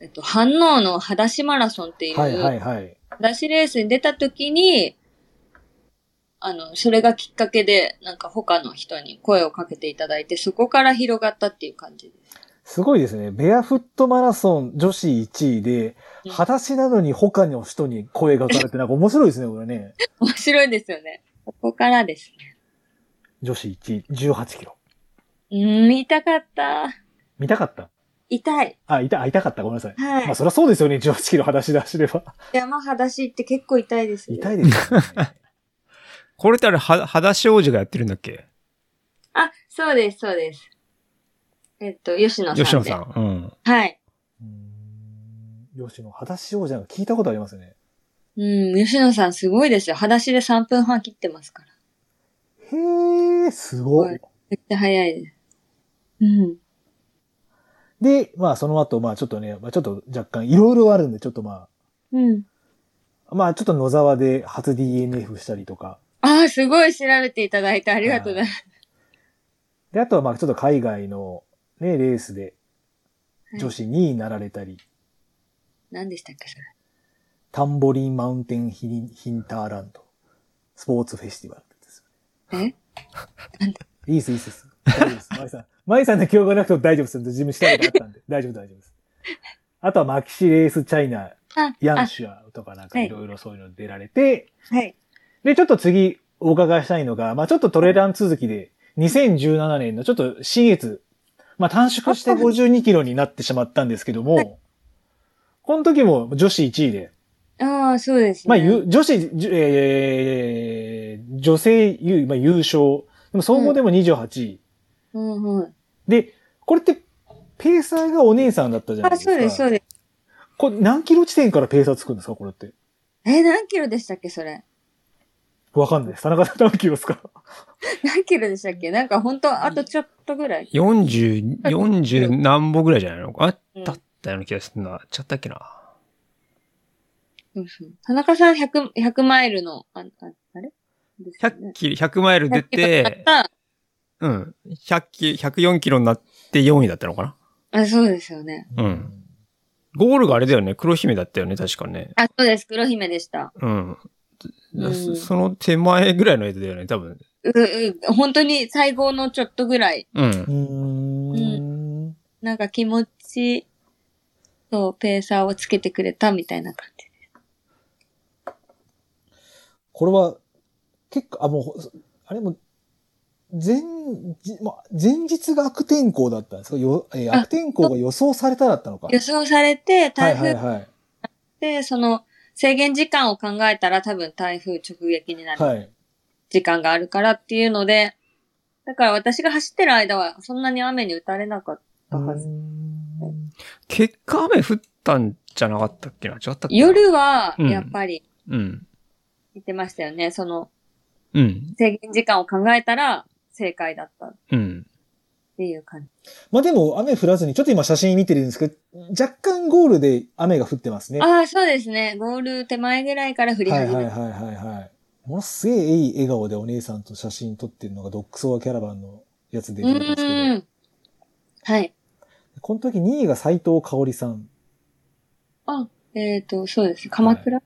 Speaker 3: えっと、反応の裸足マラソンっていう、
Speaker 1: はいはいはい。
Speaker 3: 裸足レースに出た時に、あの、それがきっかけで、なんか他の人に声をかけていただいて、そこから広がったっていう感じです。
Speaker 1: すごいですね。ベアフットマラソン女子1位で、
Speaker 3: うん
Speaker 1: 裸足なのに他の人に声がかかるってなんか面白いですね、これね。
Speaker 3: 面白いですよね。ここからですね。
Speaker 1: 女子1位、18キロ。
Speaker 3: うーん、痛かった。
Speaker 1: 見たかった
Speaker 3: 痛い。
Speaker 1: あ、いた、あ、痛かった。ごめんなさい。
Speaker 3: はい
Speaker 1: まあそりゃそうですよね、18キロ裸足で走れば。
Speaker 3: 山裸足って結構痛いですよ。
Speaker 1: 痛いですよね。
Speaker 2: これってあれ、は、裸足王子がやってるんだっけ
Speaker 3: あ、そうです、そうです。えっと、吉野さんで。
Speaker 2: 吉野さん。うん。
Speaker 3: はい。
Speaker 1: うーん吉野、裸足王者が聞いたことありますね。
Speaker 3: うん、吉野さんすごいですよ。裸足で3分半切ってますから。
Speaker 1: へえ、すご
Speaker 3: はいい。めっちゃ早いです。うん。
Speaker 1: で、まあその後、まあちょっとね、まあちょっと若干いろいろあるんで、ちょっとま
Speaker 3: うん。
Speaker 1: あ、まあちょっと野沢で初 DNF したりとか。
Speaker 3: ああ、すごい調べていただいてありがとうございます。
Speaker 1: で、あとはまあちょっと海外のね、レースで女
Speaker 3: はい
Speaker 1: 子2位になられたり、
Speaker 3: 何でしたっけ、それ。
Speaker 1: タンボリンマウンテンヒンヒンターランド、スポーツフェスティバルです。
Speaker 3: え
Speaker 1: いいです、いい です。大丈夫です。マイさん。マイさんの記憶がなくても大丈夫です。自分したことあったんで。大丈夫、大丈夫です。あとはマキシレースチャイナ、
Speaker 3: あ
Speaker 1: ヤン
Speaker 3: あ
Speaker 1: シュアとかなんかいろいろそういうの出られて、
Speaker 3: はい。
Speaker 1: で、ちょっと次お伺いしたいのが、まあちょっとトレラン続きで、2017年のちょっと新越、まあ短縮して52キロになってしまったんですけども、
Speaker 3: はい
Speaker 1: この時も女子1位で、
Speaker 3: ああ、そうですね。
Speaker 1: まあ、ゆ女子、じゅえー、女性優,、まあ、優勝。でも総合でも28位。
Speaker 3: うんうん。
Speaker 1: で、これって、ペーサーがお姉さんだったじゃない
Speaker 3: あ、
Speaker 1: ですか。
Speaker 3: そうです、そうです。
Speaker 1: これ何キロ地点からペーサーつくんですかこれって。
Speaker 3: え、何キロでしたっけ、それ。
Speaker 1: わかんないです。田中さん何キロですか
Speaker 3: 何キロでしたっけなんか本当あとちょっとぐらい。
Speaker 2: 40、40何本ぐらいじゃないのあっ
Speaker 3: うん
Speaker 2: たったような気がするな。ちゃったっけな。
Speaker 3: うんうん田中さん100、100マイルの、あ、ああれですよ
Speaker 2: 100
Speaker 3: ね
Speaker 2: キロ、100マイル出
Speaker 3: 100キロ
Speaker 2: て、
Speaker 3: だっ
Speaker 2: うん。100キロ、104キロになって4位だったのか
Speaker 3: たあ、そうですよね。
Speaker 2: なうん。ゴールがあれだよね。黒姫だったよね。確かね。
Speaker 3: あ、そうです。黒姫でした。
Speaker 2: うん。
Speaker 3: うん
Speaker 2: そその手前ぐらいのやつだよね。多分。
Speaker 3: う、う、本当に最後のちょっとぐらい。
Speaker 2: うん
Speaker 1: う。ーん。
Speaker 3: なんか気持ちとペーサーをつけてくれたみたいな感じ。
Speaker 1: これは、結構、あ、もう、あれも、前日、まあ、前日が悪天候だったんですかよ、えー
Speaker 3: あ
Speaker 1: 悪天候が予想されただったのか。
Speaker 3: 予想されて、
Speaker 1: は
Speaker 3: 台
Speaker 1: いは
Speaker 3: 風
Speaker 1: い
Speaker 3: っ
Speaker 1: はい。
Speaker 3: て、その制限時間を考えたら多分台風直撃になる
Speaker 1: はい。
Speaker 3: 時間があるからっていうので、だから私が走ってる間はそんなに雨に打たれなかったはず。
Speaker 2: 結果雨降ったんじゃなかったっけな。違ったっけな。
Speaker 3: 夜は、やっぱり、
Speaker 2: うん。
Speaker 3: 言ってましたよね。その、
Speaker 2: うん。
Speaker 3: 制限時間を考えたら、正解だったっ
Speaker 2: うん。
Speaker 3: ていう感じ。
Speaker 1: まあでも雨降らずに、ちょっと今写真見てるんですけど、若干ゴールで雨が降ってますね。
Speaker 3: ああ、そうですね。ゴール手前ぐらいから振り
Speaker 1: はい
Speaker 3: 始
Speaker 1: はい
Speaker 3: め
Speaker 1: はいはいはい。ものすげえいい笑顔でお姉さんと写真撮ってるのがドックソアキャラバンのやつで
Speaker 3: う
Speaker 1: 出てるんですけ
Speaker 3: ー
Speaker 1: ど、
Speaker 3: ん。はい。
Speaker 1: この時2位が斎藤香織さん。
Speaker 3: あ、えっ、と、そうです。鎌倉、
Speaker 1: で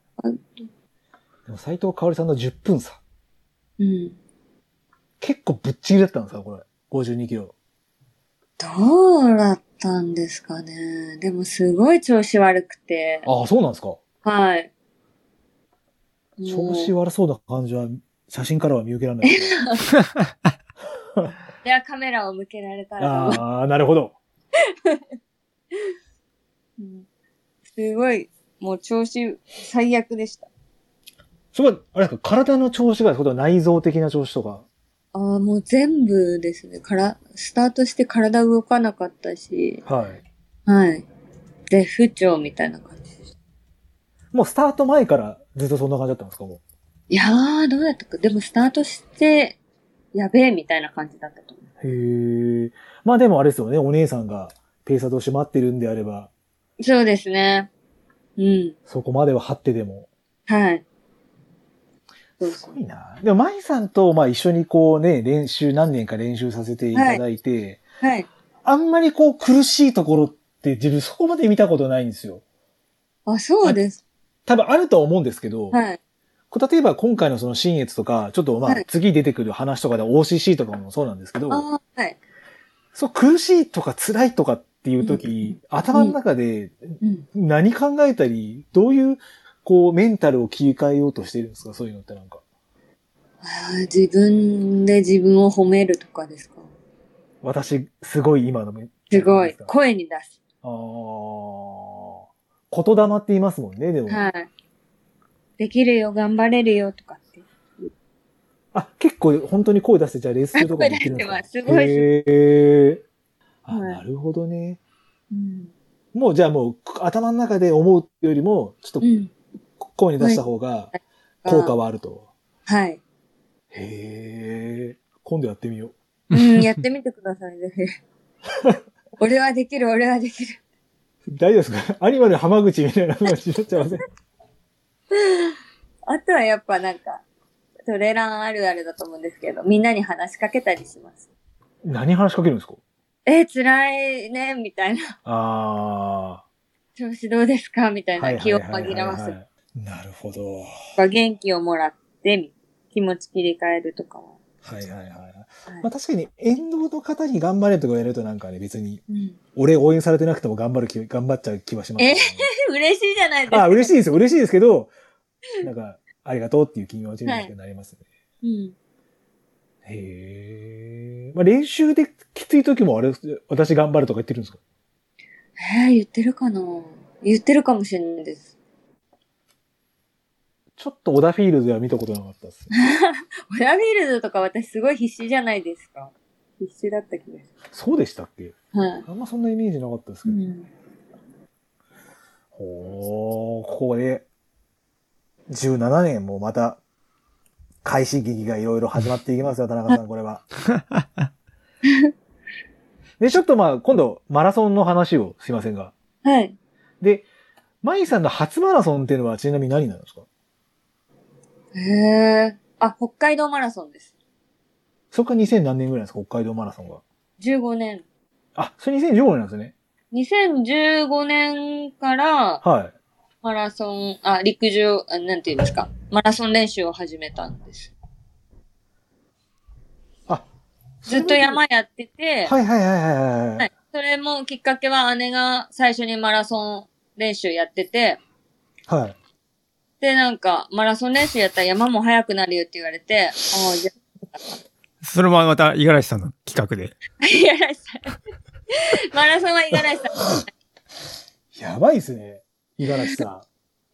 Speaker 1: も斎藤香織さんの10分差。
Speaker 3: うん。
Speaker 1: 結構ぶっちぎりだったんですかこれ。52キロ。
Speaker 3: どうだったんですかね。でも、すごい調子悪くて。
Speaker 1: ああ、そうなんですか。
Speaker 3: はい。
Speaker 1: 調
Speaker 3: もう
Speaker 1: 子悪そうな感じは、写真からは見受けられないけ
Speaker 3: いや、カメラを向けられた
Speaker 1: ど。
Speaker 3: ら、
Speaker 1: ああ、なるほど。
Speaker 3: うんすごい、もう調子最悪でした。
Speaker 1: それは、あれですか体の調子が、それとも内臓的な調子とか。
Speaker 3: ああ、もう全部ですね。から、スタートして体動かなかったし、
Speaker 1: はい。
Speaker 3: はい。で、不調みたいな感じでした。
Speaker 1: もうスタート前からずっとそんな感じだったんですかも
Speaker 3: いやー、どうだったか。でもスタートして、やべえみたいな感じだったと思う。
Speaker 1: う。へえ。まあでもあれですよね、お姉さんがペーサーとして待ってるんであれば、
Speaker 3: そうですね。うん。
Speaker 1: そこまでは張ってでも。
Speaker 3: はい。そう
Speaker 1: す
Speaker 3: そう
Speaker 1: ごいな。でも、舞さんと、まあ一緒にこうね、練習、何年か練習させていただいて、
Speaker 3: はい。
Speaker 1: あんまりこう苦しいところって自分そこまで見たことないんですよ。
Speaker 3: あ、そうです。
Speaker 1: 多分あるとは思うんですけど、
Speaker 3: はい。
Speaker 1: こう例えば今回のその新越とか、ちょっとまあ
Speaker 3: はい
Speaker 1: 次出てくる話とかで OCC とかもそうなんですけど、
Speaker 3: あーはい。
Speaker 1: そう苦しいとか辛いとかっていう時、頭の中で
Speaker 3: うん。
Speaker 1: 何考えたり、どういう、こう、メンタルを切り替えようとしてるんですかそういうのってなんか。
Speaker 3: あー自分で自分を褒めるとかですか
Speaker 1: 私、すごい今のめ
Speaker 3: すごい
Speaker 1: あ。あ
Speaker 3: 声に出す。
Speaker 1: ー。言霊って言いますもんね、でも。
Speaker 3: はい。できるよ、頑張れるよとかって。
Speaker 1: あ、結構本当に声出して、じゃあレース中とかも言ってるんですか
Speaker 3: 声出してますすごい
Speaker 1: へーあ、
Speaker 3: はい
Speaker 1: なるほどね。
Speaker 3: うん。
Speaker 1: もうじゃあもう頭の中で思うよりも、ちょっ
Speaker 3: うん。
Speaker 1: と声に出した方が効果はあると。
Speaker 3: はい。
Speaker 1: へえ。今度やってみよう。
Speaker 3: うん、やってみてください、ぜひ。 俺はできる、俺はできる。
Speaker 1: 大丈夫ですか アニマル浜口みたいな話になっちゃいません
Speaker 3: あとはやっぱなんか、トレランあるあるだと思うんですけど、みんなに話しかけたりします。
Speaker 1: 何話しかけるんですか
Speaker 3: えー、辛いね、みたいな。
Speaker 1: あ
Speaker 3: 調子どうですかみた
Speaker 1: あ。
Speaker 3: いな。気を紛らわす。
Speaker 1: なるほど。
Speaker 3: とか元気をもらって、気持ち切り替えるとかは。
Speaker 1: はいはいはいはい。
Speaker 3: はい
Speaker 1: まあ確かに、沿道の方に頑張れとか言われるとなんかね、別に、
Speaker 3: うん
Speaker 1: 俺応援されてなくても頑張る気、頑張っちゃう気はします、ね。
Speaker 3: 嬉しいじゃないですか。
Speaker 1: あ、嬉しいですよ。嬉しいですけど、なんか、ありがとうっていう気持ちになりますね。
Speaker 3: うん。
Speaker 1: へえ。まあ練習できつい時もあれ、私頑張るとか言ってるんですか
Speaker 3: えー、言ってるかな言ってるかもしれないです。
Speaker 1: ちょっとオダフィールドでは見たことなかったです。
Speaker 3: オラフィールドとか私すごい必死じゃないですか。必死だった気がす
Speaker 1: そうでしたっけ
Speaker 3: る。はい。
Speaker 1: あんまそんなイメージなかったです
Speaker 3: う
Speaker 1: けど。
Speaker 3: ん。
Speaker 1: ほー、ここで、17年もまた、開始劇がいろいろ始まっていき ますよ、田中さん、これは。で、ちょっとまあ、今度、マラソンの話をすいませんが。
Speaker 3: はい。
Speaker 1: で、マイさんの初マラソンっていうのはちなみに何になるんですか
Speaker 3: へえ。あ、北海道マラソンです。
Speaker 1: そこから2000何年ぐらいですか北海道マラソンが。
Speaker 3: 15年。
Speaker 1: あ、それ2015年なんですね。
Speaker 3: 2015年から
Speaker 1: はい。
Speaker 3: マラソン、あ、陸上、あなんていうんですか。マラソン練習を始めたんです。
Speaker 1: あ、
Speaker 3: ずっと山やってて、
Speaker 1: はいはいはいはいはい。
Speaker 3: は。
Speaker 1: はい
Speaker 3: それもきっかけは姉が最初にマラソン練習やってて、
Speaker 1: い。はい、
Speaker 3: で、なんか、マラソン練習やったら山も速くなるよって言われて、ああ、 じゃ
Speaker 2: それもまた、五十嵐さんの企画で。
Speaker 3: あ、五十嵐さん。マラソンは五十嵐さん。
Speaker 1: やばいですね。五十嵐さん。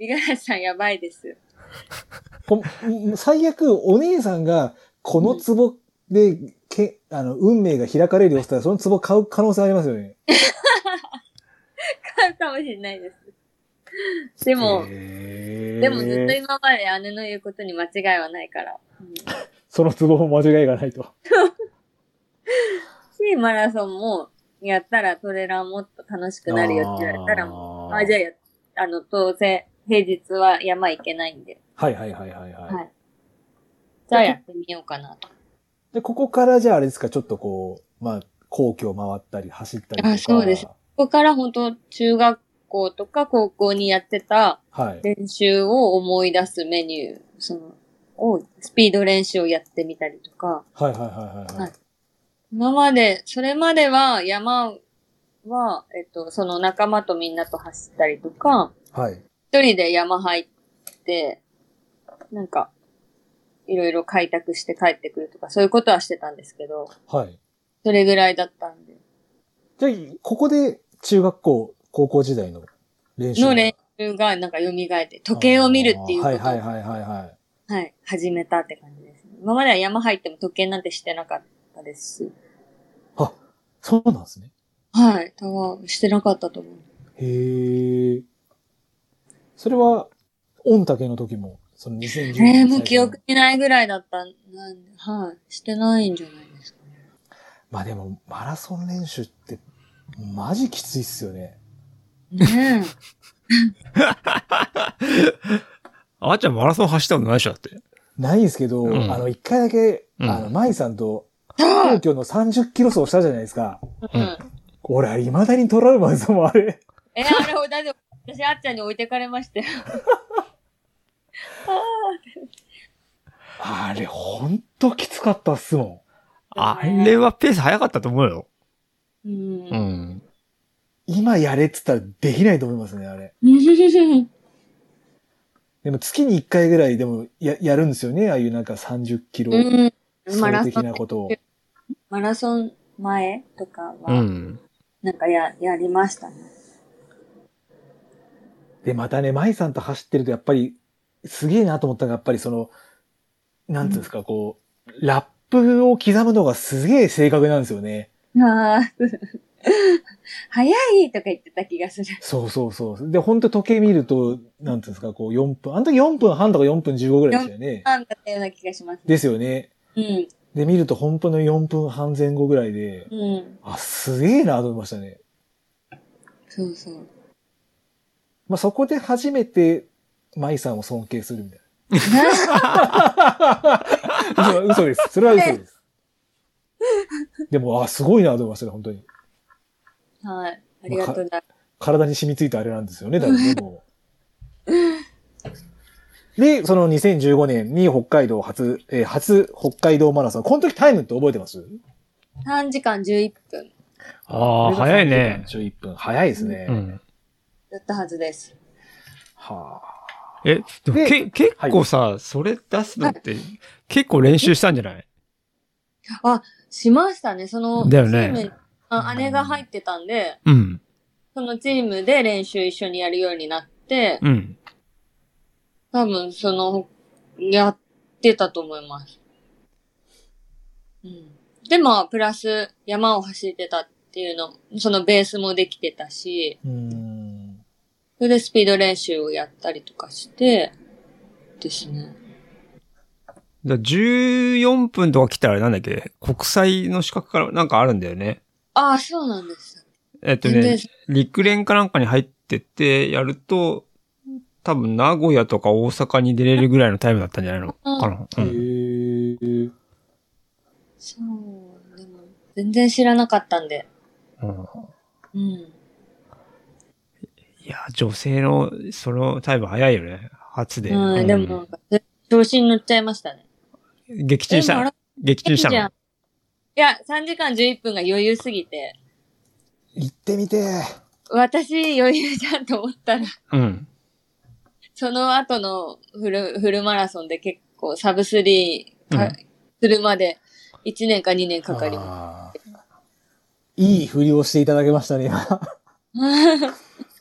Speaker 3: 五十嵐さんやばいです。
Speaker 1: ほん最悪、お姉さんが、この壺で、け、あの、運命が開かれるよって言ったら、その壺買う可能性ありますよね。
Speaker 3: 買う かもしれないです。でも、で
Speaker 1: で
Speaker 3: もずっと今まで姉の言うことに間違いはないから。うん、
Speaker 1: その壺も間違いがないと。
Speaker 3: し、マラソンもやったらトレランもっと楽しくなるよって言われたら、もう
Speaker 1: あ
Speaker 3: あ、じゃあ
Speaker 1: ゃ
Speaker 3: や、あの、当然、平日は山行けないんで、
Speaker 1: はいはいはいはいはい。
Speaker 3: はいじゃあやってみようかなと。
Speaker 1: で、ここからじゃああれですか、ちょっとこう、まあ、皇居を回ったり走ったりとか。
Speaker 3: あそうです。ここから本当中学校とか高校にやってた
Speaker 1: はい。
Speaker 3: 練習を思い出すメニュー、その、を、スピード練習をやってみたりとか、
Speaker 1: はいはいはいはい。は
Speaker 3: はいい、今まで、それまでは山は、えっと、その仲間とみんなと走ったりとか、
Speaker 1: はい。
Speaker 3: 一人で山入って、なんか、いろいろ開拓して帰ってくるとか、そういうことはしてたんですけど、
Speaker 1: はい。
Speaker 3: それぐらいだったんで。
Speaker 1: じゃあ、ここで中学校、高校時代の練習が。
Speaker 3: の練習がなんか蘇って、時計を見るっていうこと
Speaker 1: あー
Speaker 3: を
Speaker 1: はいはいはいはいはい。
Speaker 3: はい、始めたって感じですね。今までは山入っても時計なんてしてなかったですし。
Speaker 1: あ、そうなんですね。
Speaker 3: はい、多分してなかったと思う。
Speaker 1: へえ。それは、御嶽の時も、その2010年。
Speaker 3: えー、もう記憶にないぐらいだったんなんで、はい、してないんじゃないですかね。
Speaker 1: まあでも、マラソン練習って、マジきついっすよね。
Speaker 3: ね
Speaker 2: あーちゃんマラソン走ったことないでしょだって。
Speaker 1: ないんですけど、
Speaker 2: うん
Speaker 1: あの、一回だけ、
Speaker 2: うん
Speaker 1: あの、舞さんと、東京の30キロ走したじゃないですか。
Speaker 3: え。
Speaker 2: う
Speaker 3: うんん。
Speaker 1: 俺、あれ未だにトラウマですもん、あれ。
Speaker 3: えー、あれを、だって私、あっちゃんに置いてかれましたよ。
Speaker 1: あれ、ほんときつかったっすもん。
Speaker 2: あれはペース早かったと思うよ。
Speaker 3: うん。
Speaker 2: ん。
Speaker 1: 今やれって言ったらできないと思いますね、あれ。でも月に1回ぐらいでもややるんですよね、ああいうなんか30キロ
Speaker 3: うん。マ
Speaker 1: 走
Speaker 3: ラ
Speaker 1: 的
Speaker 3: ソ
Speaker 1: な
Speaker 3: ン、
Speaker 1: ことを。
Speaker 3: マラソン前とか
Speaker 2: う
Speaker 3: は、
Speaker 2: ん。
Speaker 3: なんかや、やりましたね。
Speaker 1: で、またね、舞さんと走ってると、やっぱり、すげえなと思ったのが、やっぱりその、なんていうんですか、こう、ラップを刻むのがすげえ正確なんですよね。
Speaker 3: ああ、 早いとか言ってた気がする。
Speaker 1: そうそうそう。で、ほんと時計見ると、なんていうんですか、こう4分、あの時4分半とか4分15ぐらいでしたよね。
Speaker 3: あんだったような気がします。
Speaker 1: ですよね。
Speaker 3: うん。
Speaker 1: で、見ると本当の4分半前後ぐらいで、
Speaker 3: うん。
Speaker 1: あ、すげえなと思いましたね。
Speaker 3: そうそう。
Speaker 1: まあ、そこで初めて、舞さんを尊敬するみたいな。嘘嘘です。それは嘘 です。でも、あ、すごいなと思いましたね、本当に。
Speaker 3: はい。ありが とうな。
Speaker 1: 体に染みついたあれなんですよね、だいぶねもう。で、その2015年に北海道初、えー初北海道マラソン。この時タイムって覚えてます
Speaker 3: 3時間11分
Speaker 2: ああ、早いね。
Speaker 1: 11分。早いですね。
Speaker 2: うん。
Speaker 3: だったはずです。
Speaker 1: はあ。
Speaker 2: え、でもけ結構さ、それ出すのって、結構練習したんじゃない
Speaker 3: しましたね、その、
Speaker 2: だよね
Speaker 3: チームにあ姉が入ってたんで、
Speaker 2: うん。
Speaker 3: そのチームで練習一緒にやるようになって、
Speaker 2: うん。
Speaker 3: 多分その、やってたと思います。うん。で、まあ、プラス山を走ってたっていうの、そのベースもできてたし、
Speaker 1: うーん。
Speaker 3: それでスピード練習をやったりとかして、ですね。
Speaker 2: だ14分とか来たらなんだっけ国際の資格からなんかあるんだよね。
Speaker 3: ああ、そうなんです。
Speaker 2: えっと
Speaker 3: 全然
Speaker 2: ね、陸連かなんかに入ってってやると、多分名古屋とか大阪に出れるぐらいのタイムだったんじゃないのかな。う
Speaker 1: へ
Speaker 2: ん。
Speaker 1: ー
Speaker 3: そう、でも、全然知らなかったんで。
Speaker 2: うん
Speaker 3: うん。
Speaker 2: いや、女性の、そのタイム早いよね。初で。
Speaker 3: うん、でもなんか、調子に乗っちゃいましたね。
Speaker 2: うん。撃沈し
Speaker 3: えマ
Speaker 2: た
Speaker 3: ラ
Speaker 2: の。撃
Speaker 3: ソ
Speaker 2: 沈
Speaker 3: ン
Speaker 2: した
Speaker 3: じゃ
Speaker 2: の
Speaker 3: ん。。いや、3時間11分が余裕すぎて、
Speaker 1: 行ってみてー。
Speaker 3: 私余裕じゃんと思ったら、
Speaker 2: うん。
Speaker 3: その後のフル、フルマラソンで結構サブスリーか、
Speaker 2: うん
Speaker 3: するまで1年か2年かかりま
Speaker 1: あーいい振りをしていただけましたね、今。
Speaker 3: す。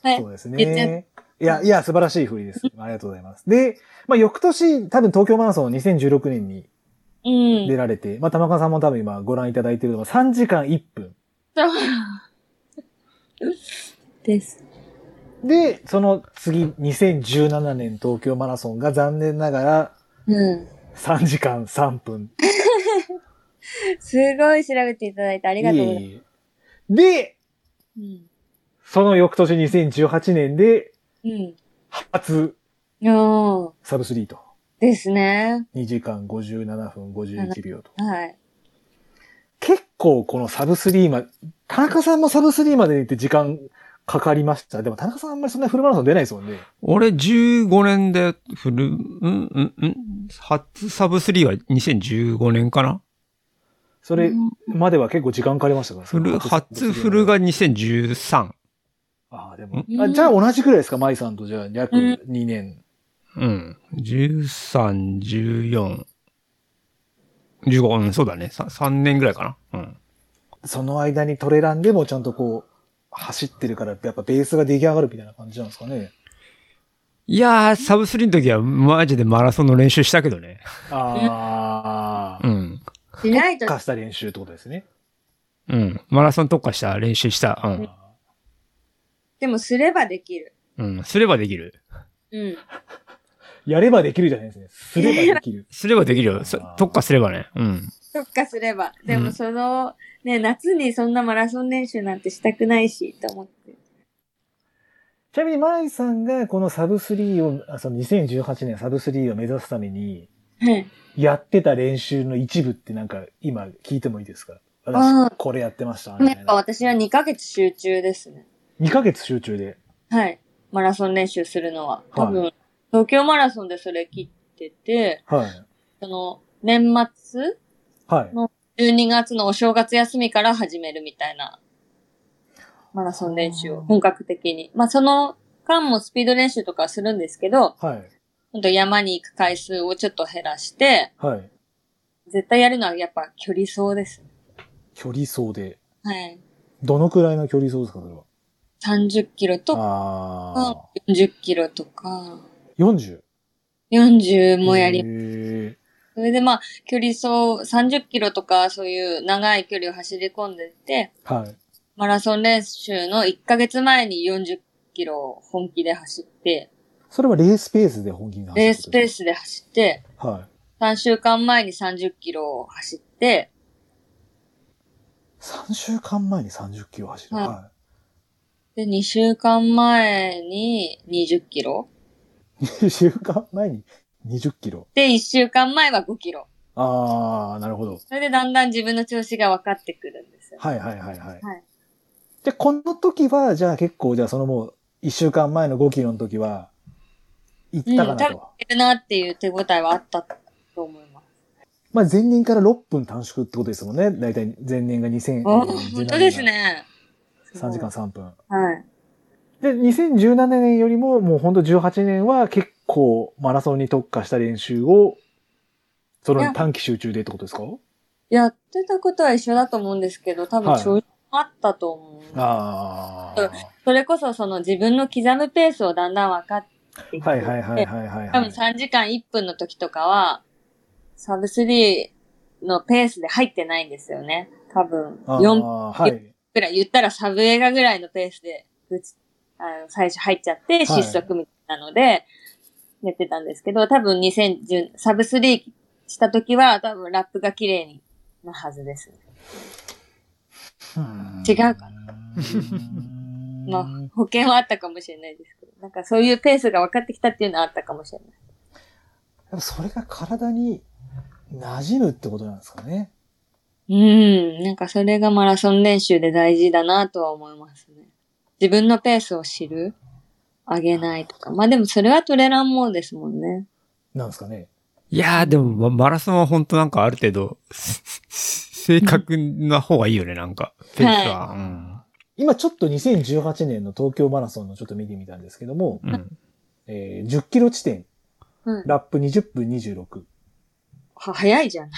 Speaker 3: はい
Speaker 1: そう。です
Speaker 3: 言っちゃ
Speaker 1: ね。いや、いや、素晴らしい振りです。ありがとうございます。で、まあ、翌年、多分東京マラソンを2016年に
Speaker 3: うん。
Speaker 1: 出られて、まあ、玉川さんも多分今ご覧いただいてるのが3時間1分。
Speaker 3: そうです。
Speaker 1: で、その次、2017年東京マラソンが残念ながら
Speaker 3: うん。
Speaker 1: 3時間3分。
Speaker 3: すごい調べていただいてあ
Speaker 1: あ
Speaker 3: りがとうございます。
Speaker 1: で、
Speaker 3: うん。
Speaker 1: その翌年2018年で、
Speaker 3: うん。
Speaker 1: 初
Speaker 3: うん。
Speaker 1: サブスリーと。
Speaker 3: ですね。
Speaker 1: 2時間57分51秒と。
Speaker 3: はい。
Speaker 1: 結構このサブスリーま、田中さんもサブスリーまでにって時間かかりました。でも田中さんあんまりそんなフルマラソン出ないですもんね。
Speaker 2: 俺15年でフル、うん、うん、うん。初サブ3は2015年かな
Speaker 1: それ
Speaker 3: うん
Speaker 1: までは結構時間かかりましたから。
Speaker 2: フル、初フル。が2013。
Speaker 1: ああ、でも
Speaker 3: う。ん
Speaker 1: あじゃあ同じくらいですか、舞さんとじゃあ約
Speaker 3: うん
Speaker 1: 2年。
Speaker 2: うん。13、14、15、うん、そうだね。3, 年ぐらいかな。うん。
Speaker 1: その間にトレランでもちゃんとこう、走ってるから、やっぱベースが出来上がるみたいな感じなんですかね。
Speaker 2: いやー、サブ3の時はマジでマラソンの練習したけどね。
Speaker 1: ああ
Speaker 2: う、ん。
Speaker 3: しないと
Speaker 1: 化した練習ってことですね。
Speaker 2: うん。マラソン特化した練習した。う
Speaker 1: あ
Speaker 2: ん。
Speaker 3: でもすればできる。
Speaker 2: うん。すればできる。
Speaker 3: うん。
Speaker 1: ーやればできるじゃないですね。すればでき る。
Speaker 2: すればできるよ。そ特化すればね。うん。
Speaker 3: 特化すれば。
Speaker 2: ん
Speaker 3: でもその、ね、夏にそんなマラソン練習なんてしたくないし、と思って。
Speaker 1: ちなみに、舞さんがこのサブ3を、あその2018年サブ3を目指すために、
Speaker 3: はい。
Speaker 1: やってた練習の一部ってなんか、今聞いてもいいですか
Speaker 3: あ
Speaker 1: 私
Speaker 3: ー、
Speaker 1: これやってました。み
Speaker 3: や
Speaker 1: た
Speaker 3: っ
Speaker 1: い
Speaker 3: ぱ
Speaker 1: な
Speaker 3: 私は2ヶ月集中ですね。
Speaker 1: 2ヶ月集中で。
Speaker 3: はい。マラソン練習するのは。
Speaker 1: はい
Speaker 3: 多分、東京マラソンでそれ切ってて、
Speaker 1: はい。
Speaker 3: その、年末
Speaker 1: はい。
Speaker 3: ?12 月のお正月休みから始めるみたいな、マラソン練習を本格的に。まあ、その間もスピード練習とかはするんですけど、
Speaker 1: はい。
Speaker 3: ほんと山に行く回数をちょっと減らして、
Speaker 1: はい。
Speaker 3: 絶対やるのはやっぱ距離走ですね。
Speaker 1: 距離走で。
Speaker 3: はい。
Speaker 1: どのくらいの距離走ですか、それは。
Speaker 3: 30キロとか、
Speaker 1: あ
Speaker 3: 40キロとか、
Speaker 1: あ。40。
Speaker 3: 40もやり、
Speaker 1: り。
Speaker 3: それでまあ、距離走30キロとか、そういう長い距離を走り込んでて、
Speaker 1: はい。
Speaker 3: マラソン練習の1ヶ月前に40キロを本気で走って、
Speaker 1: それはレースペースで本気に走る
Speaker 3: レースペー
Speaker 1: ス。
Speaker 3: スで走って、
Speaker 1: はい。
Speaker 3: 3週間前に30キロを走って、
Speaker 1: 3週間前に30キロ走る。
Speaker 3: はい
Speaker 1: は
Speaker 3: で、2週間前に20キロ
Speaker 1: い。2週 間前に20キロ。
Speaker 3: で、1週間前は5キロ。
Speaker 1: ああ、なるほど。
Speaker 3: それでだんだん自分の調子が分かってくるんですよ。
Speaker 1: はいはいはいはい。
Speaker 3: はい
Speaker 1: で、この時は、じゃあ結構、じゃあそのもう、1週間前の5キロの時は、行ったかなと。
Speaker 3: うんいけるなっていう手応えはあったと思います。
Speaker 1: まあ前年から6分短縮ってことですもんね。だいたい前年が2000。
Speaker 3: お本当です。ね。
Speaker 1: 3時間3分。
Speaker 3: はい。
Speaker 1: で、2017年よりももうほんと18年は結構マラソンに特化した練習を、そ
Speaker 3: い
Speaker 1: の
Speaker 3: や
Speaker 1: 短期集中でってことですか
Speaker 3: やってたことは一緒だと思うんですけど、多分
Speaker 1: はい
Speaker 3: 調子もあったと思う。
Speaker 1: ああ。
Speaker 3: それこそその自分の刻むペースをだんだん分かってきて、
Speaker 1: はいはいはいはいはい、
Speaker 3: 多
Speaker 1: は
Speaker 3: 分
Speaker 1: い。
Speaker 3: 3時間1分の時とかは、サブ3のペースで入ってないんですよね。多分、
Speaker 1: あ
Speaker 3: 4分
Speaker 1: あはい。
Speaker 3: くらい、言ったらサブ映画ぐらいのペースで、ぐつあの最初入っちゃって
Speaker 1: い
Speaker 3: 失速みたいなので、やってたんですけど、多分2010、サブ3した時は多分ラップが綺麗に、なはずです。違うかまあ、保険はあったかもしれないですけど、なんかそういうペースが分かってきたっていうのはあったかもしれない。
Speaker 1: あ。それが体に馴染むってことなんですかね。
Speaker 3: うん、なんかそれがマラソン練習で大事だなとは思いますね。自分のペースを知る上げないとか。まあでもそれはトレランもですもんね。
Speaker 1: なんですかね。
Speaker 2: いやー、でも、まマラソンは本当なんかある程 度、すす正確な方がいいよね、なんか。ペースは。
Speaker 1: 今ちょっと2018年の東京マラソンのちょっと見てみたんですけども、
Speaker 2: うん。うん。
Speaker 1: えー10キロ地点、
Speaker 3: うん。
Speaker 1: ラップ20分26、
Speaker 3: は、早いじゃない。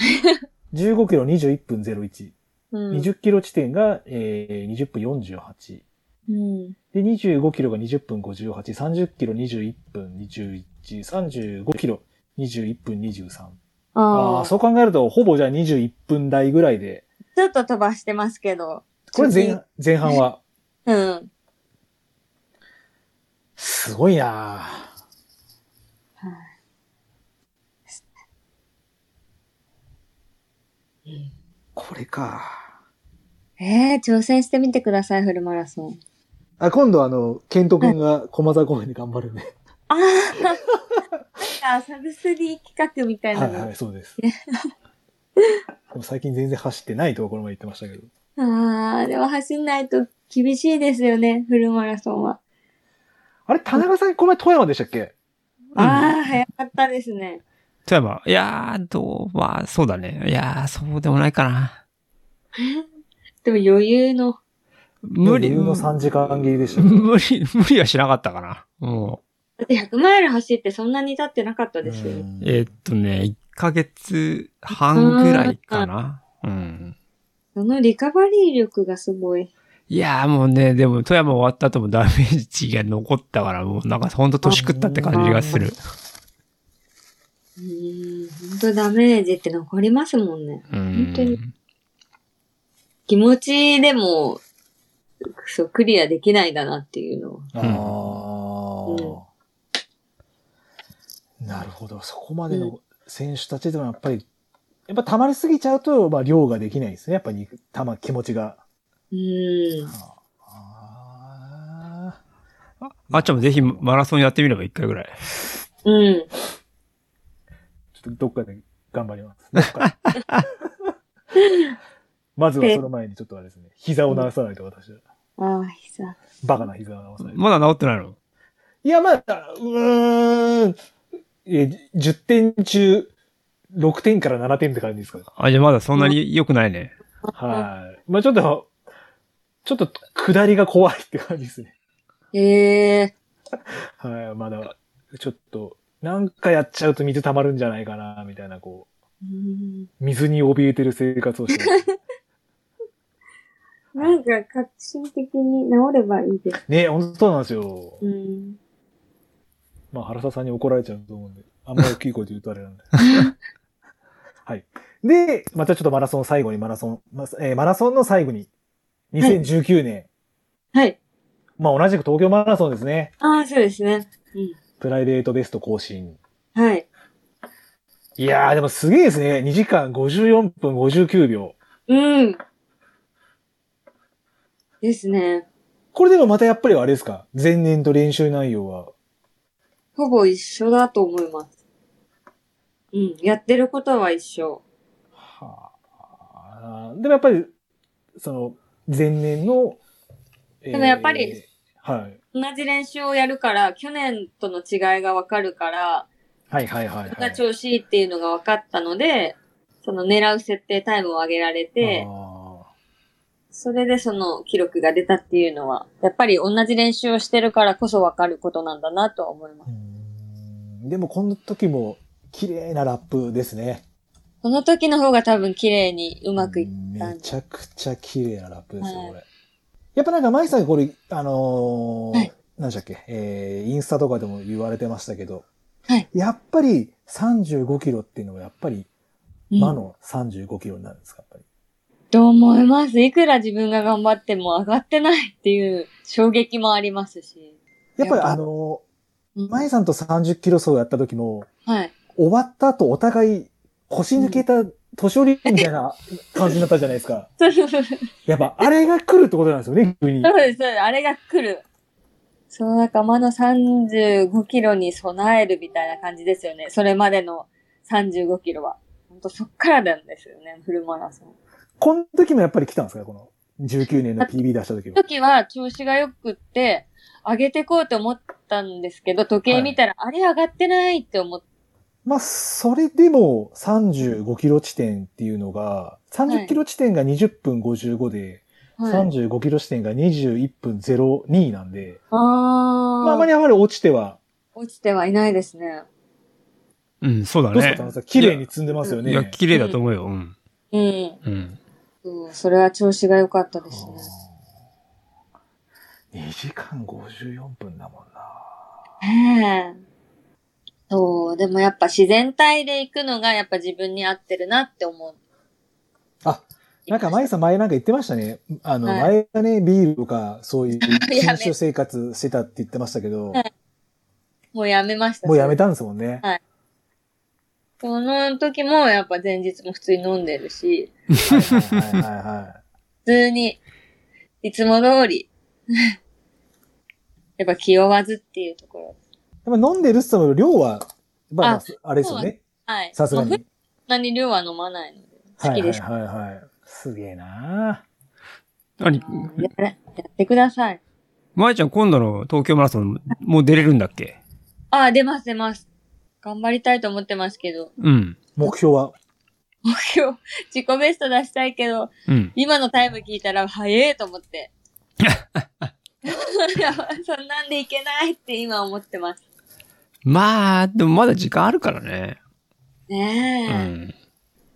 Speaker 1: 15キロ21分01、
Speaker 3: うん。
Speaker 1: 20キロ地点が、えー20分48、
Speaker 3: うん。
Speaker 1: で、25キロが20分58、30キロ21分21、35キロ21分23。あ
Speaker 3: あ
Speaker 1: あ、
Speaker 3: あ、
Speaker 1: そ
Speaker 3: ち
Speaker 1: う考えると、ほぼじゃあ21分台ぐらいで、
Speaker 3: ょっと飛ばしてますけど。
Speaker 1: これ前前半は、
Speaker 3: うん。
Speaker 1: すごいなあこれか。
Speaker 3: ええ挑戦してみてください、フルマラソン。
Speaker 1: あ、今度あの、ケント君が駒沢公園で頑張るんで。
Speaker 3: ああなんかサブスリー企画みたい
Speaker 1: は
Speaker 3: ないの。
Speaker 1: はい、そうです。 でも最近全然走ってないところまで行ってましたけど。
Speaker 3: ああ、あれは走んないと厳しいですよね、フルマラソンは。
Speaker 1: あれ、田中さん、この前富山でしたっけ
Speaker 3: ああ、早かったですね。
Speaker 2: 富山、いやー、どう、まあ、そうだね。いやー、そうでもないかな。
Speaker 3: でも余裕の。
Speaker 2: 無理。
Speaker 1: 余裕の3時間切りでしたね
Speaker 2: 無理、無理はしなかったかな。も
Speaker 3: だって100マイル走ってそんなに経ってなかったですよね。
Speaker 2: う、えーっとね、1ヶ月半ぐらいかな。うん。
Speaker 3: そのリカバリー力がすごい。
Speaker 2: いやーもうね、でも富山終わった後もダメージが残ったから、もうなんかほんと年食ったって感じがする。
Speaker 3: うーん、本当ダメージって残りますもんね。
Speaker 2: うん
Speaker 3: 本当に。気持ちでも、そう、クリアできないんだなっていうのは。
Speaker 1: あーなるほど。そこまでの選手たちでもやっぱり、やっぱ溜まりすぎちゃうと、まあ、量ができないですね。やっぱり、たま、気持ちが。
Speaker 3: うーん。
Speaker 1: あ
Speaker 2: あっちゃんもぜひマラソンやってみれば一回ぐらい。
Speaker 3: うん。
Speaker 1: ーちょっとどっかで頑張ります。どっかでまずはその前にちょっとあれですね。膝を直さないと私は。
Speaker 3: ああ、膝。
Speaker 1: バカな膝を直さないと。
Speaker 2: まだ治ってないの
Speaker 1: いや、まあ、うーん。え、10点中、6点から7点って感じですかね。
Speaker 2: あ、じゃあまだそんなに良くないね。
Speaker 1: はい。まあちょっと、ちょっと、下りが怖いって感じですね。
Speaker 3: ええ
Speaker 1: はい。まだ、ちょっと、なんかやっちゃうと水溜まるんじゃないかな、みたいな、こ
Speaker 3: うーん
Speaker 1: う、水に怯えてる生活をしてます。
Speaker 3: なんか、革新的に治ればいいです。
Speaker 1: ね本当なんですよ
Speaker 3: う。ん。
Speaker 1: まあ、原沢さんに怒られちゃうと思うんで、あんまり大きい声で言うとあれなんで。はい。で、またちょっとマラソン最後に、マラソン、まえーマラソンの最後に、2019年、
Speaker 3: はい。
Speaker 1: まあ同じく東京マラソンですね。
Speaker 3: ああ、そうですね。うん。
Speaker 1: プライベートベスト更新。
Speaker 3: はい。
Speaker 1: いやー、でもすげえですね。2時間54分59秒。
Speaker 3: うん。ですね。
Speaker 1: これでもまたやっぱりあれですか前年と練習内容は。
Speaker 3: ほぼ一緒だと思います。うん。やってることは一緒。
Speaker 1: はあ。でもやっぱり、その、前年の、えー
Speaker 3: でもやっぱり、
Speaker 1: はい。
Speaker 3: 同じ練習をやるから、去年との違いがわかるから、
Speaker 1: はいはいはい、
Speaker 3: 僕が
Speaker 1: はい。
Speaker 3: 調子いいっていうのが分かったので、その狙う設定タイムを上げられて、
Speaker 1: あ
Speaker 3: それでその記録が出たっていうのは、やっぱり同じ練習をしてるからこそ分かることなんだなとは思いま
Speaker 1: ーう
Speaker 3: す。
Speaker 1: んでもこの時も綺麗なラップですね。
Speaker 3: その時の方が多分綺麗にうまくいった
Speaker 1: め
Speaker 3: んで。
Speaker 1: ちゃくちゃ綺麗なラップですよ、
Speaker 3: はい
Speaker 1: これ。やっぱなんか、マイさんこれ、あのー
Speaker 3: はい
Speaker 1: 何でしたっけ、えー、インスタとかでも言われてましたけど、
Speaker 3: はい
Speaker 1: やっぱり35キロっていうのはやっぱり
Speaker 3: うん
Speaker 1: 魔の35キロになるんですか、やっぱり。
Speaker 3: と思います。いくら自分が頑張っても上がってないっていう衝撃もありますし。
Speaker 1: やっぱり
Speaker 3: やっぱ
Speaker 1: あの
Speaker 3: うん
Speaker 1: ー、マイさんと30キロ走やった時も、
Speaker 3: はい。
Speaker 1: 終わった後お互い腰抜けた年寄りみたいな感じになったじゃないですか。
Speaker 3: そうそうそうそう
Speaker 1: やっぱあれが来るってことなんですよね、急に。
Speaker 3: ですそうです。あれが来る。そう、なんか魔の35キロに備えるみたいな感じですよね。それまでの35キロは。本当そっからなんですよね、フルマラソン。
Speaker 1: この時もやっぱり来たんですかこの19年の PB 出した時も。
Speaker 3: 時は調子が良くって、上げてこうと思ったんですけど、時計見たら、あれ上がってないって思って、
Speaker 1: まあ、それでも35キロ地点っていうのが、30キロ地点が20分55で、
Speaker 3: はい、
Speaker 1: 35キロ地点が21分02なんで、
Speaker 3: あー、
Speaker 1: まあ、あまりあまり落ちては、
Speaker 3: 落ちてはいないですね。
Speaker 2: うん、そうだ
Speaker 1: どうですか、田。中
Speaker 2: ね
Speaker 1: さん綺麗に積んでますよ
Speaker 2: いや、
Speaker 1: ね。
Speaker 2: 綺麗だと思うよ。うん。
Speaker 3: うん。
Speaker 2: うん。
Speaker 3: そうそれは調子が良かったです
Speaker 1: 2
Speaker 3: ね。
Speaker 1: 時間54分だもんな。
Speaker 3: へえ。そう、でもやっぱ自然体で行くのがやっぱ自分に合ってるなって思う。
Speaker 1: あ、なんか、前さん前なんか言ってましたね。あの、
Speaker 3: は
Speaker 1: 前がね、ビールとか、 そういう、
Speaker 3: め
Speaker 1: 禁酒生活してたって言ってましたけど、
Speaker 3: はいもうやめました。
Speaker 1: もうやめたんですもんね。
Speaker 3: その時もやっぱ前日も普通に飲んでるし、
Speaker 1: はいはいはいはい。
Speaker 3: 普通に、いつも通り、 やっぱ気負わずっていうところ。
Speaker 1: やっぱ飲んでるっつっても量は、まあまあ、あれですよね。
Speaker 3: はい。
Speaker 1: さすが
Speaker 3: まあ
Speaker 1: に
Speaker 3: そ。んなに量は飲まないので、好
Speaker 1: はい
Speaker 3: き
Speaker 1: は
Speaker 3: で
Speaker 1: い
Speaker 3: す。
Speaker 1: はいはい。すげえな
Speaker 2: 何
Speaker 3: うんやれやってください。
Speaker 2: まえちゃん、今度の東京マラソン、もう出れるんだっけ
Speaker 3: ああ、出ます出ます。頑張りたいと思ってますけど、
Speaker 2: うん。
Speaker 1: 目標は
Speaker 3: 目標、自己ベスト出したいけど、
Speaker 2: うん。
Speaker 3: 今のタイム聞いたら早えと 思って。やばいそんなんでいけないって今思ってます。
Speaker 2: まあ、でもまだ時間あるからね。
Speaker 3: ね
Speaker 2: う
Speaker 3: え。
Speaker 2: ん。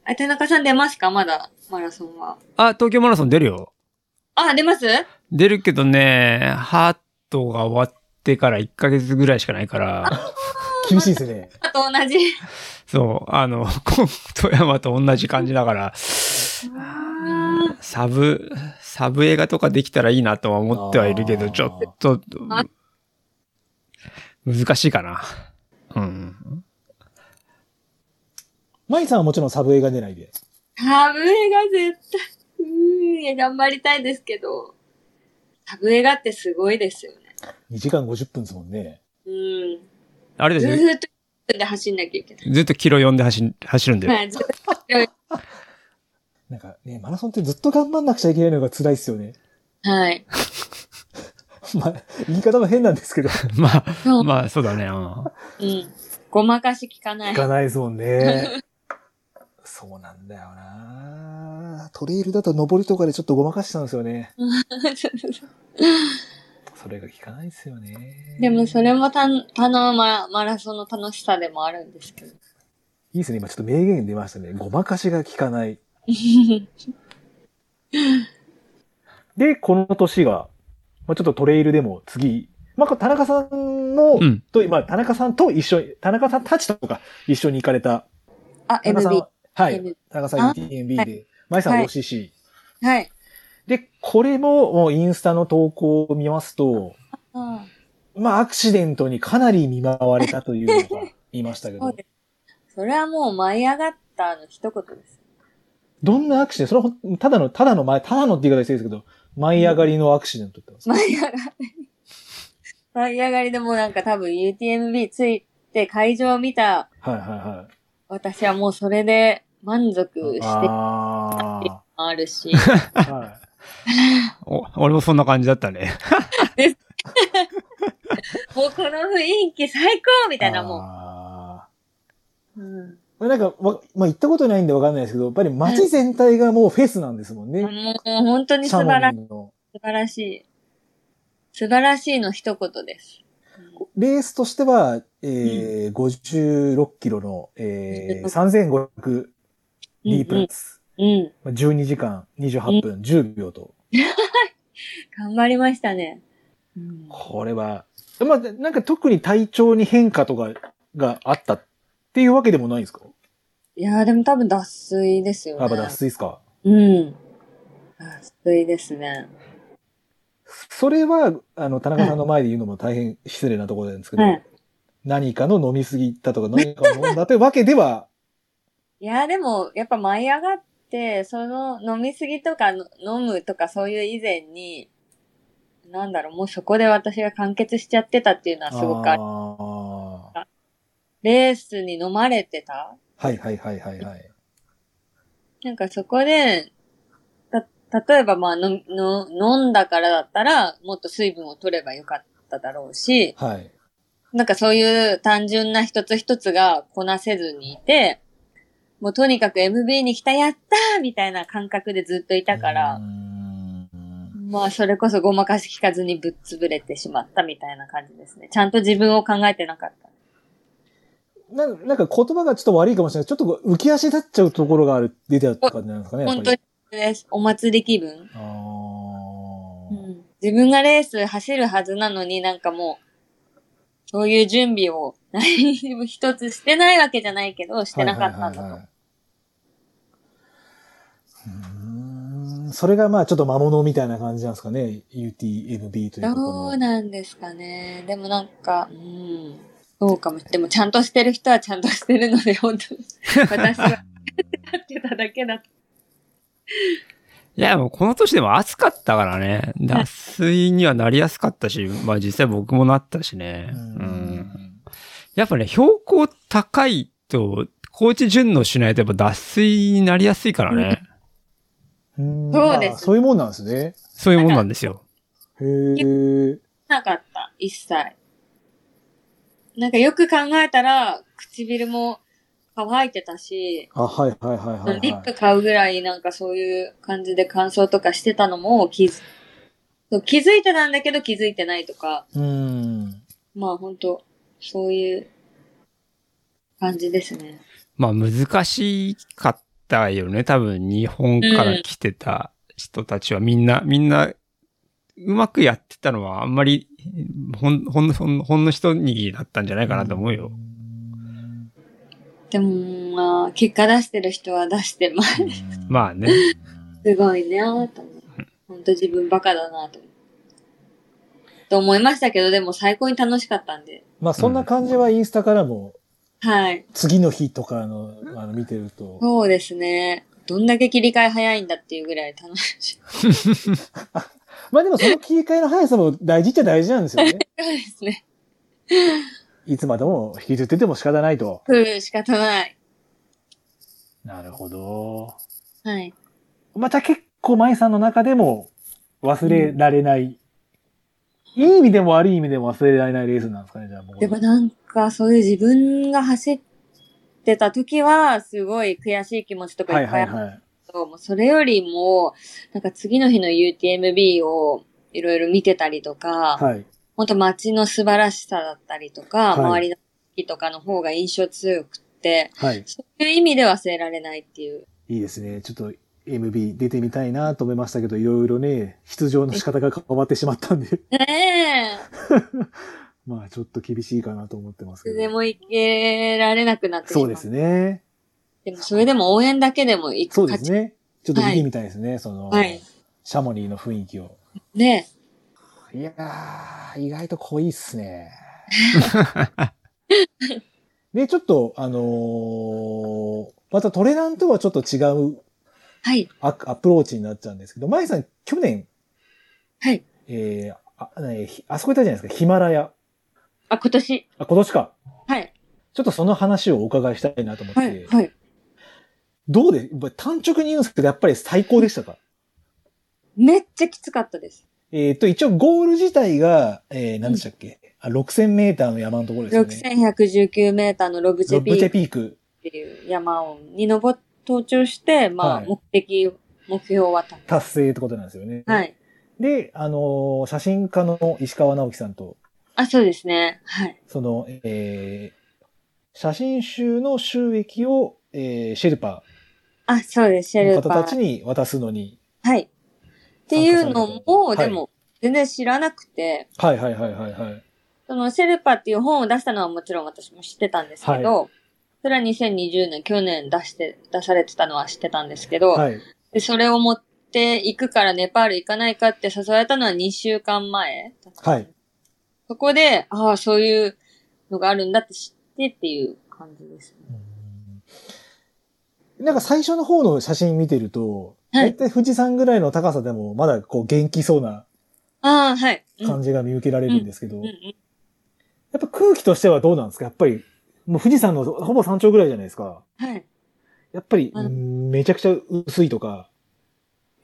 Speaker 3: あ、田中さん出ますかまだ、マラソンは。
Speaker 2: あ、東京マラソン出るよ。
Speaker 3: あ、出ます
Speaker 2: 出るけどね、ハートが終わってから1ヶ月ぐらいしかないから、
Speaker 1: 厳しいですね。
Speaker 3: あと同じ。
Speaker 2: そう、あの、 こ富山と同じ感じだから、サブ、サブ映画とかできたらいいなとは思ってはいるけ
Speaker 1: あー
Speaker 2: ど、ちょっと、難しいかな。うん。
Speaker 1: マイさんはもちろんサブ映画出ないで。
Speaker 3: サブ映画絶対、うーん、いや、頑張りたいですけど、サブ映画ってすごいですよね。
Speaker 1: 2時間50分ですもんね。
Speaker 3: うん。
Speaker 2: あれ
Speaker 3: ず
Speaker 2: だよ、
Speaker 3: ーっとで走んなきゃいけない。
Speaker 2: ずっとキロ読んで走ん走るんだよ。
Speaker 3: はい、ずっと
Speaker 1: なんかね、マラソンってずっと頑張んなくちゃいけないのが辛いっすよね。
Speaker 3: はい。
Speaker 1: まあ、言い方も変なんですけど。
Speaker 2: まあ、
Speaker 3: そう
Speaker 2: まあ、そうだね。うん
Speaker 3: うん。ごまかし効かない
Speaker 1: い。かないですもん ね。そうなんだよなトレイルだと登りとかでちょっとごまかしてたんですよね。それが効かないですよね。
Speaker 3: でもそ
Speaker 1: れ。
Speaker 3: れもたん、たのマラマラソンの楽しさでもあるんですけど。
Speaker 1: いいですね。今ちょっと名言出ましたね。ごまかしが効か ない。で、この年が、まあ、ちょっとトレイルでも次、まあ、これ田中さんの、
Speaker 2: うん。
Speaker 1: と、まあ、田中さんと一緒に、田中さんたちとか一緒に行かれた、
Speaker 3: あ、
Speaker 1: 田中さん
Speaker 3: MB。
Speaker 1: はい、
Speaker 3: MB
Speaker 1: 田中さん UTMB
Speaker 3: は
Speaker 1: で、舞さん
Speaker 3: はい
Speaker 1: OCC。
Speaker 3: はい。
Speaker 1: で、これも、もうインスタの投稿を見ますと、
Speaker 3: あ
Speaker 1: まあ、アクシデントにかなり見舞われたという のが言いましたけ
Speaker 3: ー
Speaker 1: ど
Speaker 3: そう、です。それはもう舞い上がったの一言です。
Speaker 1: どんなアクシデントそれはほんただの、ただの前、ただのって言い方してるんですけど、舞い上がりのアクシデントって言ってます。
Speaker 3: 舞い上がり。舞い上がりでもうなんか多分 UTMB ついて会場を見た
Speaker 1: はいはいはい。
Speaker 3: 私はもうそれで満足して
Speaker 1: あ
Speaker 3: あるし。
Speaker 1: あ。はい。
Speaker 2: お俺もそんな感じだったね。
Speaker 3: もうこの雰囲気最高み
Speaker 1: み
Speaker 3: たいなも
Speaker 1: ん。
Speaker 3: ん。うん
Speaker 1: これなんか、わまあ、行ったことないんでわかんないですけど、やっぱり街全体がもうフェスなんですもんね。
Speaker 3: もう本当に
Speaker 1: シ
Speaker 3: 素
Speaker 1: ャモ
Speaker 3: 晴らしい、
Speaker 1: ンの。
Speaker 3: 素晴らしい。素晴らしいの一言です。
Speaker 1: レースとしては、えー56キロの、えー、3500D プラス。
Speaker 3: うん。
Speaker 1: まあ12時間28分10秒と。
Speaker 3: 頑張りましたね。うん
Speaker 1: これは、まあ、なんか特に体調に変化とかがあったっていうわけでもないんですか
Speaker 3: いやーでも多分脱水ですよね。
Speaker 1: あ、まあ脱水ですか。
Speaker 3: うん。脱水ですね。
Speaker 1: それは、あの、田中さんの前で言うのも大変失礼なところなんですけど、
Speaker 3: はい
Speaker 1: 何かの飲みすぎたとか何かを飲んだというわけでは、
Speaker 3: いやーでも、やっぱ舞い上がって、その飲みすぎとかの飲むとかそういう以前に、なんだろう、もうそこで私が完結しちゃってたっていうのはすごく ある。
Speaker 1: あ
Speaker 3: レースに飲まれてた
Speaker 1: ーはいはいはいはいはい。
Speaker 3: なんかそこで、た、例えばまあの、の、飲んだからだったら、もっと水分を取ればよかっただろうし、
Speaker 1: はい。
Speaker 3: なんかそういう単純な一つ一つがこなせずにいて、もうとにかく MB に来たやったーみたいな感覚でずっといたから
Speaker 1: うー、ん
Speaker 3: まあそれこそごまかし聞かずにぶっ潰れてしまったみたいな感じですね。ちゃんと自分を考えてなかった。
Speaker 1: ななんか言葉がちょっと悪いかもしれない。ちょっと浮き足立っちゃうところがある、出てた感じなんですかね。やっぱ
Speaker 3: 本
Speaker 1: り
Speaker 3: 当にです。お祭り気分。
Speaker 1: あ
Speaker 3: う
Speaker 1: ー
Speaker 3: ん自分がレース走るはずなのになんかもう、そういう準備を何も一つしてないわけじゃないけど、してなかったんだ
Speaker 1: はいはいはいは
Speaker 3: と
Speaker 1: い。うーんそれがまあちょっと魔物みたいな感じなんですかね。UTMB という
Speaker 3: ど
Speaker 1: こ
Speaker 3: う
Speaker 1: との。
Speaker 3: なんですかね。でもなんか、うん、そうかもしれない。でもちゃんとしてる人はちゃんとしてるので、本当に。私はやってただけだった。
Speaker 2: いや、もうこの年でも暑かったからね。脱水にはなりやすかったし、まあ実際僕もなったしね。
Speaker 1: う
Speaker 2: うんん。やっぱね、標高高いと、高地順応しないとやっぱ脱水になりやすいからね。
Speaker 1: うん
Speaker 3: そうです
Speaker 1: まあそういうもんなんですね。
Speaker 2: そういうもんなんですよ。
Speaker 1: へー
Speaker 3: なかった、一切。なんかよく考えたら、唇も乾いてたし、
Speaker 1: あ、はいはいはいはい、
Speaker 3: リッ
Speaker 1: は
Speaker 3: プ
Speaker 1: い。
Speaker 3: 買うぐらいなんかそういう感じで乾燥とかしてたのも気づ、そう気づいてたんだけど気づいてないとか、
Speaker 1: うん。
Speaker 3: まあ本当そういう感じですね。
Speaker 2: まあ難しかったよね。多分日本から来てた人たちはみんな、みんな、うまくやってたのはあんまり、ほん、ほん、ほんほんの一握りだったんじゃないかなと思うよ。
Speaker 3: でも、まあ、結果出してる人は出してます。
Speaker 2: まあね。
Speaker 3: すごいなぁと思う。本当自分バカだなぁと思う。と思いましたけど、でも最高に楽しかったんで。
Speaker 1: まあそんな感じはインスタからも、
Speaker 3: はい。
Speaker 1: 次の日とかの、あの見てると。
Speaker 3: そうですね。どんだけ切り替え早いんだっていうぐらい楽 しい。
Speaker 1: まあでもその切り替えの速さも大事っちゃ大事なんですよね。
Speaker 3: そうですね。
Speaker 1: いつまでも引きずってても仕方ないと。
Speaker 3: うん、仕方ない。
Speaker 1: なるほど。
Speaker 3: はい。
Speaker 1: また結構舞さんの中でも忘れられない。いい意味でも悪い意味でも忘れられないレースなんですかね、じゃあもう。
Speaker 3: でもなんか、そういう自分が走ってた時は、すごい悔しい気持ちとか
Speaker 1: はいい
Speaker 3: っぱ
Speaker 1: はい
Speaker 3: あ
Speaker 1: い
Speaker 3: ったけど、
Speaker 1: はい。
Speaker 3: もうそれよりも、なんか次の日の UTMB をいろいろ見てたりとか、
Speaker 1: はい。
Speaker 3: 本当街の素晴らしさだったりとか、
Speaker 1: はい
Speaker 3: 周りの景色とかの方が印象強くって、
Speaker 1: はい。
Speaker 3: そういう意味で忘れられないっていう。
Speaker 1: いいですね。ちょっと MB 出てみたいなと思いましたけど、いろいろね、出場の仕方が変わってしまったん で、
Speaker 3: ね
Speaker 1: まあちょっと厳しいかなと思ってますけ
Speaker 3: え、いつで
Speaker 1: ど。
Speaker 3: も行けられなくなってしま。
Speaker 1: そううですね。
Speaker 3: でもそれでも応援だけでも行く
Speaker 1: そうです
Speaker 3: ね。
Speaker 1: ね。ちょっと見てみたいですね、その、
Speaker 3: はい
Speaker 1: シャモニーの雰囲気を。
Speaker 3: ね
Speaker 1: いやー、意外と濃いっすね。 で、ちょっと、あのーまたトレランとはちょっと違う
Speaker 3: はい。
Speaker 1: アアプローチになっちゃうんですけど、まいさん、去年、
Speaker 3: はい。
Speaker 1: えーあえーひあそこ行ったじゃないですか、ヒマラヤ。
Speaker 3: あ、今年。
Speaker 1: あ、今年か。
Speaker 3: はい。
Speaker 1: ちょっとその話をお伺いしたいなと思って。
Speaker 3: はい。はい。
Speaker 1: どうで、やっぱり単直に言うんですけど、やっぱり最高でしたか
Speaker 3: めっちゃきつかったです。
Speaker 1: えっ、と、一応ゴール自体が、えー、何でしたっけ、あ、6000メーターの山のところですよね。
Speaker 3: 6119メーターのロブチ
Speaker 1: ロ
Speaker 3: ェピ
Speaker 1: ブチェ
Speaker 3: ーク
Speaker 1: ピーク。
Speaker 3: っていう山をに登っ、登頂して、まあ、
Speaker 1: はい
Speaker 3: 目的、目標は達
Speaker 1: 達成ってことなんですよね。
Speaker 3: 成。はい。
Speaker 1: で、あのー写真家の石川直樹さんと、
Speaker 3: あ、そうですね。はい。
Speaker 1: その、えー写真集の収益を、えーシェルパ
Speaker 3: あ、そうです。シェ
Speaker 1: ー
Speaker 3: ル
Speaker 1: の方
Speaker 3: パ
Speaker 1: た
Speaker 3: ー
Speaker 1: ち。に渡すのに、
Speaker 3: はい。っていう
Speaker 1: 参
Speaker 3: のも、
Speaker 1: 加された
Speaker 3: でも、全然知らなくて、
Speaker 1: はいはいはいはいはい。
Speaker 3: そのシェルパっていう本を出したのはもちろん私も知ってたんですけど、それは2020年、去年出して、出されてたのは知ってたんですけど、
Speaker 1: はい。
Speaker 3: でそれを持って行くからネパール行かないかって誘われたのは2週間前。
Speaker 1: はい。
Speaker 3: そこで、ああ、そういうのがあるんだって知ってっていう感じですね。
Speaker 1: なんか最初の方の写真見てると、
Speaker 3: は
Speaker 1: だ
Speaker 3: い
Speaker 1: いたい富士山ぐらいの高さでもまだこう元気そうな
Speaker 3: ああ、はい。うん
Speaker 1: 感じが見受けられるんですけど、
Speaker 3: うんう
Speaker 1: や
Speaker 3: ん
Speaker 1: っぱ空気としてはどうなんですかやっぱり、もう富士山のほぼ山頂ぐらいじゃないですか。
Speaker 3: はい。
Speaker 1: やっぱり、
Speaker 3: う
Speaker 1: めちゃくちゃ薄いとか、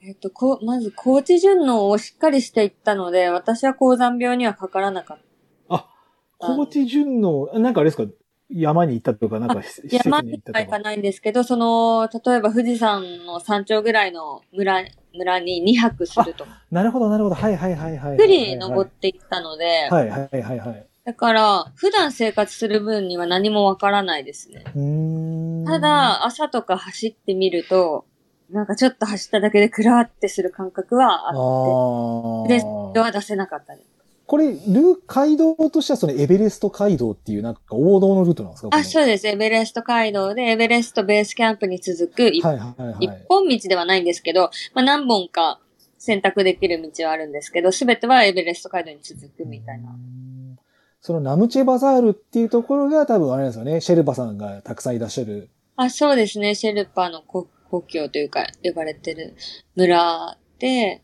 Speaker 3: えっと、こう、まず、高知順応をしっかりしていったので、私は高山病にはかからなかった。
Speaker 1: 高知順の、なんかあれですか山に行ったとか、なんか施設
Speaker 3: 山
Speaker 1: に
Speaker 3: に
Speaker 1: 行ったと
Speaker 3: は行か
Speaker 1: か。
Speaker 3: ないんですけど、その、例えば富士山の山頂ぐらいの村、村に2泊するとか、
Speaker 1: なるほど、なるほど。はいはいはいはい。
Speaker 3: ゆっくり登っていったので、
Speaker 1: はいはいはいはい。
Speaker 3: だから、普段生活する分には何もわからないですね。
Speaker 1: うーん
Speaker 3: た、だ、朝とか走ってみると、なんかちょっと走っただけでクラーってする感覚は
Speaker 1: あ
Speaker 3: あ
Speaker 1: ー
Speaker 3: って、で、それは出せなかったです。
Speaker 1: これ、ルー、街道としてはそのエベレスト街道っていうなんか王道のルートなんですか
Speaker 3: あ、そううです。エベレスト街道で、エベレストベースキャンプに続く一
Speaker 1: はいはいはい
Speaker 3: 一
Speaker 1: はい。
Speaker 3: 本道ではないんですけど、まあ、何本か選択できる道はあるんですけど、すべてはエベレスト街道に続くみたいう
Speaker 1: ー
Speaker 3: な。
Speaker 1: んそのナムチェバザールっていうところが多分あれなんですよね。シェルバさんがたくさんいらっしゃる。
Speaker 3: あ、そうですね。シェルパーの故故郷というか、呼ばれてる村で、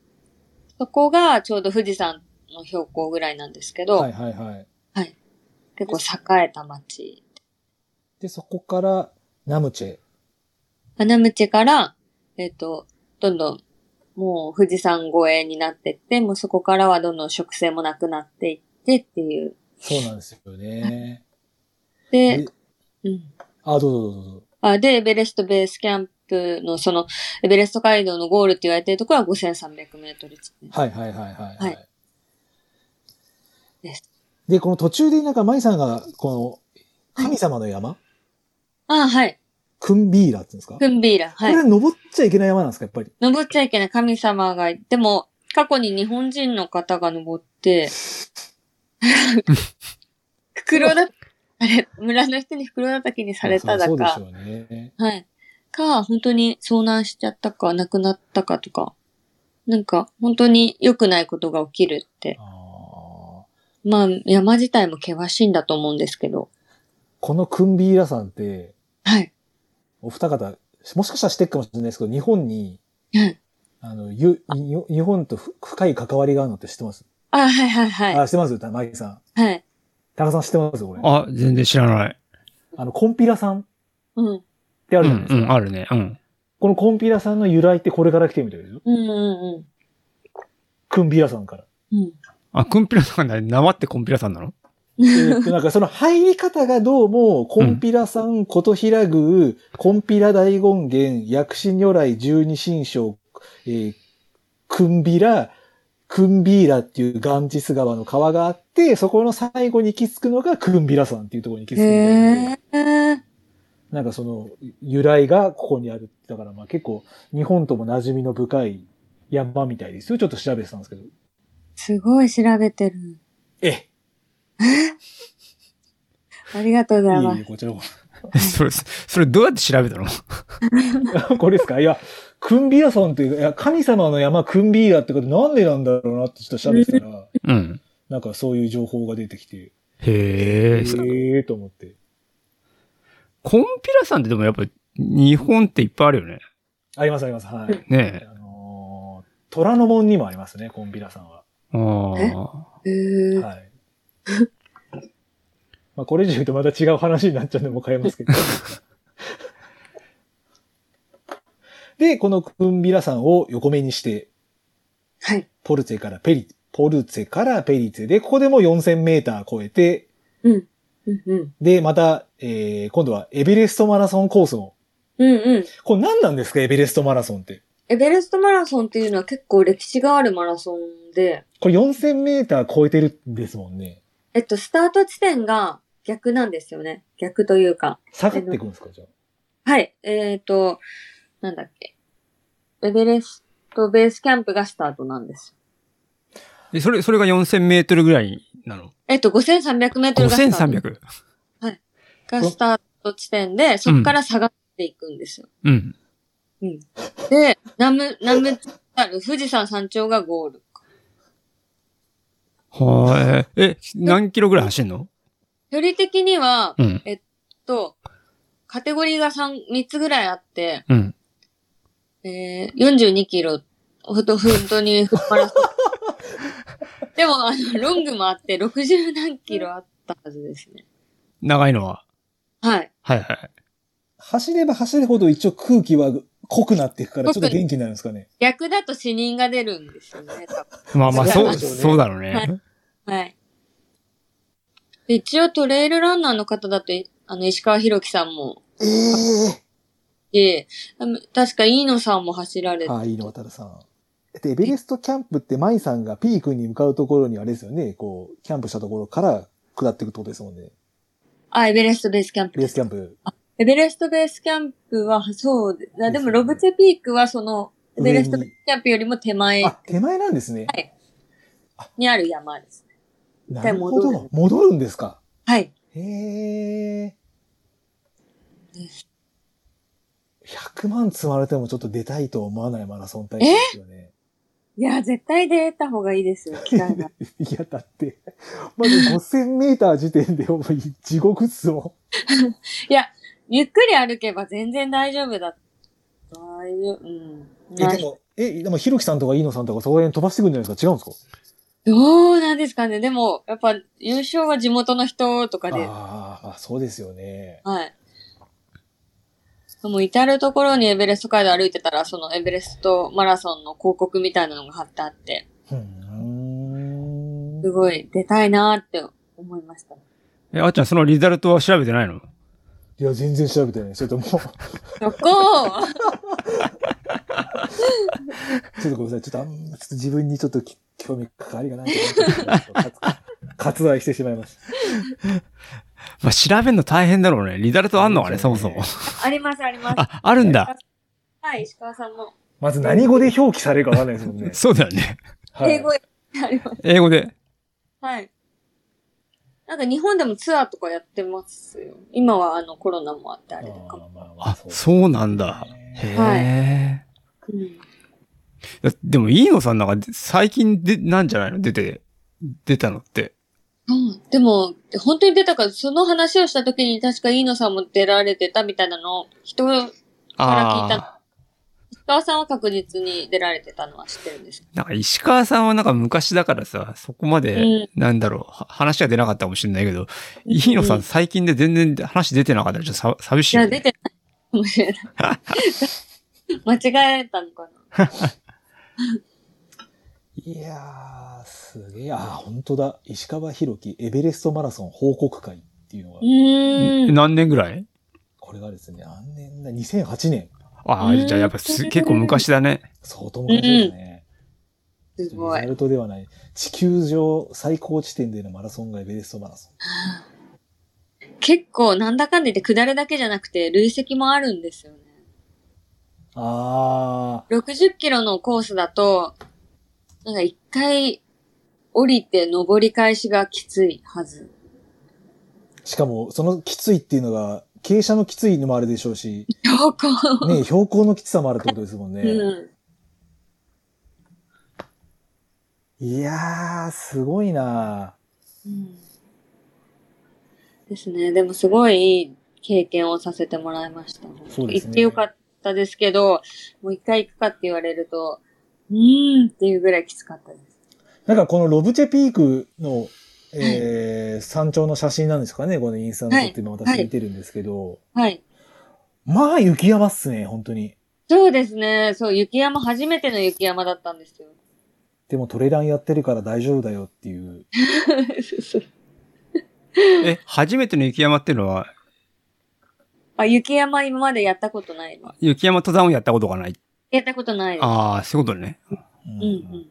Speaker 3: そこがちょうど富士山の標高ぐらいなんですけど、
Speaker 1: はいはいはい。
Speaker 3: 結構栄えた町。
Speaker 1: で、そこからナムチェ。
Speaker 3: 花ムチから、えっ、と、どんどん、もう富士山越えになってって、もうそこからはどんどん植生もなくなっていってっていう。
Speaker 1: そうなんですよね。
Speaker 3: で
Speaker 1: え、
Speaker 3: うん。
Speaker 1: あ、どうぞどうぞどうぞ。
Speaker 3: あで、エベレストベースキャンプのその、エベレスト街道のゴールって言われてるところは5300メートル地点
Speaker 1: はいはいはいはい、
Speaker 3: はいです。
Speaker 1: で、この途中でなんか舞さんが、この、神様の山、
Speaker 3: あ、はい。
Speaker 1: クンビーラって言うんですか、
Speaker 3: クンビーラ。はい
Speaker 1: こ。れ登っちゃいけない山なんですかやっぱり。
Speaker 3: 登っちゃいけない神様がいても、過去に日本人の方が 登って、袋だ、あれ、村の人に袋叩きにされただ
Speaker 1: そうでし
Speaker 3: か、
Speaker 1: ょうね。
Speaker 3: はい。か、本当に遭難しちゃったか、亡くなったかとか、なんか、本当に良くないことが起きるって。
Speaker 1: あー
Speaker 3: まあ、山自体も険しいんだと思うんですけど、
Speaker 1: このクンビーラさんって、
Speaker 3: はい。
Speaker 1: お二方、もしかしたら知ってるかもしれないですけど、日本に、
Speaker 3: はい
Speaker 1: あの、ゆ、ゆ日本とふ深い関わりがあるのって知ってます、
Speaker 3: あ、はいはいはい。
Speaker 1: あ、知ってますた舞さん。
Speaker 3: はい。
Speaker 1: 高さん知ってますこれ。
Speaker 2: あ、全然知らない。
Speaker 1: あの、コンピラさんっ
Speaker 3: うん。
Speaker 1: てあ
Speaker 2: う
Speaker 1: るじゃない
Speaker 2: ん
Speaker 1: で、す
Speaker 2: う
Speaker 1: か。
Speaker 2: ん、あるね。うん。
Speaker 1: このコンピラさんの由来ってこれから来てみたいですよ。
Speaker 3: うんうんう
Speaker 1: クンビーラさんから。
Speaker 3: ん。うん。
Speaker 2: あ、コンピラさんだね。縄ってコンピラさんなの
Speaker 1: えっと、なんかその入り方がどうも、コンピラさん、琴平宮、コンピラ大権現、薬師如来十二神将、えー、クンビラ、クンビーラっていうガンジス川の川があって、そこの最後に行き着くのがクンビラ山っていうところに行き着くみたい
Speaker 3: へ
Speaker 1: で、
Speaker 3: え。
Speaker 1: なんかその由来がここにある。だからまあ結構日本とも馴染みの深い山みたいですよ。ちょっと調べてたんですけど。
Speaker 3: すごい調べてる。
Speaker 1: ええ、
Speaker 3: ありがとうご
Speaker 1: い
Speaker 3: ざい
Speaker 1: え
Speaker 3: ま
Speaker 1: いえ、
Speaker 3: す。
Speaker 1: こちらこ
Speaker 2: それ、それどうやって調べた の
Speaker 1: そ。 これですかいや、クンビラ山っていう、いや、神様の山クンビーラってことなんでなんだろうなってちょっと調べてたら、
Speaker 2: うん。
Speaker 1: なんかそういう情報が出てきて、え
Speaker 2: へえ。
Speaker 1: えと思って。
Speaker 2: コンピラさんってでもやっぱ日本っていっぱいあるよね。
Speaker 1: ありますあります、はい。
Speaker 2: ねえ。
Speaker 1: あのー虎ノ門にもありますね、コンビラ山は。
Speaker 2: あ
Speaker 3: へえ。
Speaker 1: はい。 まあ、これ以上言うとまた違う話になっちゃうんで、もう変えますけど。で、このクンビラ山を横目にして、
Speaker 3: はい。
Speaker 1: ポルツェからペリ、ポルツェからペリツェで、ここでも4000メーター超えて、
Speaker 3: うん。うんうん。
Speaker 1: で、また、えー、今度はエベレストマラソンコースの、
Speaker 3: うんうん。
Speaker 1: これ何なんですか、エベレストマラソンって。
Speaker 3: エベレストマラソンっていうのは結構歴史があるマラソンで、
Speaker 1: これ4000メーター超えてるんですもんね。
Speaker 3: えっと、スタート地点が逆なんですよね。逆というか。
Speaker 1: 下がっていくんですか、じゃあ。
Speaker 3: はい。えっ、と、なんだっけ。エベレストベースキャンプがスタートなんです。
Speaker 2: えそれ、それが4000メートルぐらいなの
Speaker 3: えっと、5300メートルがスタート
Speaker 2: ?5300。
Speaker 3: がスタート地点で、そこから下がっていくんですよ。
Speaker 2: うん。
Speaker 3: で、南無、南無ある富士山山頂がゴール。
Speaker 2: はーい。え、何キロぐらい走んの
Speaker 3: 距離的には、
Speaker 2: うん。
Speaker 3: と、カテゴリーが3、三つぐらいあって、
Speaker 2: うん。
Speaker 3: えー、42キロ、ほんと、本当にフルマラソン。 でも、あの、ロングもあって、60何キロあったはずですね。
Speaker 2: 長いのは。
Speaker 3: はい。
Speaker 2: はいはい。
Speaker 1: 走れば走るほど一応空気は濃くなっていくから、ちょっと元気になるんですかね。
Speaker 3: 逆だと死人が出るんですよね、多分
Speaker 2: まあまあ、
Speaker 1: そ
Speaker 2: そうう、
Speaker 1: でしょうね
Speaker 2: そうだろう
Speaker 3: はい
Speaker 2: ね。
Speaker 3: はい。で一応トレイルランナーの方だと、いあの、石川博樹さんも、
Speaker 1: ええ
Speaker 3: で、あの確か飯野さんも走られて、
Speaker 1: はい、井野渡さん。で、エベレストキャンプって、舞さんがピークに向かうところにあれですよね、こう、キャンプしたところから下っていくってことですもんね。
Speaker 3: あ、エベレストベースキャンプ
Speaker 1: ベー
Speaker 3: で
Speaker 1: ス
Speaker 3: す
Speaker 1: キャンプ。
Speaker 3: エベレストベースキャンプは、そうで、あでもロブチェピークはその、エベレストベースキャンプよりも手前
Speaker 1: あ、手前なんですね。
Speaker 3: にある山です。
Speaker 1: なるほ
Speaker 3: 一回戻
Speaker 1: ど。戻るんですか。
Speaker 3: はい。
Speaker 1: へえ。100万積まれてもちょっと出たいと思わないマラソン大会ですよね。
Speaker 3: いや、絶対出た方がいいですよ、機会が。
Speaker 1: いや、だって、まず5000メーター時点で、お前、地獄っすもん。
Speaker 3: ゆっくり歩けば全然大丈夫だ。大丈夫。うん。まあ
Speaker 1: え、でも、え、でも、ひろきさんとか飯野さんとかそこら辺飛ばしてくるんじゃないですか違うんです
Speaker 3: どうなんですかね。でも、やっぱ、優勝は地元の人とか
Speaker 1: か
Speaker 3: で、
Speaker 1: あーあ、そうですよね。
Speaker 3: はい。もう至るところにエベレスト街道歩いてたら、そのエベレストマラソンの広告みたいなのが貼ってあって、
Speaker 1: うーん。
Speaker 3: すごい出たいなーって思いました。
Speaker 2: え、あっちゃん、そのリザルトは調べてないの
Speaker 1: いや、全然調べてない。それともう、ちょっ
Speaker 3: そこ
Speaker 1: とごめんなさい。ちょっとあんま、ちょっと自分にちょっとき興味関わりがないと思ってたんですけど割愛してしまいました。
Speaker 2: まあ、調べるの大変だろうね。リザルトあんのかね、そもそも。
Speaker 3: ありますあります。
Speaker 2: あ、あるんだ。。
Speaker 3: はい、石川さんの
Speaker 1: まず何語で表記されるかわかんないですもんね
Speaker 2: そうだよね。
Speaker 1: はい
Speaker 3: 英語あります。
Speaker 2: 英語で。
Speaker 3: はい。なんか日本でもツアーとかやってますよ。今はあのコロナもあってあ
Speaker 1: あ
Speaker 3: れだかも。
Speaker 1: ーまあまあ
Speaker 2: あ、
Speaker 1: そう
Speaker 2: そうなんだ。
Speaker 3: はい
Speaker 2: へ
Speaker 3: うん
Speaker 2: え。でも、飯野さんなんか、最近で、なんじゃないの出て、出たのって。
Speaker 3: うんでも、本当に出たから、その話をした時に確か飯野さんも出られてたみたいなのを、人、石から聞いた
Speaker 2: ああ。
Speaker 3: 川さんは確実に出られてたのは知ってるんですけ
Speaker 2: なんか、石川さんはなんか昔だからさ、そこま
Speaker 3: ど。
Speaker 2: で、なんだろう、は話が出なかったかもしれないけど、飯野さ
Speaker 3: うん
Speaker 2: ん最近で全然話出てなかったら、ちょっとさ寂し
Speaker 3: い
Speaker 2: いよ
Speaker 3: や、
Speaker 2: ね、
Speaker 3: 出てないかもしれない。間違えたのかな。
Speaker 1: いやー、すげえ。あー、本当だ。石川博樹エベレストマラソン報告会っていうのが
Speaker 3: う、ーん。
Speaker 2: 何年ぐらい
Speaker 1: これがですね、何年だ ?2008 年。
Speaker 2: ああ、じゃあやっぱす結構昔だね。
Speaker 1: 相当昔ですね。
Speaker 3: す
Speaker 1: リ
Speaker 3: ご
Speaker 1: ザ
Speaker 3: い。
Speaker 1: ルトではない。地球上最高地点でのマラソンがエベレストマラソン。
Speaker 3: 結構、なんだかんだ言って、下るだけじゃなくて、累積もあるんですよね。
Speaker 1: あ
Speaker 3: 60キロのコースだと、なんか一回降りて登り返しがきついはず。
Speaker 1: ー。しかも、そのきついっていうのが、傾斜のきついのもあるでしょうし、
Speaker 3: 標高。
Speaker 1: ね、標高のきつさもあるってことですもんね。
Speaker 3: うん。
Speaker 1: いやー、すごいな
Speaker 3: うんですね。でもすごいいい経験をさせてもらいました。
Speaker 1: そうですね
Speaker 3: 行ってよかったですけど、もう一回行くかって言われると、うーんっていうぐらいきつかったです。
Speaker 1: なんかこのロブチェピークの、えー山頂の写真なんですかね、このインスタの撮って今私見てるんですけど、
Speaker 3: はい。
Speaker 1: まあ雪山っすね、本当に。
Speaker 3: そうですね。そう、雪山、初めての雪山だったんですよ。
Speaker 1: でもトレランやってるから大丈夫だよっていう。
Speaker 2: え、初めての雪山っていうのは、
Speaker 3: あ、雪山今までやったことないの。
Speaker 2: 雪山登山をやったことがない。
Speaker 3: やったことないの。
Speaker 2: ああ、そういうことね。
Speaker 1: う
Speaker 3: うんんうん。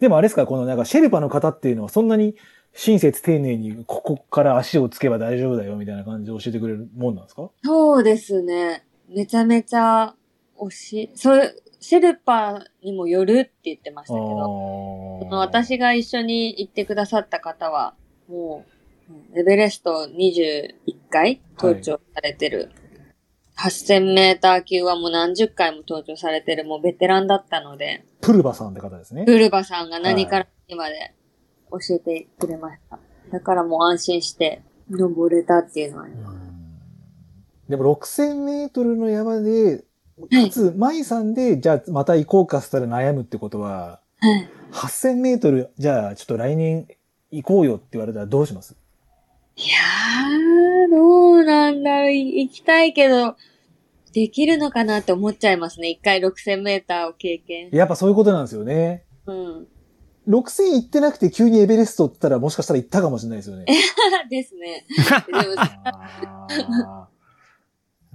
Speaker 1: でもあれですか、このなんかシェルパの方っていうのはそんなに親切丁寧にここから足をつけば大丈夫だよみたいな感じで教えてくれるもんなんですか
Speaker 3: そうですね。めちゃめちゃ惜しい。そういう、シェルパにもよるって言ってましたけど、その私が一緒に行ってくださった方は、もう、うんエベレスト21回登頂されてる。8000メーター級はもう何十回も登頂されてる、もうベテランだったので、
Speaker 1: プルバさんって方ですね。
Speaker 3: プルバさんが何から何まで教えてくれました。だからもう安心して登れたっていうのはあります。
Speaker 1: でも6000メートルの山で、かつ、舞さんで、じゃあまた行こうかしたら悩むってことは、
Speaker 3: はい
Speaker 1: 8000メートル、じゃあちょっと来年行こうよって言われたらどうします
Speaker 3: いやー、どうなんだろう。い行きたいけど、できるのかなって思っちゃいますね。一回6000メーターを経験。
Speaker 1: やっぱそういうことなんですよね。
Speaker 3: うん。
Speaker 1: 6000行ってなくて急にエベレストって言ったらもしかしたら行ったかもしれないですよね。
Speaker 3: ですね。でも
Speaker 1: あ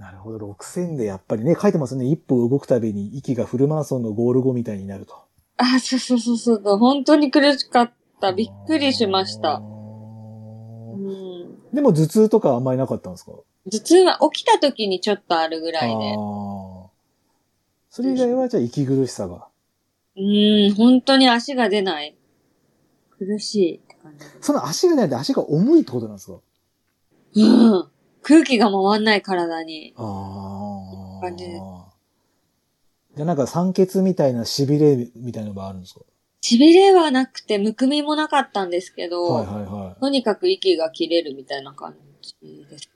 Speaker 1: ーなるほど、6000でやっぱりね、書いてますね。一歩動くたびに息がフルマラソンのゴール後みたいになると。
Speaker 3: あ、そうそうそうそう。本当に苦しかった。びっくりしまし
Speaker 1: あ
Speaker 3: た。う
Speaker 1: ー。
Speaker 3: ん。
Speaker 1: でも頭痛とかあんまりなかったんですか
Speaker 3: 頭痛は起きた時にちょっとあるぐらい
Speaker 1: あ
Speaker 3: で。
Speaker 1: ーそれ以外はじゃあ息苦しさが。
Speaker 3: うん、本当に足が出ない。苦しいって感じ。
Speaker 1: その足がないで足が重いってことなんですか
Speaker 3: うん。空気が回んない体に。
Speaker 1: ああ。
Speaker 3: 感じです
Speaker 1: じゃあなんか酸欠みたいな痺れみたいなのがあるんですか
Speaker 3: 痺れはなくて、むくみもなかったんですけど、
Speaker 1: はいはいはい。
Speaker 3: とにかく息が切れるみたいな感じです。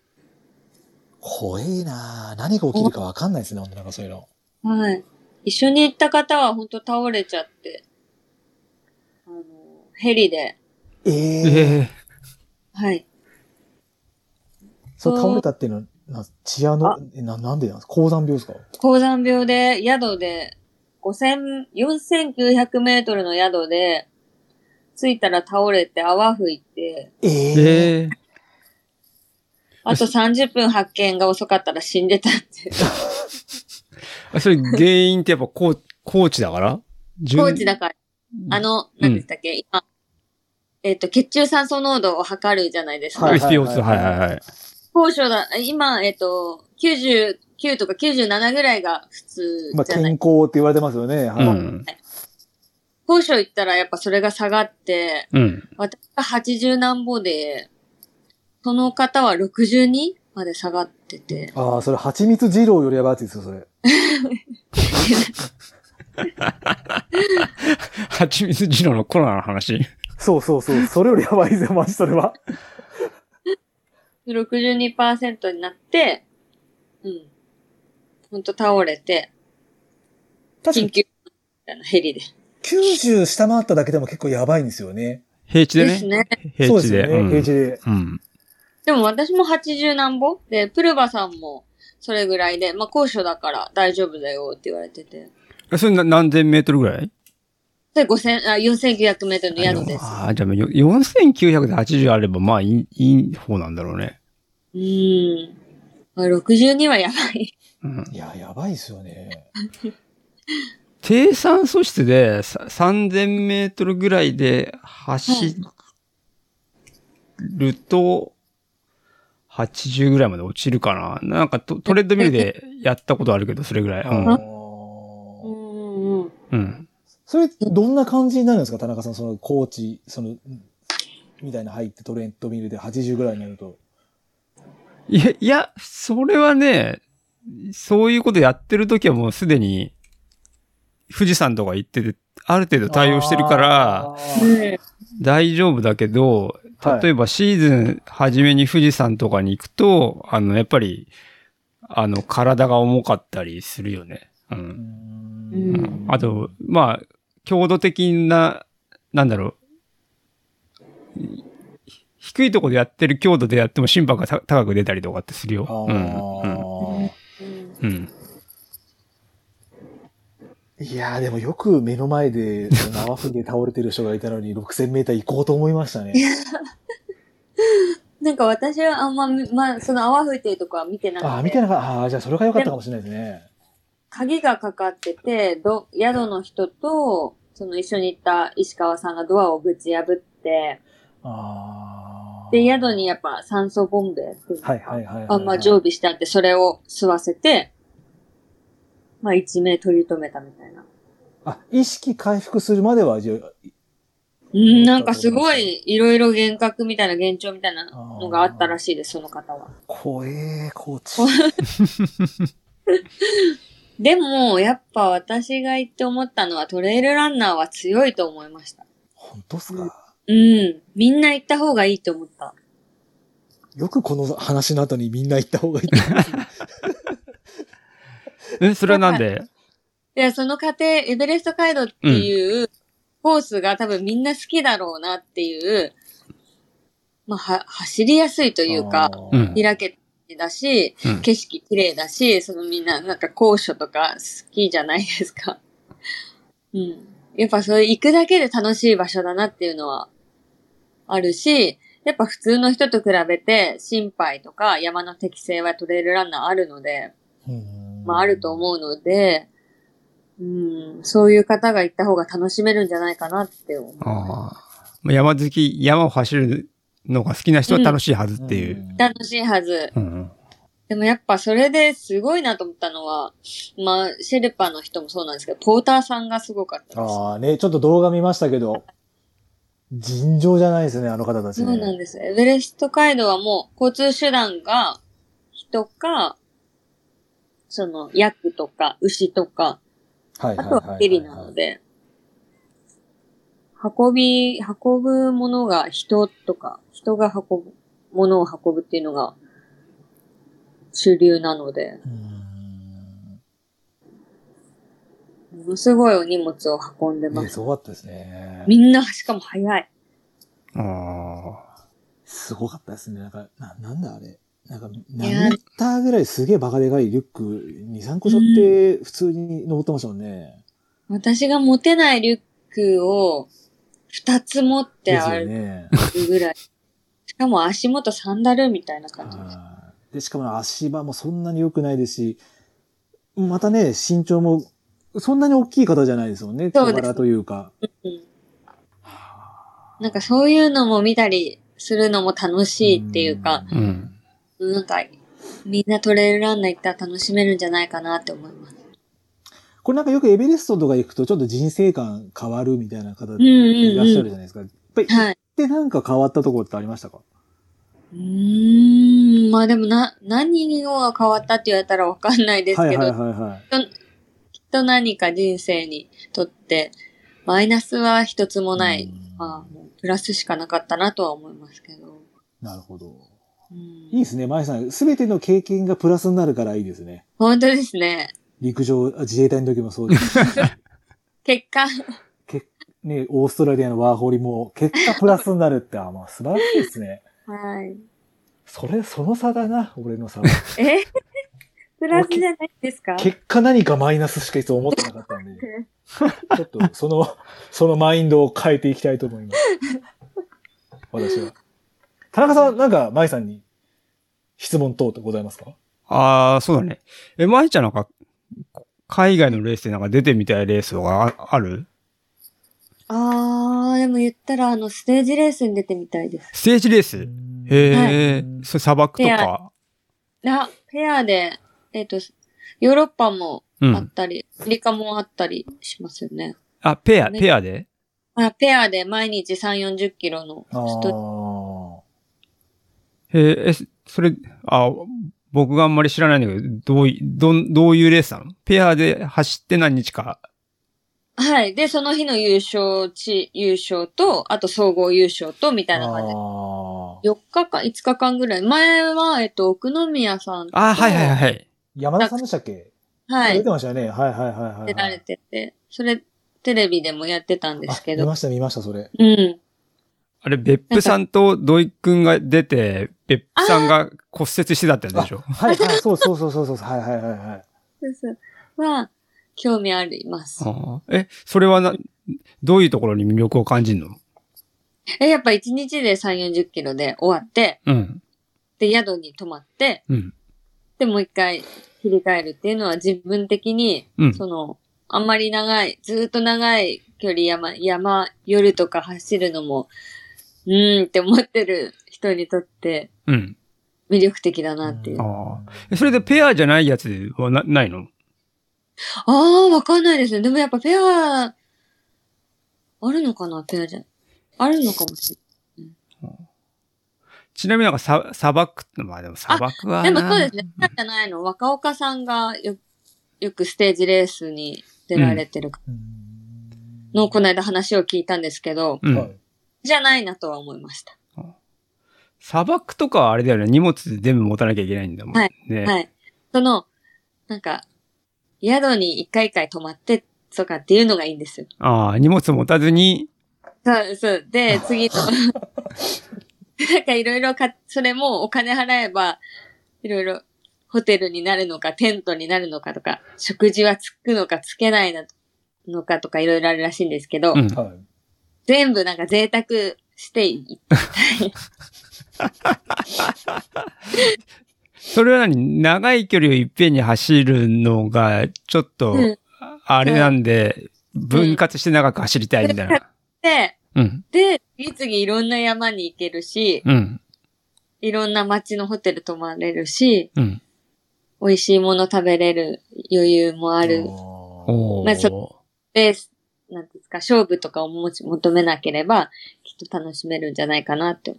Speaker 1: 怖えな何が起きるかわかんないですね、ほんとなんかそういうの。
Speaker 3: はい。一緒に行った方は本当倒れちゃって、あの、ヘリで、
Speaker 1: え
Speaker 2: え
Speaker 1: え
Speaker 2: え
Speaker 3: はい。
Speaker 1: それ倒れたっていうのは、な治安の
Speaker 3: あ、
Speaker 1: えな、なんでなんですか高山病ですか
Speaker 3: 高山病で、宿で、5000、4900メートルの宿で、着いたら倒れて泡吹いて、
Speaker 1: え
Speaker 2: え
Speaker 1: え
Speaker 2: え
Speaker 3: あと30分発見が遅かったら死んでたって。
Speaker 2: えそれ原因ってやっぱコーコーチだから
Speaker 3: コーチだから、
Speaker 2: ら
Speaker 3: あの、何でしたっけ、今、えっ、と、血中酸素濃度を測るじゃないですか。
Speaker 1: はい
Speaker 2: SPO2、はいはいはい。
Speaker 3: 高所だ、今、えっ、と、99とか97ぐらいが普通
Speaker 1: まあ、
Speaker 3: じゃ
Speaker 1: 健
Speaker 3: ない。
Speaker 1: 康って言われてますよね。
Speaker 2: う
Speaker 1: はい。
Speaker 2: ん。
Speaker 3: 高所行ったらやっぱそれが下がって、
Speaker 2: うん。
Speaker 3: 私が80何歩で、その方は 62? まで下がってて。
Speaker 1: ああ、それ、蜂蜜二郎よりやばいやつですよ、それ。
Speaker 2: 蜂蜜二郎のコロナの話。
Speaker 1: そうそうそう、それよりやばいですよ、マジそれは。
Speaker 3: 62%になって、うん。ほんと倒れて、
Speaker 1: 確か
Speaker 3: 緊
Speaker 1: に、
Speaker 3: 急、みたいなヘリで。
Speaker 1: 90下回っただけでも結構やばいんですよね。
Speaker 2: 平地で
Speaker 3: です
Speaker 2: ね。
Speaker 3: ね。
Speaker 1: そうで
Speaker 2: 平地
Speaker 1: す
Speaker 2: で。
Speaker 1: よね、
Speaker 2: うん
Speaker 1: 平地で。
Speaker 2: うん。
Speaker 3: でも私も80何歩で、プルバさんもそれぐらいで、まあ高所だから大丈夫だよって言われてて。
Speaker 2: えそれな何千メートルぐらい
Speaker 3: で、五千あ、4900メートルの宿です。
Speaker 2: ああ、じゃあもうよ4980あれば、まあいい、いい方なんだろうね。
Speaker 3: うーん。まあ、62はやばい。
Speaker 2: うん。
Speaker 1: いや、やばいですよね。
Speaker 2: 低酸素質でさ3000メートルぐらいで走ると、80ぐらいまで落ちるかな。なんかトトレッドミルでやったことあるけど、それぐらい。う
Speaker 1: あ
Speaker 2: ん。
Speaker 3: う
Speaker 1: ー
Speaker 3: んうん。
Speaker 2: うん。
Speaker 1: それ、どんな感じになるんですか、田中さん、その、コーチ、その、うんみたいな入ってトレントミルで80ぐらいになると。
Speaker 2: いや、いや、それはね、そういうことやってる時はもうすでに、富士山とか行ってて、ある程度対応してるから、
Speaker 1: あ
Speaker 3: う
Speaker 1: ー、
Speaker 3: ん
Speaker 2: 大丈夫だけど、
Speaker 1: はい
Speaker 2: 例えばシーズン初めに富士山とかに行くと、あの、やっぱり、あの、体が重かったりするよね。う。
Speaker 1: うんーん
Speaker 2: あと、まあ、強度的な、なんだろう。い低いとこでやってる強度でやっても心拍がた高く出たりとかってするよ。
Speaker 1: あ
Speaker 2: うん。うん
Speaker 1: ー
Speaker 2: うん。
Speaker 1: いやーでもよく目の前で縄踏んで倒れてる人がいたのに6000メーター行こうと思いましたね。
Speaker 3: なんか私はあんま、まあ、その泡吹いてるとこは見てなくて。
Speaker 1: ああ、見てなかった。ああー、じゃあそれが良かったかもしれないですね。
Speaker 3: 鍵がかかってて、ど、宿の人と、その一緒に行った石川さんがドアをぶち破って、
Speaker 1: ああ。
Speaker 3: で、宿にやっぱ酸素ボンベっていうの
Speaker 1: はいはいはいはい、
Speaker 3: あんま常備してあって、それを吸わせて、まあ一命取り留めたみたいな。
Speaker 1: あ、意識回復するまでは、じゃ
Speaker 3: うん、なんかすごい、いろいろ幻覚みたいな、幻聴みたいなのがあったらしいです、その方は。
Speaker 1: 怖え、コーチ。
Speaker 3: でも、やっぱ私が行って思ったのは、トレイルランナーは強いと思いました。
Speaker 1: 本当っすか
Speaker 3: うん。みんな行った方がいいと思った。
Speaker 1: よくこの話の後にみんな行った方がいい。
Speaker 2: え、それはなんで
Speaker 3: で、その過程、エベレスト街道っていうコースが多分みんな好きだろうなっていう、まあ、は、走りやすいと
Speaker 1: と
Speaker 3: いうか、
Speaker 2: うん
Speaker 3: 開けだし、
Speaker 2: うん
Speaker 3: 景色綺麗だし、そのみんな、なんか高所とか好きじゃないですか。 うん。やっぱそういう行くだけで楽しい場所だなっていうのはあるし、やっぱ普通の人と比べて、心配とか山の適性はトレイルランナーあるので、まああると思うので、うん、そういう方が行った方が楽しめるんじゃないかなって思う。
Speaker 2: ああ。山好き、山を走るのが好きな人は楽しいはずっていう。
Speaker 1: ん
Speaker 3: 楽しいはず。
Speaker 2: うんうん
Speaker 3: でもやっぱそれですごいなと思ったのは、まあ、シェルパの人もそうなんですけど、ポーターさんがすごかったです。
Speaker 1: ああ、ね、ちょっと動画見ましたけど、尋常じゃないですね、あの方たち
Speaker 3: そ
Speaker 1: ね。
Speaker 3: うなんです。エベレスト街道はもう交通手段が人か、その、ヤクとか牛とか、
Speaker 1: はい
Speaker 3: あ
Speaker 1: はい
Speaker 3: と
Speaker 1: はい
Speaker 3: はヘリなの。で、運び、運ぶものが人とか、人が運ぶ、ものを運ぶっていうのが主流なので、
Speaker 1: うん
Speaker 3: ものすごいお荷物を運んでま
Speaker 1: ね、
Speaker 3: す。
Speaker 1: すごかったですね。
Speaker 3: みんな、しかも早い。
Speaker 2: あ
Speaker 1: すごかったですね。なんか、ななんだあれ。なんか、
Speaker 3: いや
Speaker 1: 何メーターぐらいすげえバカでかいリュック、2、3個背負って普通に登ってましたもんね。
Speaker 3: 私が持てないリュックを二つ持って
Speaker 1: ですよ
Speaker 3: 歩
Speaker 1: ね。
Speaker 3: くぐらい。しかも足元サンダルみたいな感じです。
Speaker 1: はいで、しかも足場もそんなに良くないですし、またね、身長もそんなに大きい方じゃないですもんね。
Speaker 3: そう
Speaker 1: 小
Speaker 3: です
Speaker 1: 柄というか。
Speaker 3: なんかそういうのも見たりするのも楽しいっていう
Speaker 2: あ。
Speaker 3: か、
Speaker 2: うん。
Speaker 3: なんかみんなトレイルランナー行ったら楽しめるんじゃないかなって思います。
Speaker 1: これなんかよくエベレストとか行くとちょっと人生観変わるみたいな方
Speaker 3: うんうん
Speaker 1: いらっしゃ
Speaker 3: う
Speaker 1: るじゃ
Speaker 3: ん。
Speaker 1: ないですか。やっぱり行っ
Speaker 3: はい。
Speaker 1: てなんか変わったところってありましたか
Speaker 3: うーん。まあでもな、何が変わったって言われたらわかんないです
Speaker 1: はい
Speaker 3: け
Speaker 1: はい
Speaker 3: ど、
Speaker 1: はいはい。
Speaker 3: きっと何か人生にとって、マイナスは一つもな
Speaker 1: う
Speaker 3: い。
Speaker 1: ん
Speaker 3: まあ、もうプラスしかなかったなとは思いますけど。
Speaker 1: なるほど。
Speaker 3: うん
Speaker 1: いいですね、前さん。すべての経験がプラスになるからいいですね。
Speaker 3: 本当ですね。
Speaker 1: 陸上、あ自衛隊の時もそう ですし。
Speaker 3: 結果、
Speaker 1: ね、オーストラリアのワーホリも結果プラスになるって、あ、まあ素晴らしいですね。
Speaker 3: はい。
Speaker 1: それ、その差だな、俺の差 は。
Speaker 3: えプラスじゃないですか
Speaker 1: 結果何かマイナスしかいつも思ってなかったんで、ちょっとその、そのマインドを変えていきたいと思います。私は。田中さん、なんか、舞さんに質問等ってございますか
Speaker 2: ああ、そうだね。え、まいちゃんなんか、海外のレースでなんか出てみたいレースとかあある
Speaker 3: あー、でも言ったら、あの、ステージレースに出てみたいです。
Speaker 2: ステージレースへえ、それ砂漠と
Speaker 3: い
Speaker 2: か。
Speaker 3: あ、ペアで、えっ、と、ヨーロッパも
Speaker 2: う
Speaker 3: あっ
Speaker 2: ん。
Speaker 3: たり、アメリカもあったりしますよね。
Speaker 2: あ、ペア、
Speaker 3: ね
Speaker 2: ペアで
Speaker 3: あ、ペアで毎日3、40キロの
Speaker 1: ああ
Speaker 3: スト
Speaker 1: ー。
Speaker 2: へえ、えそれ、あ、僕があんまり知らないんだけど、どうい、どん、どういうレースなのペアで走って何日か。
Speaker 3: はい。で、その日の優勝地、優勝と、あと総合優勝と、みたいな感じで
Speaker 1: あー
Speaker 3: 4日間、5日間ぐらい。前は、えっと、奥宮さんと、
Speaker 2: あ、はいはいはいはい。
Speaker 1: 山田さんでしたっけ
Speaker 3: は
Speaker 1: 出
Speaker 3: い
Speaker 1: てましたよね。はいはいはいはい。
Speaker 3: 出られてて、それ、テレビでもやってたんですけ
Speaker 1: あ見
Speaker 3: ど、
Speaker 1: ました見ました、それ。
Speaker 3: うん。
Speaker 2: あれ、別府さんと土井くんが出て、別府さんが骨折してたってやつでしょ
Speaker 1: はいはい、そうそうそうそうそう。はいはいはいはい。
Speaker 3: そうそう。は、興味あります。
Speaker 2: ああえ、それはな、どういうところに魅力を感じるの
Speaker 3: え、やっぱ1日で3、40キロで終わって、
Speaker 2: うん。
Speaker 3: で、宿に泊まって、
Speaker 2: うん。
Speaker 3: で、もう一回切り替えるっていうのは自分的に、
Speaker 2: うん。
Speaker 3: その、あんまり長い、ずーっと長い距離山、山、夜とか走るのも、うーんって思ってる人にとって
Speaker 2: うん。
Speaker 3: 魅力的だなっていう。
Speaker 2: あ
Speaker 3: あ
Speaker 2: あ。えそれでペアじゃないやつはな、ないの
Speaker 3: あー、わかんないですね。でもやっぱペア、あるのかなペアじゃ。あるのかもし
Speaker 2: ちなみになんかさ、砂漠って、まあでも砂漠は
Speaker 3: れな
Speaker 2: な。
Speaker 3: い。でもそうですね。ペアじゃないの。若岡さんがよよくステージレースに出られてるのをこの間話を聞いたんですけど、
Speaker 2: うん。
Speaker 1: はい
Speaker 3: じゃないなとは思いました。
Speaker 2: 砂漠とかはあれだよね。荷物全部持たなきゃいけないんだもん。
Speaker 3: はい。
Speaker 2: ね。
Speaker 3: はい。その、なんか、宿に一回一回泊まってとかっていうのがいいんですよ。
Speaker 2: ああ、荷物持たずに、
Speaker 3: そう、そう。で、次 の、なんかいろいろか、それもお金払えば、いろいろホテルになるのか、テントになるのかとか、食事はつくのかつけないのかとかいろいろあるらしいんですけど、
Speaker 2: うん。
Speaker 1: はい。
Speaker 3: 全部なんか贅沢してい
Speaker 2: それは何長い距離をいっぺんに走るのが、ちょっと
Speaker 3: うん、
Speaker 2: あれなんで、分割して長く走りたいみたいな。
Speaker 3: って、
Speaker 2: うん。
Speaker 3: で、次々いろんな山に行けるし、
Speaker 2: うん。
Speaker 3: いろんな街のホテル泊まれるし、
Speaker 2: うん。
Speaker 3: 美味しいもの食べれる余裕もある。
Speaker 2: おー。
Speaker 3: まあそベース、なんていうんですか、勝負とかをもち求めなければ、きっと楽しめるんじゃないかなって。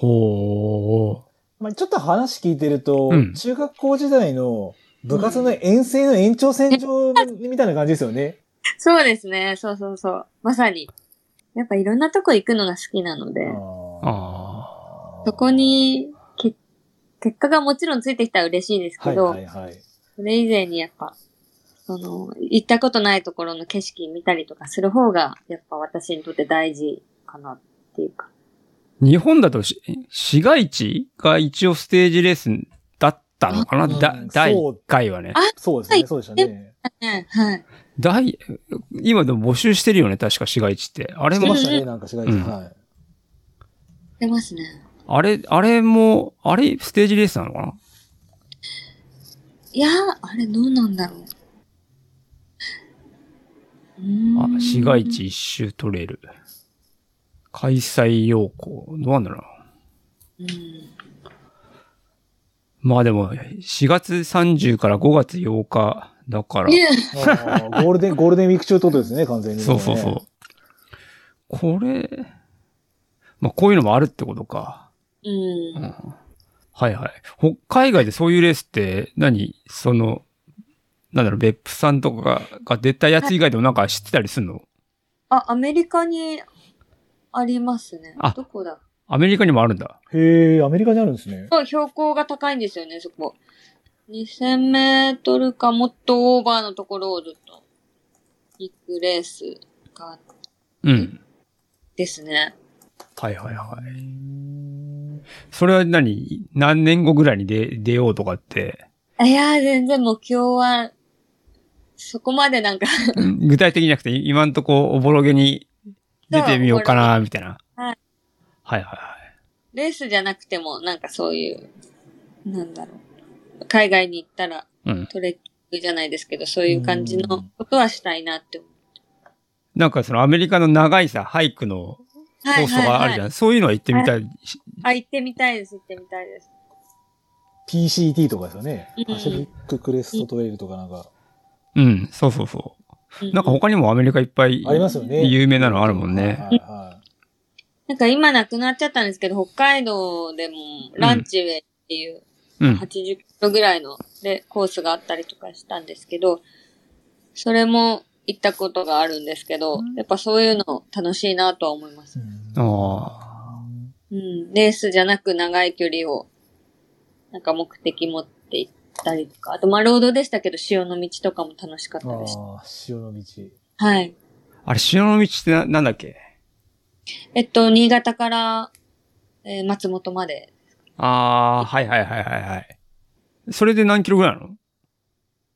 Speaker 2: おー。
Speaker 1: まあ、ちょっと話聞いてると、
Speaker 2: うん
Speaker 1: 中学校時代の部活の遠征の延長線上みたいな感じですよね。
Speaker 3: そうですね、そうそうそう。まさに。やっぱいろんなとこ行くのが好きなので、
Speaker 2: あ
Speaker 3: そこに、け結果がもちろんついてきたら嬉しいです
Speaker 1: は
Speaker 3: け
Speaker 1: い
Speaker 3: ど、
Speaker 1: はいはい。
Speaker 3: それ以前にやっぱ、その、行ったことないところの景色見たりとかする方が、やっぱ私にとって大事かなっていうか。
Speaker 2: ー日本だとし市街地が一応ステージレースだったのかな、
Speaker 1: うん
Speaker 2: だ
Speaker 1: そう
Speaker 2: 第1回はね
Speaker 3: あ。
Speaker 1: そうですね、そうでしたね。
Speaker 3: はい、はい。
Speaker 2: 第、今でも募集してるよね、確か市街地って。あれ
Speaker 1: して
Speaker 2: も
Speaker 1: ま、したね、なんか市街地。
Speaker 2: うん
Speaker 1: はい。
Speaker 3: 出ますね。
Speaker 2: あれ、あれも、あれ、ステージレースなのかない
Speaker 3: やー、あれどうなんだろう。うーん
Speaker 2: あ、市街。地一周取れる。開催要項。どうなんだろうな。
Speaker 3: うん。
Speaker 2: まあでも、4月30から5月8日だから、
Speaker 3: ね
Speaker 1: あーゴールデン、ゴールデンウィーク中ってことですね、完全に、ね。
Speaker 2: そうそうそう。これ、まあこういうのもあるってことか。
Speaker 3: う
Speaker 2: うん
Speaker 3: ん。
Speaker 2: はいはい。北海外でそういうレースって何、その、なんだろう、別府さんとかが出たやつ以外でもなんか知ってたりするの
Speaker 3: あ、アメリカにありますね。
Speaker 2: あ
Speaker 3: どこだ
Speaker 2: アメリカにもあるんだ。
Speaker 1: へえ、アメリカにあるんですね。
Speaker 3: そう、標高が高いんですよね、そこ。2000メートルかもっとオーバーのところをずっと行くレースが
Speaker 2: うん。
Speaker 3: ですね。
Speaker 2: はいはいはい。
Speaker 1: うーん
Speaker 2: それは何何年後ぐらいに出、出ようとかって、
Speaker 3: いやー、全然目標は、そこまでなんか、
Speaker 2: 具体的じゃなくて、今んとこおぼろげに出てみようかな、みたいな。
Speaker 3: はい
Speaker 2: はいはいはい。
Speaker 3: レースじゃなくても、なんかそういう、なんだろう。海外に行ったら
Speaker 2: うん。
Speaker 3: トレッキングじゃないですけど、そういう感じのことはしたいなって思
Speaker 2: なんかそのアメリカの長いさ、ハイクの
Speaker 3: う。
Speaker 2: コースとかあるじゃん。そういうのは行ってみたいし。
Speaker 3: あ、行ってみたいです、行ってみたいです。
Speaker 1: PCT とかですよね
Speaker 3: うん。
Speaker 1: パシフィッククレストトレイルとかなんか。
Speaker 2: うん、そうそうそう。
Speaker 3: う
Speaker 2: なんか他にもアメリカいっぱい
Speaker 1: ありますよね。
Speaker 2: 有名なのあるもん
Speaker 1: はい
Speaker 2: ね。
Speaker 1: はいは
Speaker 3: なんか今なくなっちゃったんですけど、北海道でもランチウェイっていう
Speaker 2: うん。
Speaker 3: 80キロぐらいのでコースがあったりとかしたんですけど、それも行ったことがあるんですけど、やっぱそういうの楽しいなとは思います
Speaker 1: い。。うん
Speaker 2: ああ。
Speaker 3: うん。レースじゃなく長い距離を、なんか目的持って行ったりとか、あとまあロードでしたけど、潮の道とかも楽しかったです。
Speaker 1: ああ、潮の道。
Speaker 3: はい。
Speaker 2: あれ、潮の道ってな、なんだっけ
Speaker 3: えっと、新潟から、えー松本まで。
Speaker 2: ああ、はいはいはいはいはい。それで何キロぐらいなの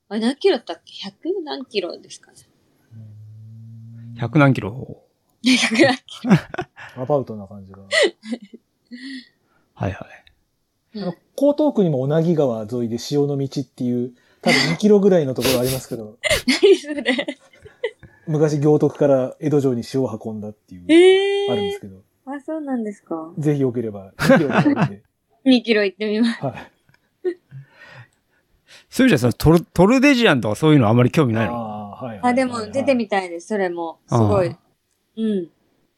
Speaker 3: あれ何キロだったっけ ?100 何キロですかね。
Speaker 2: 100何キロ
Speaker 3: 100何
Speaker 1: アバウトな感じが。
Speaker 2: はいはい。
Speaker 3: キ
Speaker 1: あ
Speaker 3: ロ
Speaker 1: の。、江東区にも小名木川沿いで潮の道っていう、多分2キロぐらいのところありますけど、
Speaker 3: 何それ。
Speaker 1: 昔行徳から江戸城に潮を運んだっていう、
Speaker 3: え
Speaker 1: あるんです
Speaker 3: え
Speaker 1: けど、
Speaker 3: ー。あ、そうなんですか。
Speaker 1: ぜひよければ2キロぐら いで。
Speaker 3: 2キロ行ってみます。
Speaker 1: はい。
Speaker 2: そういう意味じゃさ、トル、トルデジアンとかそういうのあんまり興味ないの
Speaker 1: あー、はいはいはいはい
Speaker 3: あ、でも出てみたいです、それも。す
Speaker 2: あー
Speaker 3: ごい。うん。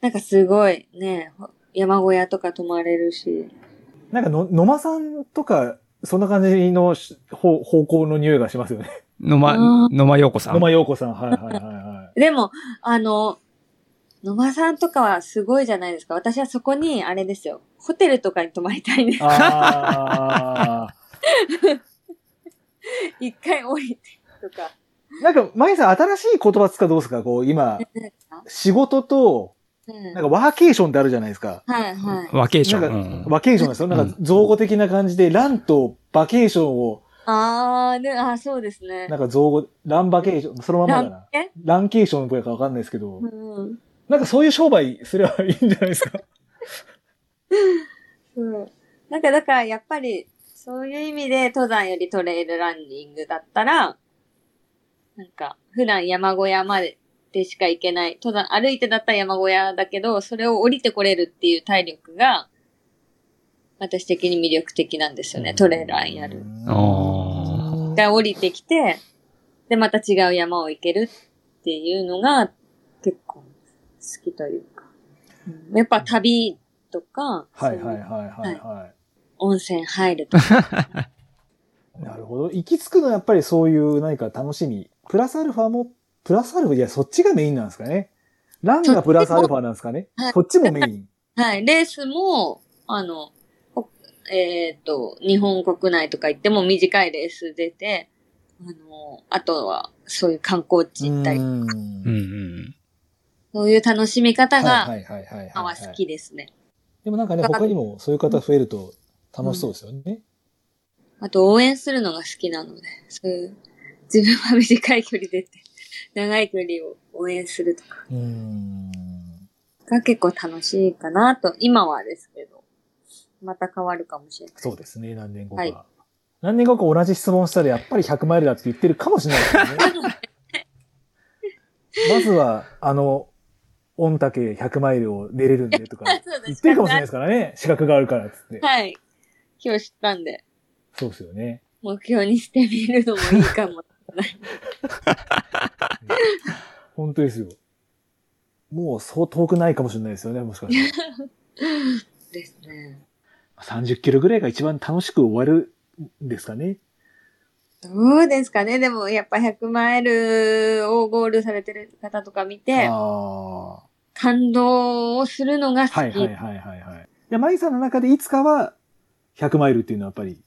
Speaker 3: なんかすごい、ね、ほ山小屋とか泊まれるし。
Speaker 1: なんかの、野間さんとか、そんな感じのし方方向の匂いがしますよね。
Speaker 2: 野
Speaker 3: あ
Speaker 2: 間、
Speaker 3: ー
Speaker 2: 野間陽子さ
Speaker 1: 野
Speaker 2: ん。
Speaker 1: 間陽子さん、はいはいはいはい。
Speaker 3: でも、あの、野間さんとかはすごいじゃないですか。私はそこに、あれですよ。ホテルとかに泊まりたいんです。
Speaker 1: ああ。
Speaker 3: 一回降りてとか。
Speaker 1: なんか、まゆさん、新しい言葉使うどうですかこう、今、仕事と、
Speaker 3: うん
Speaker 1: なんか、ワーケーションってあるじゃないですか。
Speaker 3: はいはい。
Speaker 2: ワケーショ
Speaker 1: なんか、
Speaker 2: ン。うん
Speaker 1: ワーケーションなんですよ。なんか、造語的な感じで、ランとバケーションを、
Speaker 3: あー、で、あーそうですね
Speaker 1: な。んか造語、ランバケーション、そのままだ
Speaker 3: ラン
Speaker 1: な。
Speaker 3: え
Speaker 1: ランケーションの声かわかんないですけど
Speaker 3: う、ん。
Speaker 1: なんかそういう商売すればいいんじゃないですか。
Speaker 3: うん。なんかだからやっぱり、そういう意味で登山よりトレイルランニングだったら、なんか普段山小屋まででしか行けない、登山、歩いてだったら山小屋だけど、それを降りてこれるっていう体力が、私的に魅力的なんですよね、トレイルランやる。
Speaker 2: あ
Speaker 3: 一回降りてきて、で、また違う山を行けるっていうのが結構好きというか。うんやっぱ旅とか、
Speaker 1: はいはいはい
Speaker 3: そういう
Speaker 1: はいは
Speaker 3: 温泉入るとか。
Speaker 1: い。なるほど。行き着くのはやっぱりそういう何か楽しみ。プラスアルファも、プラスアルファ、いや、そっちがメインなんですかね。ランがプラスアルファなんですかね
Speaker 3: はい。
Speaker 1: そっちもメイン。
Speaker 3: はい。レースも、あの、こえっ、と、日本国内とか行っても短いレース出て、あの、あとはそういう観光地行ったり、
Speaker 1: うん
Speaker 2: ーうんうん。
Speaker 3: そういう楽しみ方
Speaker 1: は
Speaker 3: が、
Speaker 1: いはいはいはいはい
Speaker 3: 今は好きですね。
Speaker 1: でもなんかね、他にもそういう方増えると楽しそうですよね。
Speaker 3: あと応援するのが好きなので、そういう、自分は短い距離出て、 長い距離を応援するとか
Speaker 1: うん。
Speaker 3: が結構楽しいかなと、今はですけど、また変わるかもしれない。
Speaker 1: そうですね、何年後か。
Speaker 3: はい
Speaker 1: 何年後か同じ質問したらやっぱり100マイルだって言ってるかもしれないです よね。まずは、あの、御嶽100マイルを出れるんで とか
Speaker 3: そうで
Speaker 1: 言っ
Speaker 3: す
Speaker 1: てるかもしれないですからね。資格があるからっつって。
Speaker 3: はい。今日知ったんで、
Speaker 1: そうですよね。
Speaker 3: 目標にしてみるのもいいかも。
Speaker 1: 本当ですよ。もうそう遠くないかもしれないですよね、もしか して。
Speaker 3: ですね。
Speaker 1: 30キロぐらいが一番楽しく終わるんですかね。
Speaker 3: どうですかねでもやっぱ100マイルをゴールされてる方とか見て
Speaker 1: あ、あ。
Speaker 3: 感動をするのが好き。
Speaker 1: はいはいはいはいはい。で、マイさんの中でいつかは100マイルっていうのはやっぱり、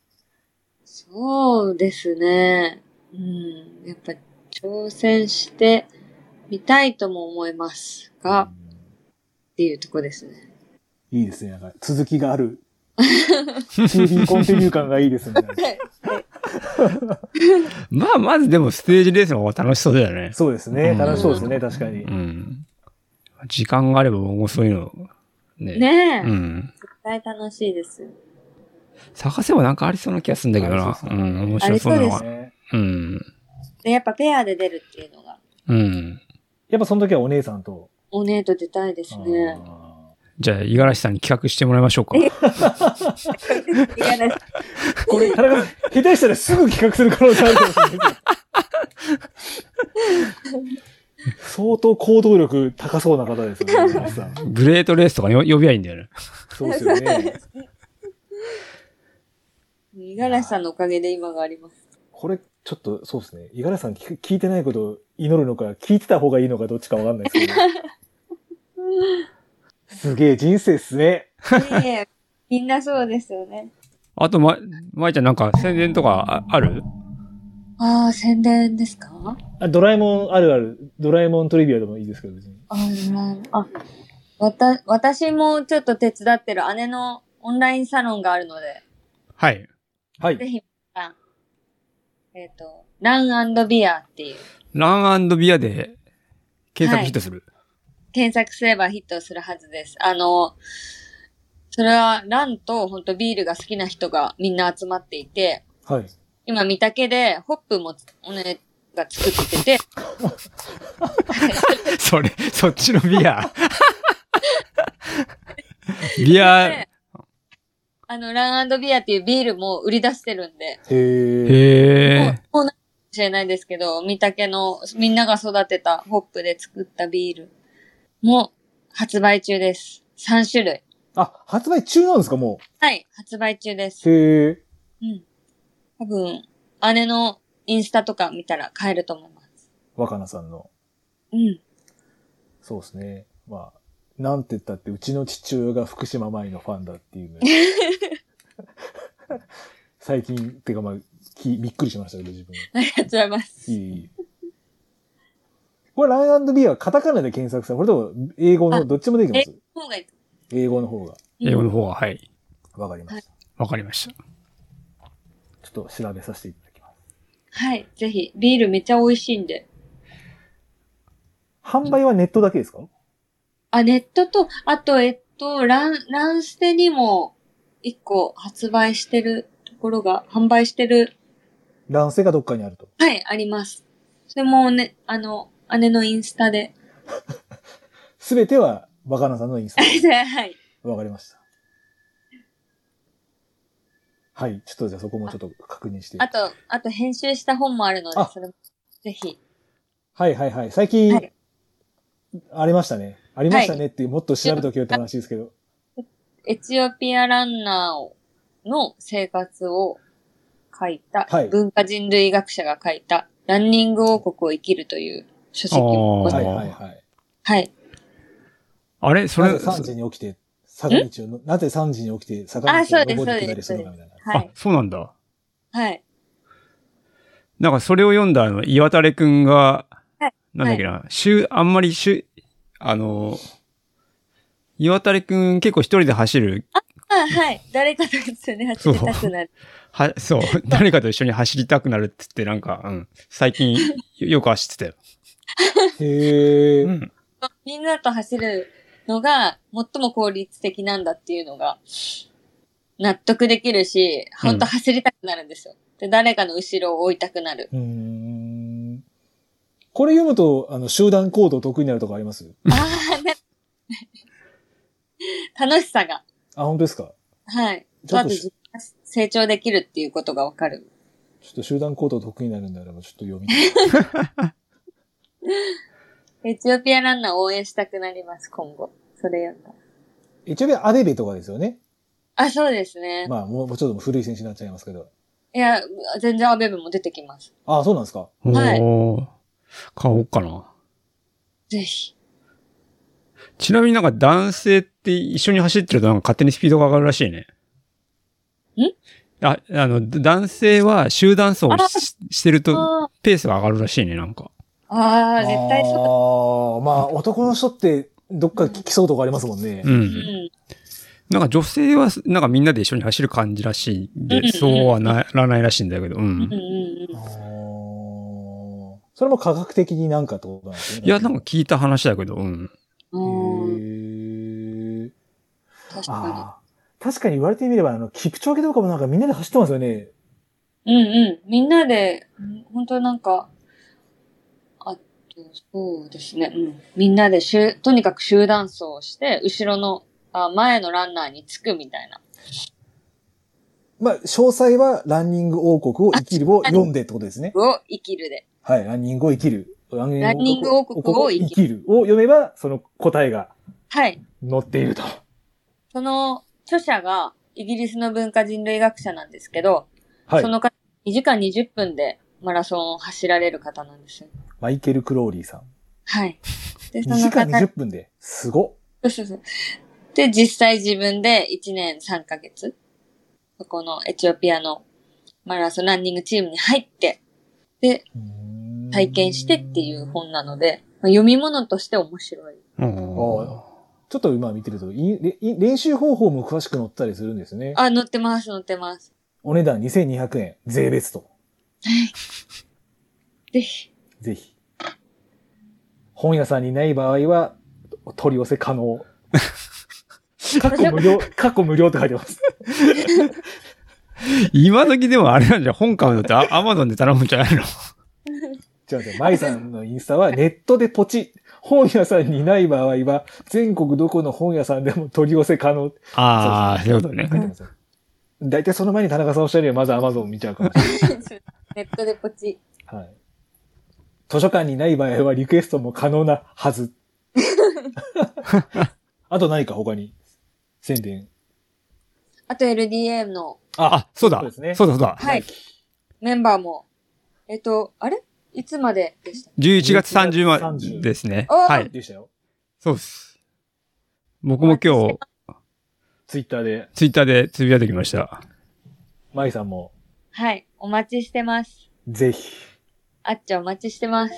Speaker 3: そうですね。うん。やっぱ挑戦してみたいとも思いますが、っ
Speaker 1: うん
Speaker 3: ていうとこですね。
Speaker 1: いいですね。なんか続きがある。TV コンティニュー感がいいですね。
Speaker 2: まあ、まずでもステージレースの方が楽しそうだよね。
Speaker 1: そうですね。楽しそうですね。確かに
Speaker 2: う。ん。時間があれば僕もそういうの、ね。
Speaker 3: ねえ、
Speaker 2: うん。
Speaker 3: 絶対楽しいです。
Speaker 2: 探せばなんかありそうな気がするんだけど
Speaker 1: あり
Speaker 2: な。、
Speaker 1: そううそうん
Speaker 2: 面白そうなのが。
Speaker 1: ね
Speaker 2: うん。
Speaker 3: で、やっぱペアで出るっていうのが、
Speaker 2: うん。
Speaker 1: やっぱその時はお姉さんと。
Speaker 3: お姉と出たいですね。
Speaker 1: あ
Speaker 2: じゃあ、五十嵐さんに企画してもらいましょうか。
Speaker 3: 嫌です。
Speaker 1: ーこれ、田中さん下手したらすぐ企画する可能性あるかもしれない。相当行動力高そうな方ですよね。皆さん
Speaker 2: グレートレースとかよ呼びゃいいんだよね。
Speaker 1: そうですよね。
Speaker 3: 五十嵐さんのおかげで今があります。
Speaker 1: これ、ちょっと、そうですね。五十嵐さん聞く聞いてないことを祈るのか、聞いてた方がいいのかどっちかわかんない ですけど。すげえ人生っすね。
Speaker 3: いえいえみんなそうですよね。
Speaker 2: あと、ま、まいちゃんなんか宣伝とかあある
Speaker 3: ああ、宣伝ですか
Speaker 1: あドラえもんあるある、ドラえもんトリビアでもいいですけど、別に。
Speaker 3: ああ、わた、私もちょっと手伝ってる姉のオンラインサロンがあるので、
Speaker 2: はい。
Speaker 1: は
Speaker 3: ぜ
Speaker 1: い。
Speaker 3: ひ、あえっ、と、ランビアっていう、
Speaker 2: ランビアで検索ヒットする。
Speaker 3: 検索すればヒットするはずです。あの、それはランと本当ビールが好きな人がみんな集まっていて、
Speaker 1: はい。
Speaker 3: 今見たけでホップもお姉が作ってて、
Speaker 2: それ、そっちのビア。 ビア、へ
Speaker 3: であの、ランビアっていうビールも売り出してるんで、
Speaker 1: へえ。
Speaker 3: もう
Speaker 2: え。
Speaker 3: こうなるかもしれないですけど、見たけのみんなが育てたホップで作ったビールも発売中です。3種類。
Speaker 1: あ、発売中なんですか、も
Speaker 3: はい、発売中です
Speaker 1: う。。へえ。
Speaker 3: うん。多分、姉のインスタとか見たら買えると思います。
Speaker 1: 若菜さんの。
Speaker 3: うん。
Speaker 1: そうですね。まあ、なんて言ったって、うちの父親が福島舞のファンだっていうね。最近、てかまあ、きびっくりしましたけど、自分。
Speaker 3: ありがとうございます。
Speaker 1: いいいい。これ、ランビアはカタカナで検索さ、これとも英語の、どっちもできます。
Speaker 3: 方がいい。
Speaker 1: 英語の方が。
Speaker 2: 英語の方は、はい。
Speaker 1: わかりました。
Speaker 2: わかりました。
Speaker 1: ちょっと調べさせていただきます。
Speaker 3: はい、ぜひ。ビールめっちゃ美味しいんで。
Speaker 1: 販売はネットだけですか
Speaker 3: あ、ネットと、あと、えっと、ラン、ランステにも、一個発売してるところが、販売してる、
Speaker 1: 男性がどっかにあると。
Speaker 3: はい、あります。それもね、あの、姉のインスタで。
Speaker 1: すべては若菜さんのインスタで。
Speaker 3: はい。
Speaker 1: わかりました。はい。ちょっとじゃあそこもちょっと確認して。
Speaker 3: あと、あと編集した本もあるので
Speaker 1: あ、
Speaker 3: それもぜひ。
Speaker 1: はいはいはい。最近、
Speaker 3: はい
Speaker 1: ありましたね。ありましたねっていう、もっと調べとけよって話ですけど。
Speaker 3: エチオピアランナーをの生活を書いた、
Speaker 1: はい
Speaker 3: 文化人類学者が書いた、ランニング王国を生きるという書籍をござ
Speaker 1: はいい
Speaker 2: あー
Speaker 1: はいはい。
Speaker 3: はい。
Speaker 2: あれそ
Speaker 1: な
Speaker 2: れ、
Speaker 1: ぜ3時に起きて、坂道をの、なぜ3時に起きて、坂道
Speaker 3: あ
Speaker 1: を
Speaker 3: そうです
Speaker 1: 登って下りす
Speaker 3: そう
Speaker 1: るのか
Speaker 3: です
Speaker 1: みたいな。
Speaker 3: は
Speaker 2: あ
Speaker 3: い、。
Speaker 2: そうなんだ。
Speaker 3: はい。
Speaker 2: なんかそれを読んだあの、岩垂くんが
Speaker 3: はい、
Speaker 2: なんだっけな、週、あんまり週、あの、岩垂くん結構一人で走る、
Speaker 3: あはい。誰かと一緒に走りたくなる。
Speaker 2: は、そう、 誰かと一緒に走りたくなるって言ってなんか、うん、最近よく走ってたよ。
Speaker 1: へえ。
Speaker 2: うん。
Speaker 3: みんなと走るのが最も効率的なんだっていうのが納得できるし、
Speaker 2: うん
Speaker 3: 本当走りたくなるんですよ。で、誰かの後ろを追いたくなる。
Speaker 1: うーん。これ読むと、あの、集団行動得意になるとかあります
Speaker 3: ああ、ね。 楽しさが。
Speaker 1: あ、本当ですか
Speaker 3: はい。
Speaker 1: ちょっ
Speaker 3: ま
Speaker 1: と
Speaker 3: ず自分が成長できるっていうことがわかる。
Speaker 1: ちょっと集団行動得意になるんであれば、ちょっと読みたい。
Speaker 3: エチオピアランナーを応援したくなります、今後。それ読んだら。
Speaker 1: 一応、アデベとかですよね。
Speaker 3: あ、そうですね。
Speaker 1: まあ、もうもうちょっと古い選手になっちゃいますけど。
Speaker 3: いや、全然アベブも出てきます。
Speaker 1: あそうなんですか。
Speaker 3: はい
Speaker 2: おー買おうかな。
Speaker 3: ぜひ。
Speaker 2: ちなみになんか男性って一緒に走ってるとなんか勝手にスピードが上がるらしいね。あ、あの、男性は集団走をししてると
Speaker 3: あー
Speaker 2: ペースが上がるらしいね、なんか。
Speaker 3: あー、絶対そう
Speaker 1: ああ、まあ、男の人って、どっか聞きそうとかありますもんね。
Speaker 2: う。
Speaker 3: だ。うんん。
Speaker 2: なんか女性は、なんかみんなで一緒に走る感じらしいん
Speaker 3: うんうんう
Speaker 2: で、
Speaker 3: ん
Speaker 2: そうはならないらしいんだけど、う
Speaker 3: うんうん
Speaker 2: ん。
Speaker 3: うん
Speaker 1: あ。あそれも科学的になんかってことなんですね。
Speaker 2: いや、なんか聞いた話だけど、うん。
Speaker 3: うん
Speaker 1: へえ。
Speaker 3: 確か
Speaker 1: ああ。確かに言われてみれば、あの、キプチョゲとかもなんかみんなで走ってますよね。
Speaker 3: に。うんうん。みんなで、本当なんか、あと、そうですね。うん。みんなでしゅ、とにかく集団走をして、後ろの、あ前のランナーにつくみたいな。
Speaker 1: まあ、詳細は、ランニング王国を生きるを読んでってことですね。
Speaker 3: を生きるで。
Speaker 1: はい、ランニングを生きる。ラン
Speaker 3: ランニング王国を生き
Speaker 1: る。を読めば、その答えが
Speaker 3: はい。
Speaker 1: 載っていると。
Speaker 3: その著者がイギリスの文化人類学者なんですけど、
Speaker 1: はい
Speaker 3: そ。の方2時間20分でマラソンを走られる方なんですよ。
Speaker 1: マイケル・クローリーさん。
Speaker 3: はい。で、
Speaker 1: 2
Speaker 3: その
Speaker 1: 時間
Speaker 3: 方、
Speaker 1: 20分で。すご
Speaker 3: そうそうそうで、実際自分で1年3ヶ月、そこのエチオピアのマラソンランニングチームに入って、で、
Speaker 1: っ。
Speaker 3: 体験してっていう。本なので、まあ読み物として面白い。
Speaker 2: うん
Speaker 1: ちょっと今見てるといれい練習方法も詳しく載ったりするんですね。
Speaker 3: あ、載ってます、載ってます。
Speaker 1: お値段2200円。税別と。
Speaker 3: ぜ ひ。
Speaker 1: ぜひ。本屋さんにない場合は、お取り寄せ可 能。過去無料、過去無料って書いてます。
Speaker 2: 今時でもあれなんじゃん、本買うのってアマゾンで頼むんじゃないの
Speaker 1: じゃあ、じゃあ、舞さんのインスタはネットでポチ。本屋さんにない場合は、全国どこの本屋さんでも取り寄せ可能。
Speaker 2: ああ、そういうこと
Speaker 1: 書い
Speaker 2: ね。
Speaker 1: てますよ。大体その前に田中さんおっしゃるように、まず Amazon を見ちゃうかもしれ
Speaker 3: ネットでポチ。
Speaker 1: ない。はい。図書館にない場合はリクエストも可能なは ず。あと何か他に宣伝。
Speaker 3: あと LDA の
Speaker 2: あ、そうだ。
Speaker 1: そう
Speaker 2: そ
Speaker 1: ですね
Speaker 2: うだ、そうだ。
Speaker 3: はい。メンバーも、えっと、あれいつまででした
Speaker 2: 11月30ま
Speaker 1: 11月30
Speaker 2: でですね。
Speaker 3: あー
Speaker 2: はい。
Speaker 1: でしたよ。
Speaker 2: そうです。僕も今日、
Speaker 1: ツイッターで、
Speaker 2: ツイッターでつぶやいてきました。
Speaker 1: 舞さんも、
Speaker 3: はい。お待ちしてます。
Speaker 1: ぜひ。
Speaker 3: あっちゃんお待ちしてます。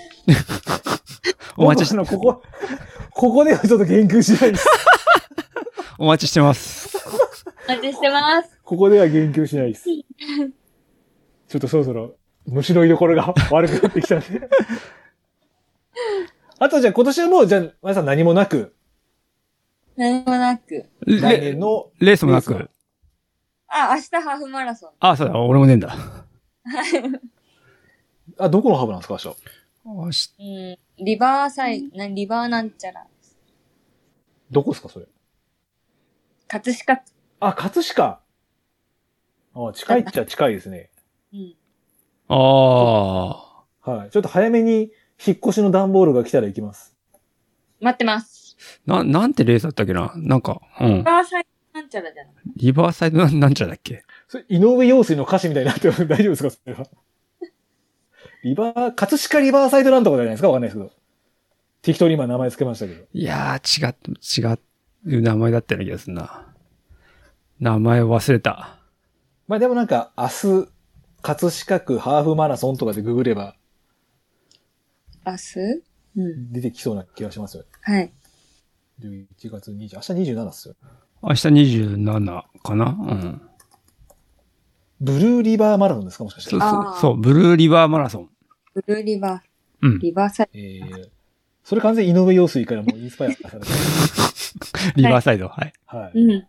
Speaker 2: お待ちし
Speaker 1: 僕あ の、ここ、ここではちょっと言及しないです。
Speaker 2: お待ちしてます。
Speaker 3: お待ちしてます。
Speaker 1: ここでは言及しないです。ちょっとそろそろ虫の居所が 悪くなってきたんで。 あとじゃあ今年はもう、じゃあ、まやさん何もなく、
Speaker 3: 何もなく。
Speaker 1: 来
Speaker 2: レ
Speaker 1: 年の、
Speaker 2: レースもな
Speaker 1: レース
Speaker 2: く。
Speaker 3: あ、明日ハーフマラソン。
Speaker 2: あ、そうだ、俺もねえんだ。
Speaker 1: あ、どこのハブなんですか、明日。
Speaker 2: 明日
Speaker 3: うん。リバーサイ、なリバーなんちゃら。
Speaker 1: どこですか、それ。
Speaker 3: 葛飾区。
Speaker 1: あ、葛飾。あ、近いっちゃ近いですね。
Speaker 3: うん。
Speaker 2: ああ。
Speaker 1: はい。ちょっと早めに引っ越しの段ボールが来たら行きます。
Speaker 3: 待ってます。
Speaker 2: な、なんてレースだったっけななんか、う
Speaker 3: リ
Speaker 2: ん。
Speaker 3: バーサイなんちゃらじゃない。
Speaker 2: リバーサイドなんなんちゃらだっけ
Speaker 1: それ、井上陽水の歌詞みたいになってます大丈夫ですか、それは。リバー、葛飾リバーサイドなんとかじゃないですかわかんないですけど。適当に今名前つけましたけど。
Speaker 2: いやー、違っ、違う名前だったような気がするな。名前忘れた。
Speaker 1: まあでもなんか、明日、葛飾区ハーフマラソンとかでググれば
Speaker 3: 明日うん。
Speaker 1: 出てきそうな気がしますよ。
Speaker 3: はい。
Speaker 1: 11月20、明日27っすよ。
Speaker 2: 明日27かなうん。
Speaker 1: ブルーリバーマラソンですかもしかして
Speaker 2: そう。そ
Speaker 3: あ
Speaker 2: う
Speaker 3: ー
Speaker 2: そう、ブルーリバーマラソン。
Speaker 3: ブルーリバ
Speaker 2: うん
Speaker 3: ー、。リバーサイ
Speaker 1: えー、それ完全に井上陽水からもうインスパイアされてる。
Speaker 2: リバーサイド、はい。
Speaker 1: はい。
Speaker 3: ド。うん。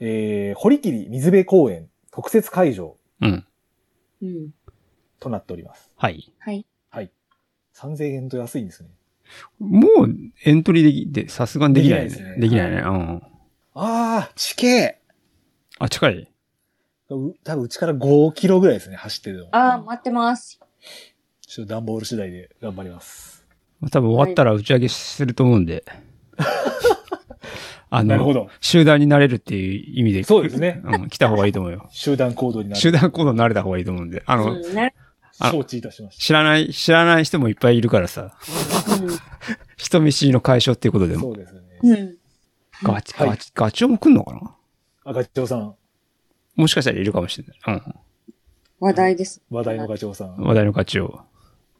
Speaker 1: えー、堀切水辺公園特設会場
Speaker 2: うん。
Speaker 3: うん。
Speaker 1: となっております。
Speaker 2: はい。
Speaker 3: はい。
Speaker 1: はい。3000円と安いんですね。
Speaker 2: もうエントリーでき、で、さすがにできないね
Speaker 1: できないですね
Speaker 2: できないね。うん。
Speaker 1: あー、地形
Speaker 2: あ、近いう
Speaker 1: 多分うちから5キロぐらいですね、走ってるの。
Speaker 3: あー、待ってます。
Speaker 1: ちょっと段ボール次第で頑張ります。
Speaker 2: 多分終わったら打ち上げすると思うんで。あ
Speaker 1: なるほ
Speaker 2: の、
Speaker 1: ど。
Speaker 2: 集団になれるっていう意味で。
Speaker 1: そうですね
Speaker 2: うん、来た方がいいと思うよ。
Speaker 1: 集団行動になる。
Speaker 2: 集団行動になれた方がいいと思うんで。あ
Speaker 3: う
Speaker 2: の、
Speaker 3: ん。なる
Speaker 2: あ
Speaker 1: 承知いたしまし
Speaker 2: 知らない、知らない人もいっぱいいるからさ、人見知りの解消っていうことで
Speaker 1: た。
Speaker 2: も、
Speaker 1: そうですね。
Speaker 3: うん。うん。
Speaker 2: ガチ、
Speaker 1: はい
Speaker 2: ガチ、ガチョウも来んのかな
Speaker 1: あ、ガチョウさん。
Speaker 2: もしかしたらいるかもしれない。
Speaker 3: 話題です。
Speaker 1: 話題のガチョウさ。
Speaker 2: うんん。話題のガチョ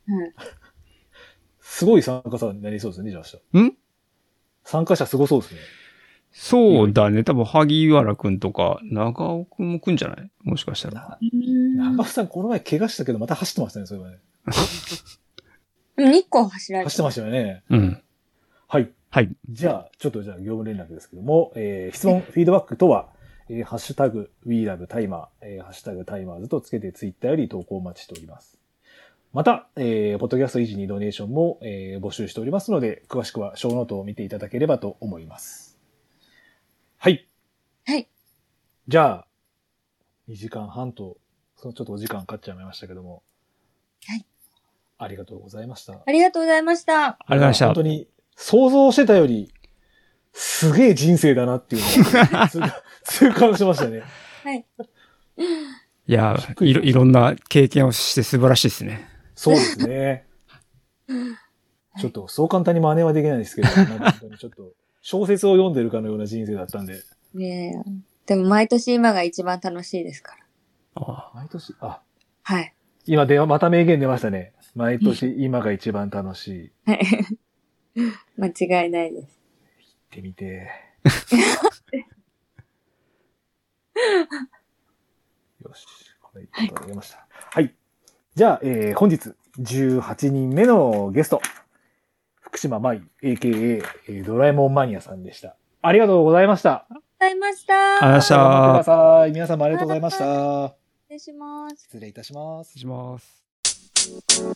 Speaker 3: うん。
Speaker 1: すごい参加者になりそうですね、じゃあ明
Speaker 2: ウ。ん
Speaker 1: 日。参加者すごそうですね。
Speaker 2: そうだね。多分、萩原くんとか、長尾くんも来んじゃないもしかしたら。
Speaker 3: うん
Speaker 1: 長尾さん、この前怪我したけど、また走ってましたね、それはね。
Speaker 3: でも日光走られ
Speaker 1: 走っててましたよね。
Speaker 2: うん。
Speaker 1: はい。
Speaker 2: はい。
Speaker 1: じゃあ、ちょっとじゃあ業務連絡ですけども、えー質 問、フィードバックとは、えーハッシュタグ、WeLoveTimer、えーハッシュタグ Timers とつけてツイッターより投稿お待ちしております。また、えーポッドキャスト維持にドネーションも、えー募集しておりますので、詳しくはショーノートを見ていただければと思います。はい。
Speaker 3: はい。
Speaker 1: じゃあ、2時間半と、そのちょっとお時間かかっちゃいましたけども。
Speaker 3: はい。
Speaker 1: ありがとうございました。
Speaker 3: ありがとうございました。
Speaker 2: ありがとうございま
Speaker 1: 本当に、想像してたより、すげえ人生だなっていうの を痛感、痛感しましたね。
Speaker 2: いや
Speaker 1: びっく
Speaker 2: い
Speaker 1: り
Speaker 2: ろ、いろんな経験をして素晴らしいですね。
Speaker 1: そうですね。ちょっと、そう簡単に真似はできないですけど、なんか本当にちょっと、小説を読んでるかのような人生だったんで、
Speaker 3: いやいやでも毎年今が一番楽しいですから。
Speaker 2: あ
Speaker 1: 毎年、あ、
Speaker 3: はい。
Speaker 1: 今で、また名言出ましたね。毎年、今が一番楽しい。行
Speaker 3: はい。間違いないです。
Speaker 1: ってみ てえ。よし、これ、いいことが出ました。はい。じゃあ、えー本日18人目のゲスト、福島舞 AKA、えードラえもんマニアさんでした。ありがとうございました。
Speaker 3: ございまし
Speaker 2: あ
Speaker 3: た。
Speaker 2: りがとうございました
Speaker 1: 頑張ってください。皆様ありがとうございました。
Speaker 3: 失礼します。
Speaker 1: 失礼いたします。
Speaker 2: します。